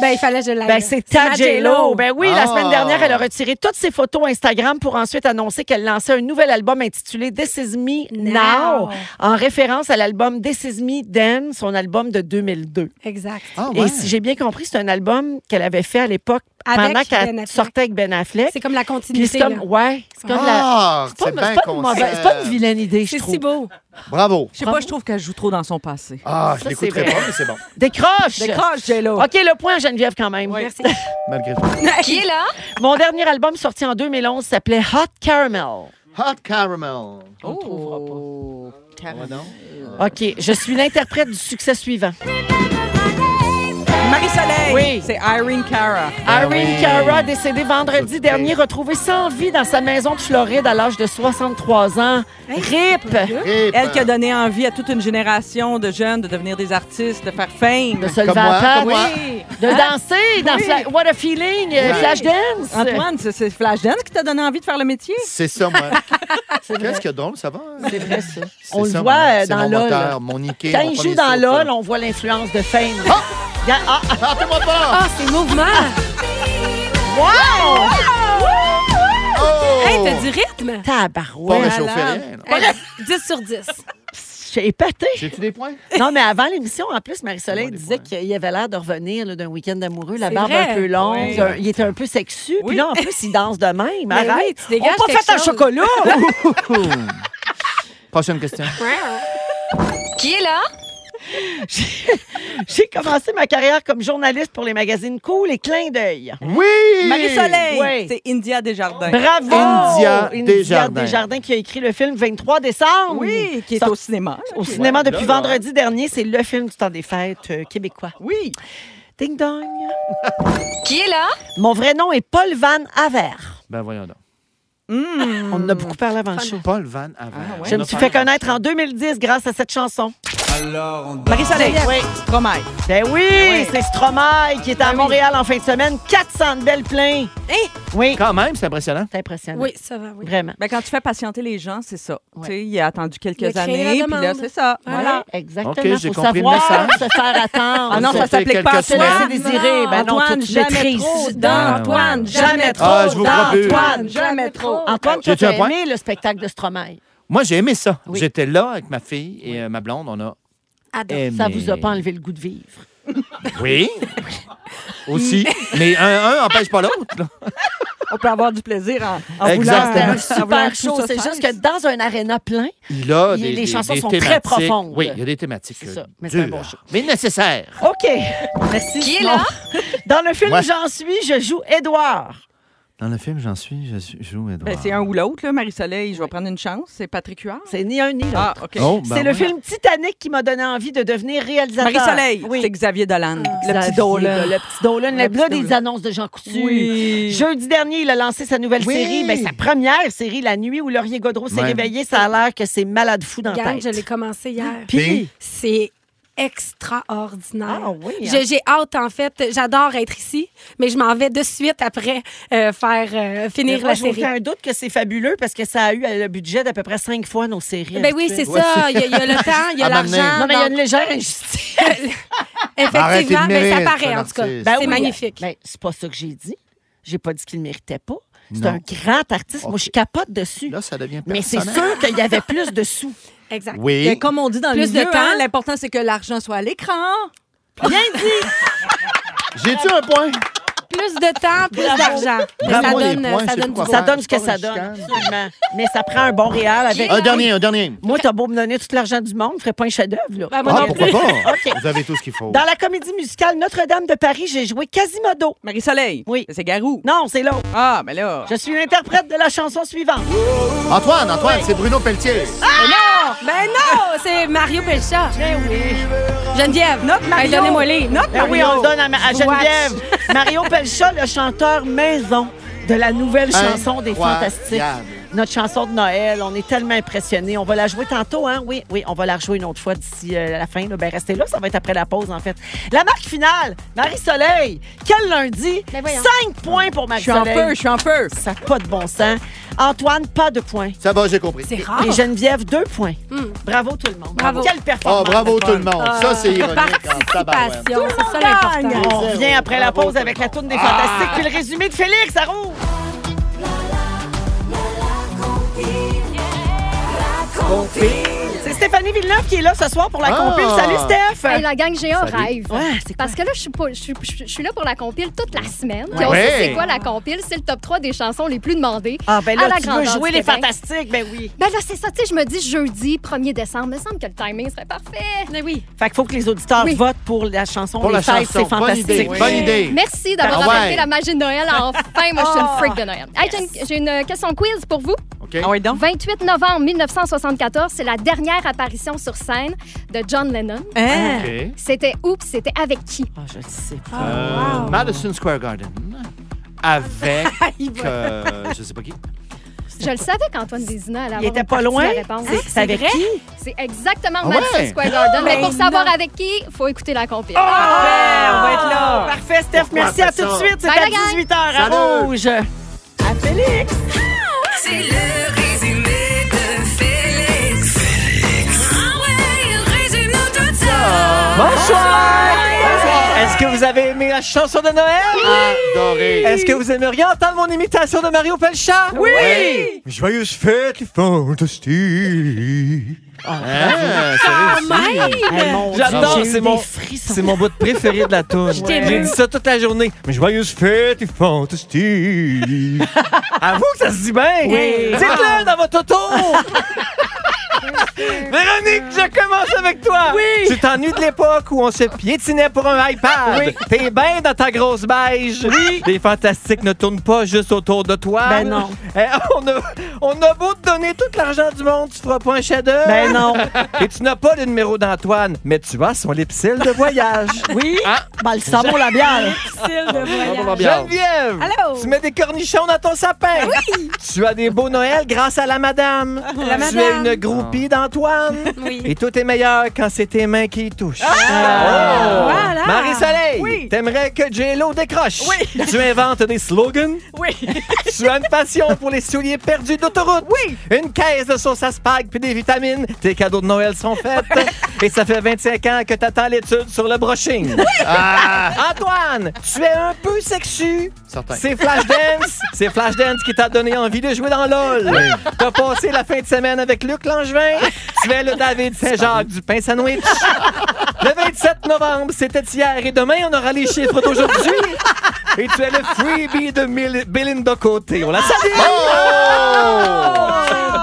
[SPEAKER 4] Ben, il fallait que je l'aille.
[SPEAKER 1] Ben, c'est ta
[SPEAKER 4] ma
[SPEAKER 1] J-Lo.
[SPEAKER 4] J.Lo.
[SPEAKER 1] Ben oui,
[SPEAKER 2] Ah.
[SPEAKER 1] la semaine dernière, elle a retiré toutes ses photos Instagram pour ensuite annoncer qu'elle lançait un nouvel album intitulé This Is Me Now,
[SPEAKER 4] Now.
[SPEAKER 1] en référence à l'album This Is Me Then, son album de 2002.
[SPEAKER 4] Exact.
[SPEAKER 2] Ah,
[SPEAKER 1] Et
[SPEAKER 2] ouais.
[SPEAKER 1] si j'ai bien compris, c'est un album qu'elle avait fait à l'époque
[SPEAKER 4] Avec
[SPEAKER 1] pendant qu'elle
[SPEAKER 4] Ben Affleck.
[SPEAKER 1] sortait avec Ben Affleck.
[SPEAKER 4] C'est comme la
[SPEAKER 1] Puis c'est
[SPEAKER 4] continuité.
[SPEAKER 1] comme,
[SPEAKER 4] là.
[SPEAKER 1] ouais, c'est comme la.
[SPEAKER 2] Ah,
[SPEAKER 1] C'est pas,
[SPEAKER 2] c'est
[SPEAKER 1] une-
[SPEAKER 2] bien
[SPEAKER 1] c'est pas une
[SPEAKER 2] concept.
[SPEAKER 1] mauvaise- c'est pas une vilaine idée, je
[SPEAKER 4] C'est
[SPEAKER 1] trouve.
[SPEAKER 4] si beau.
[SPEAKER 2] Bravo.
[SPEAKER 3] Je sais pas, je trouve qu'elle joue trop dans son passé.
[SPEAKER 1] Ça,
[SPEAKER 2] Ah, je
[SPEAKER 1] c'est
[SPEAKER 2] l'écouterai
[SPEAKER 1] vrai.
[SPEAKER 2] pas, mais c'est bon.
[SPEAKER 1] Décroche!
[SPEAKER 3] Décroche, Jello.
[SPEAKER 1] OK, le point à Geneviève quand même.
[SPEAKER 4] Merci.
[SPEAKER 2] Malgré tout.
[SPEAKER 15] Qui est là?
[SPEAKER 1] Mon dernier album sorti en 2011 s'appelait Hot Caramel.
[SPEAKER 2] Hot caramel.
[SPEAKER 1] On le trouvera pas.
[SPEAKER 2] Ouais, non?
[SPEAKER 1] OK, je suis l'interprète du succès suivant.
[SPEAKER 3] Marie-Soleil.
[SPEAKER 1] Oui.
[SPEAKER 3] C'est Irene Cara.
[SPEAKER 2] Ah
[SPEAKER 1] Irene Cara, décédée vendredi dernier, retrouvée sans vie dans sa maison de Floride à l'âge de 63 ans. RIP!
[SPEAKER 2] Et
[SPEAKER 3] Elle qui a
[SPEAKER 2] ben,
[SPEAKER 3] donné envie à toute une génération de jeunes de devenir des artistes, de faire fame.
[SPEAKER 1] De se lever
[SPEAKER 2] Comme moi,
[SPEAKER 1] à patte,
[SPEAKER 2] comme moi.
[SPEAKER 1] de danser dans Fla- What a Feeling, euh, Flashdance.
[SPEAKER 3] Antoine, c'est- c'est Flashdance qui t'a donné envie de faire le métier?
[SPEAKER 2] C'est ça, moi. Qu'est-ce que drôle, ça va? hein? C'est vrai, ça.
[SPEAKER 1] On le
[SPEAKER 2] moi.
[SPEAKER 1] voit, euh,
[SPEAKER 2] C'est
[SPEAKER 1] dans
[SPEAKER 2] mon
[SPEAKER 1] LOL.
[SPEAKER 2] moteur, mon Ikea,
[SPEAKER 1] Quand
[SPEAKER 2] mon
[SPEAKER 1] il joue
[SPEAKER 2] premier
[SPEAKER 1] dans
[SPEAKER 2] souffle.
[SPEAKER 1] LOL, on voit l'influence de Fame. Regarde, ah, ah,
[SPEAKER 2] Partez-moi pas!
[SPEAKER 4] Ah, c'est mouvement.
[SPEAKER 1] wow!
[SPEAKER 2] Oh!
[SPEAKER 4] Hey, t'as du rythme.
[SPEAKER 2] Pas
[SPEAKER 1] Tabarouette.
[SPEAKER 2] réchauffé rien. là.
[SPEAKER 4] Hey, 10 sur 10.
[SPEAKER 1] J'ai épaté.
[SPEAKER 2] J'ai-tu des points?
[SPEAKER 1] Non, mais avant l'émission, en plus, Marie-Soleil
[SPEAKER 2] Moi, hein. les
[SPEAKER 1] disait
[SPEAKER 2] points.
[SPEAKER 1] qu'il avait l'air de revenir là, d'un week-end d'amoureux, la
[SPEAKER 4] C'est
[SPEAKER 1] barbe
[SPEAKER 4] vrai.
[SPEAKER 1] un peu longue,
[SPEAKER 3] Oui.
[SPEAKER 1] un- il était un peu sexu. Puis
[SPEAKER 3] Oui.
[SPEAKER 1] là, en plus, il danse de même.
[SPEAKER 4] Ben
[SPEAKER 1] Arrête.
[SPEAKER 4] oui, tu dégages
[SPEAKER 1] On n'a pas
[SPEAKER 4] quelque
[SPEAKER 1] fait un
[SPEAKER 4] chose.
[SPEAKER 1] chocolat.
[SPEAKER 2] Prochaine question.
[SPEAKER 15] Qui est là?
[SPEAKER 1] J'ai commencé ma carrière comme journaliste pour les magazines Cool et Clin d'œil.
[SPEAKER 2] Oui!
[SPEAKER 3] Marie-Soleil.
[SPEAKER 1] Oui.
[SPEAKER 3] C'est India Desjardins.
[SPEAKER 1] Bravo!
[SPEAKER 2] India Desjardins.
[SPEAKER 1] Desjardins qui a écrit le film 23 décembre.
[SPEAKER 3] Oui, qui est
[SPEAKER 1] Sorti
[SPEAKER 3] au cinéma.
[SPEAKER 1] au cinéma
[SPEAKER 2] Ouais,
[SPEAKER 1] depuis
[SPEAKER 2] là, là.
[SPEAKER 1] vendredi dernier. C'est le film du temps des fêtes euh, québécois.
[SPEAKER 3] Oui.
[SPEAKER 1] Ding dong.
[SPEAKER 15] Qui est là?
[SPEAKER 1] Mon vrai nom est Paul Van Aver.
[SPEAKER 2] Ben voyons donc.
[SPEAKER 1] On en a beaucoup parlé avant le show.
[SPEAKER 2] Paul Van Avant.
[SPEAKER 3] Ah, ouais.
[SPEAKER 1] Je me suis fait connaître en 2010 grâce à cette chanson.
[SPEAKER 3] Marie-Soleil. Oui. Promets.
[SPEAKER 1] Ben oui,
[SPEAKER 3] Ben oui. Ben
[SPEAKER 1] c'est Stromae qui est à
[SPEAKER 3] oui. Hein?
[SPEAKER 1] Montréal en fin de semaine. 400 de belles pleins. Oui.
[SPEAKER 2] Quand même, c'est impressionnant.
[SPEAKER 1] C'est impressionnant.
[SPEAKER 4] Oui, ça va, oui.
[SPEAKER 1] Vraiment.
[SPEAKER 3] Ben, quand tu fais patienter les gens, c'est ça.
[SPEAKER 1] Ouais.
[SPEAKER 3] Tu sais, il a attendu quelques
[SPEAKER 4] Il a créé la
[SPEAKER 3] années, puis là,
[SPEAKER 4] demande.
[SPEAKER 3] c'est ça.
[SPEAKER 4] Ouais.
[SPEAKER 3] Voilà.
[SPEAKER 1] Ouais, Hein? Exactement.
[SPEAKER 2] OK, j'ai
[SPEAKER 1] Faut
[SPEAKER 2] compris le
[SPEAKER 1] savoir
[SPEAKER 2] message.
[SPEAKER 1] se faire attendre.
[SPEAKER 3] Ah non, ça
[SPEAKER 2] Ça fait
[SPEAKER 3] s'applique pas à
[SPEAKER 2] quelques
[SPEAKER 1] se laisser
[SPEAKER 3] toi.
[SPEAKER 2] semaines.
[SPEAKER 1] désirer. Ben non,
[SPEAKER 3] Antoine,
[SPEAKER 1] toi, tu
[SPEAKER 3] jamais
[SPEAKER 1] maîtrises.
[SPEAKER 3] trop
[SPEAKER 2] Ouais, ouais.
[SPEAKER 3] d'Antoine, jamais trop
[SPEAKER 2] Ah, je vous propulse.
[SPEAKER 3] d'Antoine, jamais trop.
[SPEAKER 1] Antoine, tu
[SPEAKER 2] J'ai-tu
[SPEAKER 1] as
[SPEAKER 2] un point?
[SPEAKER 1] aimé le spectacle de Stromae.
[SPEAKER 2] Moi, j'ai aimé ça.
[SPEAKER 1] Oui.
[SPEAKER 2] J'étais là avec ma fille et euh, ma blonde. On a
[SPEAKER 20] adore. Ça vous a pas enlevé le goût de vivre.
[SPEAKER 2] Oui. Aussi. Mais un, un empêche pas l'autre. là.
[SPEAKER 3] On peut avoir du plaisir en, en voulant.
[SPEAKER 2] Exactement.
[SPEAKER 3] en voulant
[SPEAKER 20] Super chaud.
[SPEAKER 3] tout
[SPEAKER 20] C'est
[SPEAKER 3] sauter.
[SPEAKER 20] juste que dans un aréna plein,
[SPEAKER 2] Il a
[SPEAKER 20] Il-
[SPEAKER 2] des,
[SPEAKER 20] les
[SPEAKER 2] des-
[SPEAKER 20] chansons
[SPEAKER 2] des
[SPEAKER 20] sont très
[SPEAKER 2] thématiques-
[SPEAKER 20] profondes.
[SPEAKER 2] Oui, il y a des thématiques euh,
[SPEAKER 20] ça. Mais c'est un
[SPEAKER 2] dures,
[SPEAKER 20] bon show.
[SPEAKER 2] mais nécessaires.
[SPEAKER 1] OK. Merci.
[SPEAKER 15] Qui est
[SPEAKER 1] Simon.
[SPEAKER 15] là?
[SPEAKER 1] Dans le film
[SPEAKER 2] Moi.
[SPEAKER 1] J'en suis, je joue Édouard.
[SPEAKER 2] Dans le film, j'en suis, je suis- je joue Edouard.
[SPEAKER 3] Ben, c'est un ou l'autre, là. Marie-Soleil, je vais prendre une chance. C'est Patrick Huard.
[SPEAKER 1] C'est ni un ni l'autre.
[SPEAKER 3] Ah, OK.
[SPEAKER 2] Oh, ben
[SPEAKER 1] c'est le
[SPEAKER 2] oui.
[SPEAKER 1] film Titanic qui m'a donné envie de devenir réalisateur.
[SPEAKER 3] Marie-Soleil,
[SPEAKER 1] Oui.
[SPEAKER 3] c'est Xavier Dolan. le petit
[SPEAKER 1] Xavier,
[SPEAKER 3] Dolan.
[SPEAKER 1] Le petit Dolan. Le
[SPEAKER 3] Le petit
[SPEAKER 1] là, des
[SPEAKER 3] Dolan.
[SPEAKER 1] annonces de Jean Coutu.
[SPEAKER 3] Oui.
[SPEAKER 1] Jeudi dernier, il a lancé sa nouvelle
[SPEAKER 2] Oui.
[SPEAKER 1] série, ben, sa première série, La nuit où Laurier Gaudreau s'est
[SPEAKER 2] Ouais.
[SPEAKER 1] réveillé. Ça a l'air que c'est malade fou dans la
[SPEAKER 4] Gang,
[SPEAKER 1] tête. Ah,
[SPEAKER 4] je l'ai commencé hier.
[SPEAKER 1] Puis-
[SPEAKER 4] c'est extraordinaire.
[SPEAKER 1] Ah oui, hein?
[SPEAKER 4] Je- J'ai hâte, en fait. J'adore être ici, mais je m'en vais de suite après euh, faire euh, finir
[SPEAKER 1] Moi,
[SPEAKER 4] la
[SPEAKER 1] j'ai
[SPEAKER 4] série.
[SPEAKER 1] aucun doute que c'est fabuleux parce que ça a eu euh, le budget d'à peu près cinq fois nos séries.
[SPEAKER 4] Ben oui, c'est
[SPEAKER 1] habituelles.
[SPEAKER 4] ça. Il y, a, il y a le temps, il y a
[SPEAKER 2] À m'amener.
[SPEAKER 4] l'argent.
[SPEAKER 1] Non, mais il y a une
[SPEAKER 4] donc-
[SPEAKER 1] légère injustice.
[SPEAKER 2] Arrêtez
[SPEAKER 4] Effectivement,
[SPEAKER 2] de
[SPEAKER 4] mais ça
[SPEAKER 2] mérite,
[SPEAKER 4] paraît,
[SPEAKER 2] un
[SPEAKER 4] en tout cas.
[SPEAKER 2] artiste.
[SPEAKER 1] Ben
[SPEAKER 4] c'est
[SPEAKER 1] oui.
[SPEAKER 4] magnifique.
[SPEAKER 1] Ben, c'est pas ça que j'ai dit. J'ai pas dit qu'il ne méritait pas. C'est
[SPEAKER 2] Non.
[SPEAKER 1] un grand artiste. Moi,
[SPEAKER 2] Ok.
[SPEAKER 1] je capote dessus.
[SPEAKER 2] Là, ça devient
[SPEAKER 1] Mais c'est
[SPEAKER 2] personnel.
[SPEAKER 1] sûr qu'il y avait plus de sous.
[SPEAKER 4] Exact.
[SPEAKER 2] Oui.
[SPEAKER 3] Mais comme on dit dans le
[SPEAKER 4] Plus de
[SPEAKER 3] milieu,
[SPEAKER 4] temps.
[SPEAKER 3] hein, l'important, c'est que l'argent soit à l'écran.
[SPEAKER 2] J'ai-tu un point?
[SPEAKER 4] Plus de temps, plus d'argent. Mais
[SPEAKER 2] Bravo,
[SPEAKER 4] ça
[SPEAKER 2] les
[SPEAKER 4] donne,
[SPEAKER 2] points,
[SPEAKER 4] ça
[SPEAKER 2] c'est
[SPEAKER 4] donne du
[SPEAKER 2] pourquoi.
[SPEAKER 1] Ça
[SPEAKER 2] Ouais,
[SPEAKER 1] donne ce
[SPEAKER 2] c'est
[SPEAKER 1] que
[SPEAKER 2] pas
[SPEAKER 1] ça
[SPEAKER 2] une
[SPEAKER 1] donne.
[SPEAKER 2] chicane.
[SPEAKER 1] absolument. Mais ça prend un bon réal avec.
[SPEAKER 2] Un dernier, un dernier.
[SPEAKER 1] Moi, t'as beau me donner toute l'argent du monde, je ferais pas un chef-d'œuvre. là.
[SPEAKER 4] Ben, moi
[SPEAKER 2] Ah,
[SPEAKER 4] non
[SPEAKER 2] pourquoi
[SPEAKER 4] plus.
[SPEAKER 2] pas?
[SPEAKER 1] OK.
[SPEAKER 2] Vous avez tout ce qu'il faut.
[SPEAKER 1] Dans la comédie musicale Notre-Dame de Paris, j'ai joué Quasimodo.
[SPEAKER 3] Marie-Soleil.
[SPEAKER 1] Oui.
[SPEAKER 3] C'est Garou.
[SPEAKER 1] Non, c'est l'autre.
[SPEAKER 3] Ah, mais là.
[SPEAKER 1] Je suis l'interprète de la chanson suivante.
[SPEAKER 2] Antoine, Antoine, c'est Bruno Pelletier.
[SPEAKER 4] Ben non, c'est Mario Pelcha.
[SPEAKER 1] Ben oui.
[SPEAKER 4] Geneviève,
[SPEAKER 3] Notre
[SPEAKER 4] Ben,
[SPEAKER 3] Mario.
[SPEAKER 4] donnez-moi les.
[SPEAKER 3] Notre
[SPEAKER 1] Ben oui,
[SPEAKER 3] Mario.
[SPEAKER 1] on le donne à, à Geneviève. Mario Pelcha, le chanteur maison de la nouvelle chanson des
[SPEAKER 2] Incroyable.
[SPEAKER 1] Fantastiques. Notre chanson de Noël, on est tellement impressionnés. On va la jouer tantôt, hein? Oui, oui, on va la rejouer une autre fois d'ici euh, la fin. là. Ben, restez là, ça va être après la pause, en fait. La marque finale, Marie-Soleil. Quel lundi?
[SPEAKER 4] Ben voyons.
[SPEAKER 1] Cinq points pour
[SPEAKER 3] Je suis en
[SPEAKER 1] Marie-Soleil.
[SPEAKER 3] feu, je suis en feu.
[SPEAKER 1] Ça n'a pas de bon sens. Antoine, pas de points.
[SPEAKER 2] Ça va, j'ai compris.
[SPEAKER 4] C'est
[SPEAKER 3] Ah.
[SPEAKER 4] rare.
[SPEAKER 1] Et Geneviève, deux points.
[SPEAKER 4] Hmm.
[SPEAKER 1] Bravo tout le monde.
[SPEAKER 4] Bravo.
[SPEAKER 1] Quelle
[SPEAKER 2] Oh,
[SPEAKER 1] performance.
[SPEAKER 2] bravo tout le monde. Ça, c'est
[SPEAKER 4] Euh,
[SPEAKER 2] ironique. en tabarouette.
[SPEAKER 4] Participation, c'est ça l'important.
[SPEAKER 1] On revient après la
[SPEAKER 2] Bravo,
[SPEAKER 1] pause avec la tourne des Fantastiques puis le résumé de Félix, ça roule. C'est Stéphanie Villeneuve qui est là ce soir pour la
[SPEAKER 2] Ah.
[SPEAKER 1] compil. Salut, Steph.
[SPEAKER 18] Hey, la gang, j'ai un
[SPEAKER 2] Salut.
[SPEAKER 18] rêve.
[SPEAKER 1] Hein? Ouais, c'est quoi?
[SPEAKER 18] Parce que là, je suis, pas- je suis- je suis là pour la compile toute la semaine. Puis on
[SPEAKER 2] Ouais.
[SPEAKER 18] sait c'est quoi la compile. C'est le top 3 des chansons les plus demandées.
[SPEAKER 1] Ah, ben
[SPEAKER 18] à
[SPEAKER 1] là,
[SPEAKER 18] la
[SPEAKER 1] tu veux
[SPEAKER 18] grandeur
[SPEAKER 1] jouer
[SPEAKER 18] du
[SPEAKER 1] les
[SPEAKER 18] Québec.
[SPEAKER 1] fantastiques, ben oui.
[SPEAKER 18] Ben là, c'est ça. Tu sais, je me dis jeudi 1er décembre. Il me semble que le timing serait parfait.
[SPEAKER 4] Mais Eh oui.
[SPEAKER 1] Fait qu'il faut que les auditeurs
[SPEAKER 18] Oui.
[SPEAKER 1] votent pour la chanson
[SPEAKER 2] Pour
[SPEAKER 1] Les
[SPEAKER 2] la
[SPEAKER 1] Fêtes,
[SPEAKER 2] chanson,
[SPEAKER 1] c'est
[SPEAKER 2] bonne idée.
[SPEAKER 1] fantastique.
[SPEAKER 2] Bonne idée.
[SPEAKER 18] Merci d'avoir
[SPEAKER 2] Ah ouais.
[SPEAKER 18] apporté la magie de Noël enfin. Moi, je
[SPEAKER 1] Ah.
[SPEAKER 18] suis une freak de Noël. Hey, j'ai une- j'ai une, question quiz pour vous.
[SPEAKER 2] OK?
[SPEAKER 3] Ah
[SPEAKER 1] Oh.
[SPEAKER 3] oui, donc.
[SPEAKER 18] 28 novembre 1974, c'est la dernière apparition sur scène de John Lennon.
[SPEAKER 3] Hein?
[SPEAKER 21] Euh,
[SPEAKER 2] OK.
[SPEAKER 18] C'était où puis c'était avec qui?
[SPEAKER 1] Ah, je le sais.
[SPEAKER 4] Ah,
[SPEAKER 2] Euh, Madison Square Garden. Avec. euh, je sais pas qui.
[SPEAKER 18] Je le savais qu'Antoine Dézina allait
[SPEAKER 1] Il
[SPEAKER 18] avoir
[SPEAKER 1] était
[SPEAKER 18] une
[SPEAKER 1] pas
[SPEAKER 18] partie de
[SPEAKER 1] loin.
[SPEAKER 18] la réponse.
[SPEAKER 1] C'est- C'est avec qui?
[SPEAKER 18] Ah, C'est exactement
[SPEAKER 2] Ah
[SPEAKER 18] Madison
[SPEAKER 2] ouais? Oh,
[SPEAKER 18] Square Garden. mais pour
[SPEAKER 3] ben
[SPEAKER 18] savoir
[SPEAKER 3] non.
[SPEAKER 18] avec qui, il faut écouter la compil.
[SPEAKER 3] Parfait, on va être
[SPEAKER 1] Ah,
[SPEAKER 3] là.
[SPEAKER 1] Parfait, Steph. Merci à tout de suite. C'est
[SPEAKER 18] Bye,
[SPEAKER 1] à
[SPEAKER 18] la gang.
[SPEAKER 1] 18h à
[SPEAKER 2] Salut.
[SPEAKER 1] Rouge.
[SPEAKER 12] C'est le résumé de Félix. Félix. Ah ouais, résume-nous tout ça.
[SPEAKER 21] Bonsoir! Est-ce que vous avez aimé la chanson de Noël?
[SPEAKER 2] Adoré.
[SPEAKER 21] Est-ce que vous aimeriez entendre mon imitation de Mario Pelcha? Oui!
[SPEAKER 6] Joyeuse fête, les fantastiques.
[SPEAKER 21] hein?
[SPEAKER 2] Ah, c'est réussi.
[SPEAKER 1] Hey, mon Dieu,
[SPEAKER 21] J'adore,
[SPEAKER 1] j'ai eu
[SPEAKER 21] c'est
[SPEAKER 1] des
[SPEAKER 21] mon,
[SPEAKER 1] frissons.
[SPEAKER 21] c'est mon bout préféré de la toune. J'ai dit ça toute la journée.
[SPEAKER 6] Mais joyeuse fête, les fantastiques.
[SPEAKER 21] Avoue que ça se dit bien.
[SPEAKER 1] Oui.
[SPEAKER 21] Dites-le dans votre auto. Véronique, je commence avec toi. Oui. Tu t'ennuies de l'époque où on se piétinait pour un iPad. T'es bien dans ta grosse beige. Oui. Les fantastiques ne tournent pas juste autour de toi.
[SPEAKER 1] Ben non.
[SPEAKER 21] Eh, on, a, on a beau te donner tout l'argent du monde, tu feras pas un chef-d'œuvre.
[SPEAKER 1] Ben non.
[SPEAKER 21] Et tu n'as pas le numéro d'Antoine, mais tu as son lipsil de voyage.
[SPEAKER 1] Oui. Ben, le savon labial.
[SPEAKER 4] Oh,
[SPEAKER 21] Geneviève,
[SPEAKER 3] Allô?
[SPEAKER 21] tu mets des cornichons dans ton sapin. Tu as des beaux Noëls grâce à la madame.
[SPEAKER 3] La
[SPEAKER 21] tu
[SPEAKER 3] madame.
[SPEAKER 21] es une groupie d'Antoine.
[SPEAKER 4] Oui.
[SPEAKER 21] Et tout est meilleur quand c'est tes mains qui y touchent.
[SPEAKER 3] Ah!
[SPEAKER 21] Oh!
[SPEAKER 3] Voilà.
[SPEAKER 21] Marie-Soleil,
[SPEAKER 3] Oui.
[SPEAKER 21] t'aimerais que J-Lo décroche.
[SPEAKER 3] Oui.
[SPEAKER 21] Tu inventes des slogans.
[SPEAKER 3] Oui.
[SPEAKER 21] Tu as une passion pour les souliers perdus d'autoroute. Oui. Une caisse de sauce à spag puis des vitamines. Tes cadeaux de Noël sont faits. Et ça fait 25 ans que t'attends l'étude sur le brushing.
[SPEAKER 2] Ah,
[SPEAKER 21] Antoine,
[SPEAKER 2] tu es un peu sexu.
[SPEAKER 22] Certain.
[SPEAKER 2] C'est Flashdance. C'est Flashdance qui t'a donné envie de jouer dans LOL.
[SPEAKER 22] Oui.
[SPEAKER 2] T'as passé la fin de semaine avec Luc Langevin. Tu es le David Saint-Jacques du pain sandwich. Le 27 novembre, c'était hier et demain, on aura les chiffres d'aujourd'hui. Et tu es le freebie de Mil- Belinda Côté. On la salue.
[SPEAKER 4] Oh,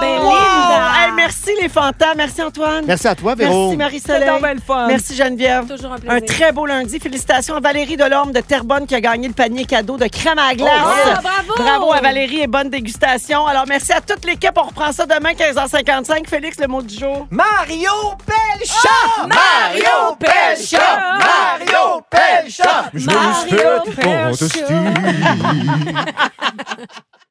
[SPEAKER 4] ben,
[SPEAKER 1] Belinda. Hey, merci les fantas. Merci Antoine.
[SPEAKER 22] Merci à toi, Véro.
[SPEAKER 1] Merci Marie-Soleil.
[SPEAKER 22] C'est donc bien le fun.
[SPEAKER 1] Merci Geneviève.
[SPEAKER 23] Toujours un plaisir.
[SPEAKER 1] Un très beau lundi. Félicitations à Valérie Delorme de Terrebonne qui a gagné le panier cadeau de crème à glace.
[SPEAKER 23] Oh, yeah. Bravo.
[SPEAKER 1] Bravo à Valérie et bonne dégustation. Alors merci à toute l'équipe. On reprend ça demain 15h55. Félix, le mot du
[SPEAKER 11] Ah!
[SPEAKER 1] jour.
[SPEAKER 2] Mario Pelcha!
[SPEAKER 4] Mario Pelcha! Mario Pelcha!
[SPEAKER 1] Mario
[SPEAKER 4] Mario Pelcha!